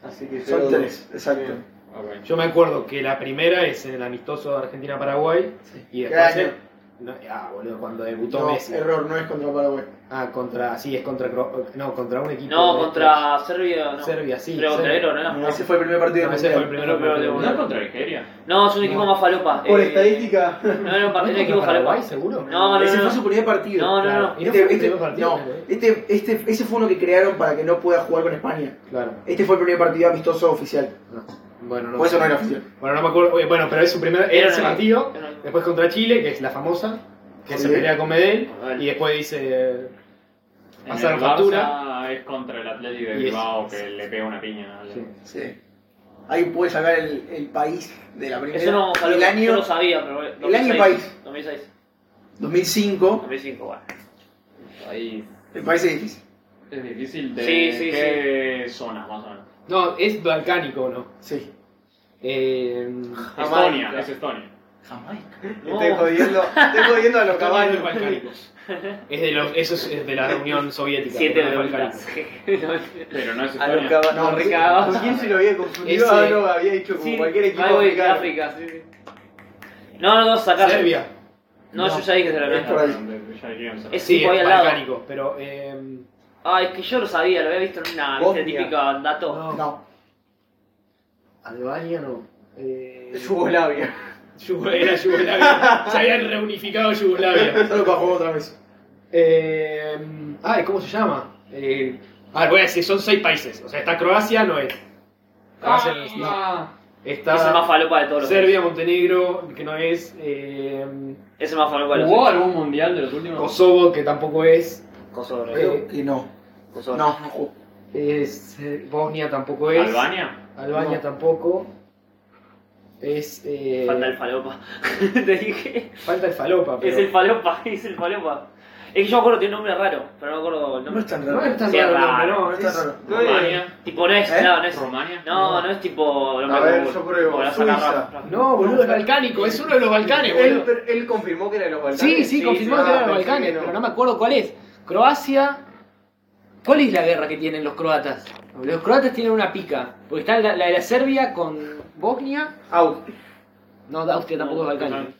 [SPEAKER 5] Así que
[SPEAKER 4] Son
[SPEAKER 5] yo-
[SPEAKER 4] tres, exacto.
[SPEAKER 5] Bien.
[SPEAKER 2] Ok.
[SPEAKER 1] Yo me acuerdo que la primera es en el amistoso Argentina-Paraguay. Y
[SPEAKER 4] ¿Qué
[SPEAKER 1] después.
[SPEAKER 4] año?
[SPEAKER 1] es- no, ah, boludo, cuando debutó
[SPEAKER 4] No,
[SPEAKER 1] Messi.
[SPEAKER 4] error, no es contra Paraguay.
[SPEAKER 1] Ah, contra. Sí, es contra. Cro- No, contra un equipo.
[SPEAKER 3] No,
[SPEAKER 1] de-
[SPEAKER 3] contra Serbia. No.
[SPEAKER 1] Serbia, sí.
[SPEAKER 3] Creo contra
[SPEAKER 1] Serbia.
[SPEAKER 3] Euro, ¿no?
[SPEAKER 4] No, ese fue el primer partido
[SPEAKER 1] No,
[SPEAKER 4] del
[SPEAKER 1] ese fue el
[SPEAKER 4] Mundial.
[SPEAKER 1] primero.
[SPEAKER 3] No, pero de
[SPEAKER 1] pero-
[SPEAKER 2] ¿No es contra Nigeria?
[SPEAKER 3] No, es un equipo más falopa.
[SPEAKER 5] Por
[SPEAKER 3] eh,
[SPEAKER 5] estadística.
[SPEAKER 3] No, era un
[SPEAKER 1] ¿No
[SPEAKER 3] partido
[SPEAKER 1] es
[SPEAKER 3] de equipo
[SPEAKER 1] contra Paraguay,
[SPEAKER 3] falopa.
[SPEAKER 1] seguro?
[SPEAKER 3] No, no,
[SPEAKER 4] Ese
[SPEAKER 3] no.
[SPEAKER 4] fue su primer partido.
[SPEAKER 3] No, no, no.
[SPEAKER 1] Claro. Y
[SPEAKER 4] Este,
[SPEAKER 1] no fue el
[SPEAKER 4] este-
[SPEAKER 1] primer partido,
[SPEAKER 4] no,
[SPEAKER 1] ¿eh?
[SPEAKER 4] este, este, ese fue uno que crearon para que no pueda jugar con España.
[SPEAKER 1] Claro.
[SPEAKER 4] Este fue el primer partido amistoso oficial.
[SPEAKER 1] no. Bueno, no.
[SPEAKER 4] Por eso no era oficial.
[SPEAKER 1] Bueno, no me acuerdo. Oye, Bueno, pero es su primer. Era ese
[SPEAKER 3] una-
[SPEAKER 1] partido.
[SPEAKER 3] era una-
[SPEAKER 1] Después contra Chile, que es la famosa. Que se
[SPEAKER 4] Medel.
[SPEAKER 1] pelea con Medel.
[SPEAKER 3] Medel.
[SPEAKER 1] Y después dice.
[SPEAKER 2] En
[SPEAKER 1] Pasaron
[SPEAKER 2] el Barça
[SPEAKER 1] factura.
[SPEAKER 2] es contra el Atlético de
[SPEAKER 1] Y es-
[SPEAKER 2] Bilbao que le pega una piña. al-
[SPEAKER 1] Sí.
[SPEAKER 4] Sí. Ahí puede sacar el, el país de la primera.
[SPEAKER 3] Eso no,
[SPEAKER 4] el
[SPEAKER 3] falopa, yo
[SPEAKER 4] año
[SPEAKER 3] lo sabía, pero. eh,
[SPEAKER 4] el año
[SPEAKER 3] 2006,
[SPEAKER 4] país.
[SPEAKER 3] 2006,
[SPEAKER 4] 2005.
[SPEAKER 3] 2005, bueno.
[SPEAKER 2] Ahí
[SPEAKER 4] El país es difícil.
[SPEAKER 2] es difícil de
[SPEAKER 3] Sí, sí,
[SPEAKER 2] qué zonas más o menos.
[SPEAKER 1] No, es balcánico, ¿no.
[SPEAKER 4] Sí.
[SPEAKER 1] Eh,
[SPEAKER 2] Estonia, es Estonia.
[SPEAKER 4] Jamaica.
[SPEAKER 5] Estoy jodiendo, estoy jodiendo a
[SPEAKER 1] Estonia
[SPEAKER 5] los
[SPEAKER 1] no
[SPEAKER 5] caballos.
[SPEAKER 1] es balcánico. Es de los, eso es es de la Unión Soviética.
[SPEAKER 3] Siete de
[SPEAKER 1] no es
[SPEAKER 3] los
[SPEAKER 1] balcánico.
[SPEAKER 2] Pero no es
[SPEAKER 3] A los
[SPEAKER 2] Estonia.
[SPEAKER 3] caballos.
[SPEAKER 4] No,
[SPEAKER 3] No, recabados.
[SPEAKER 5] ¿Quién se lo había confundido?
[SPEAKER 1] Ese-
[SPEAKER 5] Ah, no, había dicho como
[SPEAKER 3] Sí,
[SPEAKER 5] cualquier equipo
[SPEAKER 3] algo de
[SPEAKER 5] africano.
[SPEAKER 3] África, sí, sí. No, no, no, sacar.
[SPEAKER 1] Serbia.
[SPEAKER 3] No, yo ya dije que era
[SPEAKER 4] Es por
[SPEAKER 3] la
[SPEAKER 4] ahí.
[SPEAKER 2] Ya le quiero
[SPEAKER 3] Es-
[SPEAKER 2] hacer.
[SPEAKER 1] Sí,
[SPEAKER 3] tipo ahí
[SPEAKER 1] es
[SPEAKER 3] al lado.
[SPEAKER 1] balcánico, pero. eh,
[SPEAKER 3] Ah, es que yo lo sabía, lo había visto en una ¿viste?
[SPEAKER 5] Bosnia.
[SPEAKER 3] típico dato.
[SPEAKER 1] no,
[SPEAKER 4] No.
[SPEAKER 1] Albania no. Eh,
[SPEAKER 5] Yugoslavia.
[SPEAKER 1] Yugo- era Yugoslavia. Se habían reunificado Yugoslavia.
[SPEAKER 4] Solo para jugar otra vez.
[SPEAKER 1] Eh, ay, ¿cómo se llama? Eh, a ver, voy a decir, son seis países. O sea, está Croacia, no es. Croacia no es. Está
[SPEAKER 3] Es el más falopa de todos los
[SPEAKER 1] Serbia, Montenegro, que no es. eh,
[SPEAKER 3] Es el más falopa de los
[SPEAKER 2] ¿Jugó algún mundial de los últimos?
[SPEAKER 1] Kosovo, que tampoco es.
[SPEAKER 3] Kosovo,
[SPEAKER 4] Creo que Eh, no. No,
[SPEAKER 3] Kosovo.
[SPEAKER 4] no jugó.
[SPEAKER 1] es eh, Bosnia tampoco es.
[SPEAKER 2] ¿Albania?
[SPEAKER 1] Albania
[SPEAKER 4] No.
[SPEAKER 1] tampoco. Es. eh,
[SPEAKER 3] Falta el falopa. Te dije.
[SPEAKER 1] falta el falopa, pero.
[SPEAKER 3] Es el falopa, es el falopa. Es que yo me acuerdo que tiene un nombre raro, pero no me acuerdo el
[SPEAKER 4] No
[SPEAKER 3] nombre.
[SPEAKER 4] es tan
[SPEAKER 1] No
[SPEAKER 4] raro.
[SPEAKER 1] es tan
[SPEAKER 3] Sí,
[SPEAKER 1] raro el
[SPEAKER 3] raro.
[SPEAKER 1] nombre, no.
[SPEAKER 4] No es tan
[SPEAKER 1] es-
[SPEAKER 4] raro.
[SPEAKER 2] Rumania.
[SPEAKER 3] Tipo, no es,
[SPEAKER 4] ¿Eh?
[SPEAKER 3] no, no es.
[SPEAKER 2] Romania.
[SPEAKER 3] No, no es tipo.
[SPEAKER 5] A ver, yo pruebo.
[SPEAKER 3] Como la saca
[SPEAKER 5] Suiza.
[SPEAKER 3] raro, raro.
[SPEAKER 1] No, boludo, es balcánico, es uno de los Balcanes,
[SPEAKER 5] Él,
[SPEAKER 1] boludo.
[SPEAKER 5] pero él confirmó que era de los Balcanes.
[SPEAKER 1] Sí, sí,
[SPEAKER 3] sí,
[SPEAKER 1] confirmó
[SPEAKER 5] sí,
[SPEAKER 1] que era de
[SPEAKER 5] ah,
[SPEAKER 1] los
[SPEAKER 5] pensé
[SPEAKER 1] Balcanes,
[SPEAKER 5] que no.
[SPEAKER 1] pero no me acuerdo cuál es. Croacia. ¿Cuál es la guerra que tienen los croatas? Los croatas tienen una pica, porque está la, la de la Serbia con Bosnia.
[SPEAKER 5] Au,
[SPEAKER 1] No, Austria tampoco es balcánico.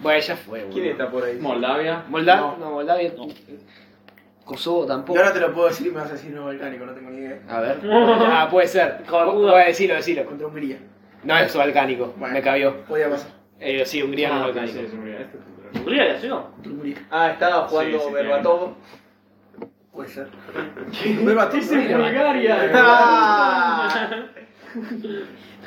[SPEAKER 1] Bueno, ya fue, boludo.
[SPEAKER 5] ¿quién está por ahí?
[SPEAKER 2] Moldavia.
[SPEAKER 1] Moldavia,
[SPEAKER 4] No.
[SPEAKER 1] no, Moldavia. Kosovo
[SPEAKER 4] Yo
[SPEAKER 1] tampoco.
[SPEAKER 4] ahora te lo puedo decir y me vas a decir no balcánico, no tengo ni idea.
[SPEAKER 1] A ver. Ah, puede ser.
[SPEAKER 3] Cojudo.
[SPEAKER 1] Voy a decirlo, decirlo.
[SPEAKER 4] Contra Hungría.
[SPEAKER 1] No es balcánico,
[SPEAKER 4] Bueno.
[SPEAKER 1] me cabió.
[SPEAKER 4] Podía pasar.
[SPEAKER 1] Eh, sí, Hungría no
[SPEAKER 2] Ah,
[SPEAKER 1] es balcánico.
[SPEAKER 2] sí, sí, Hungría. Este es un problema.
[SPEAKER 3] ¿Hungría la suyo?
[SPEAKER 4] Contra Hungría.
[SPEAKER 5] Ah, estaba
[SPEAKER 2] Sí,
[SPEAKER 5] jugando
[SPEAKER 2] sí, tiene.
[SPEAKER 5] Berbatov.
[SPEAKER 4] Puede ser. Me mató.
[SPEAKER 2] Dice Bulgaria.
[SPEAKER 5] Ah,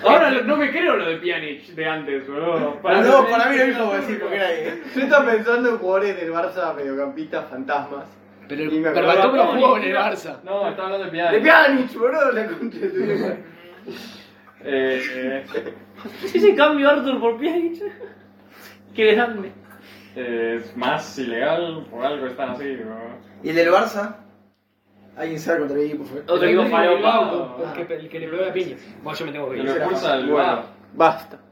[SPEAKER 2] Ahora lo- no me creo lo de Pjanic de antes, boludo. Para-
[SPEAKER 4] Ah, No, para mí lo mismo voy a decir porque era ahí.
[SPEAKER 5] yo estaba pensando en jugadores del Barça mediocampistas fantasmas.
[SPEAKER 1] Pero
[SPEAKER 5] Y
[SPEAKER 1] el
[SPEAKER 5] me
[SPEAKER 1] Berbatov
[SPEAKER 2] acordaba-
[SPEAKER 1] no jugó en el Barça.
[SPEAKER 2] No, está hablando de
[SPEAKER 5] De
[SPEAKER 2] Pjanic.
[SPEAKER 5] Pjanic, boludo, la concha de tu vieja.
[SPEAKER 2] Eh, eh,
[SPEAKER 3] Ese cambio Arthur por Pjanic. Qué grande.
[SPEAKER 2] eh, es más ilegal, por algo están así, boludo.
[SPEAKER 4] ¿Y el del Barça? Alguien sabe contra qué equipo fue.
[SPEAKER 3] Otro equipo
[SPEAKER 2] Bilbao,
[SPEAKER 3] falopa.
[SPEAKER 2] con- con-
[SPEAKER 1] El que le pegó la piña. Bueno, yo me tengo que
[SPEAKER 2] Que
[SPEAKER 1] ir.
[SPEAKER 2] lo expulsa del lugar.
[SPEAKER 4] Basta.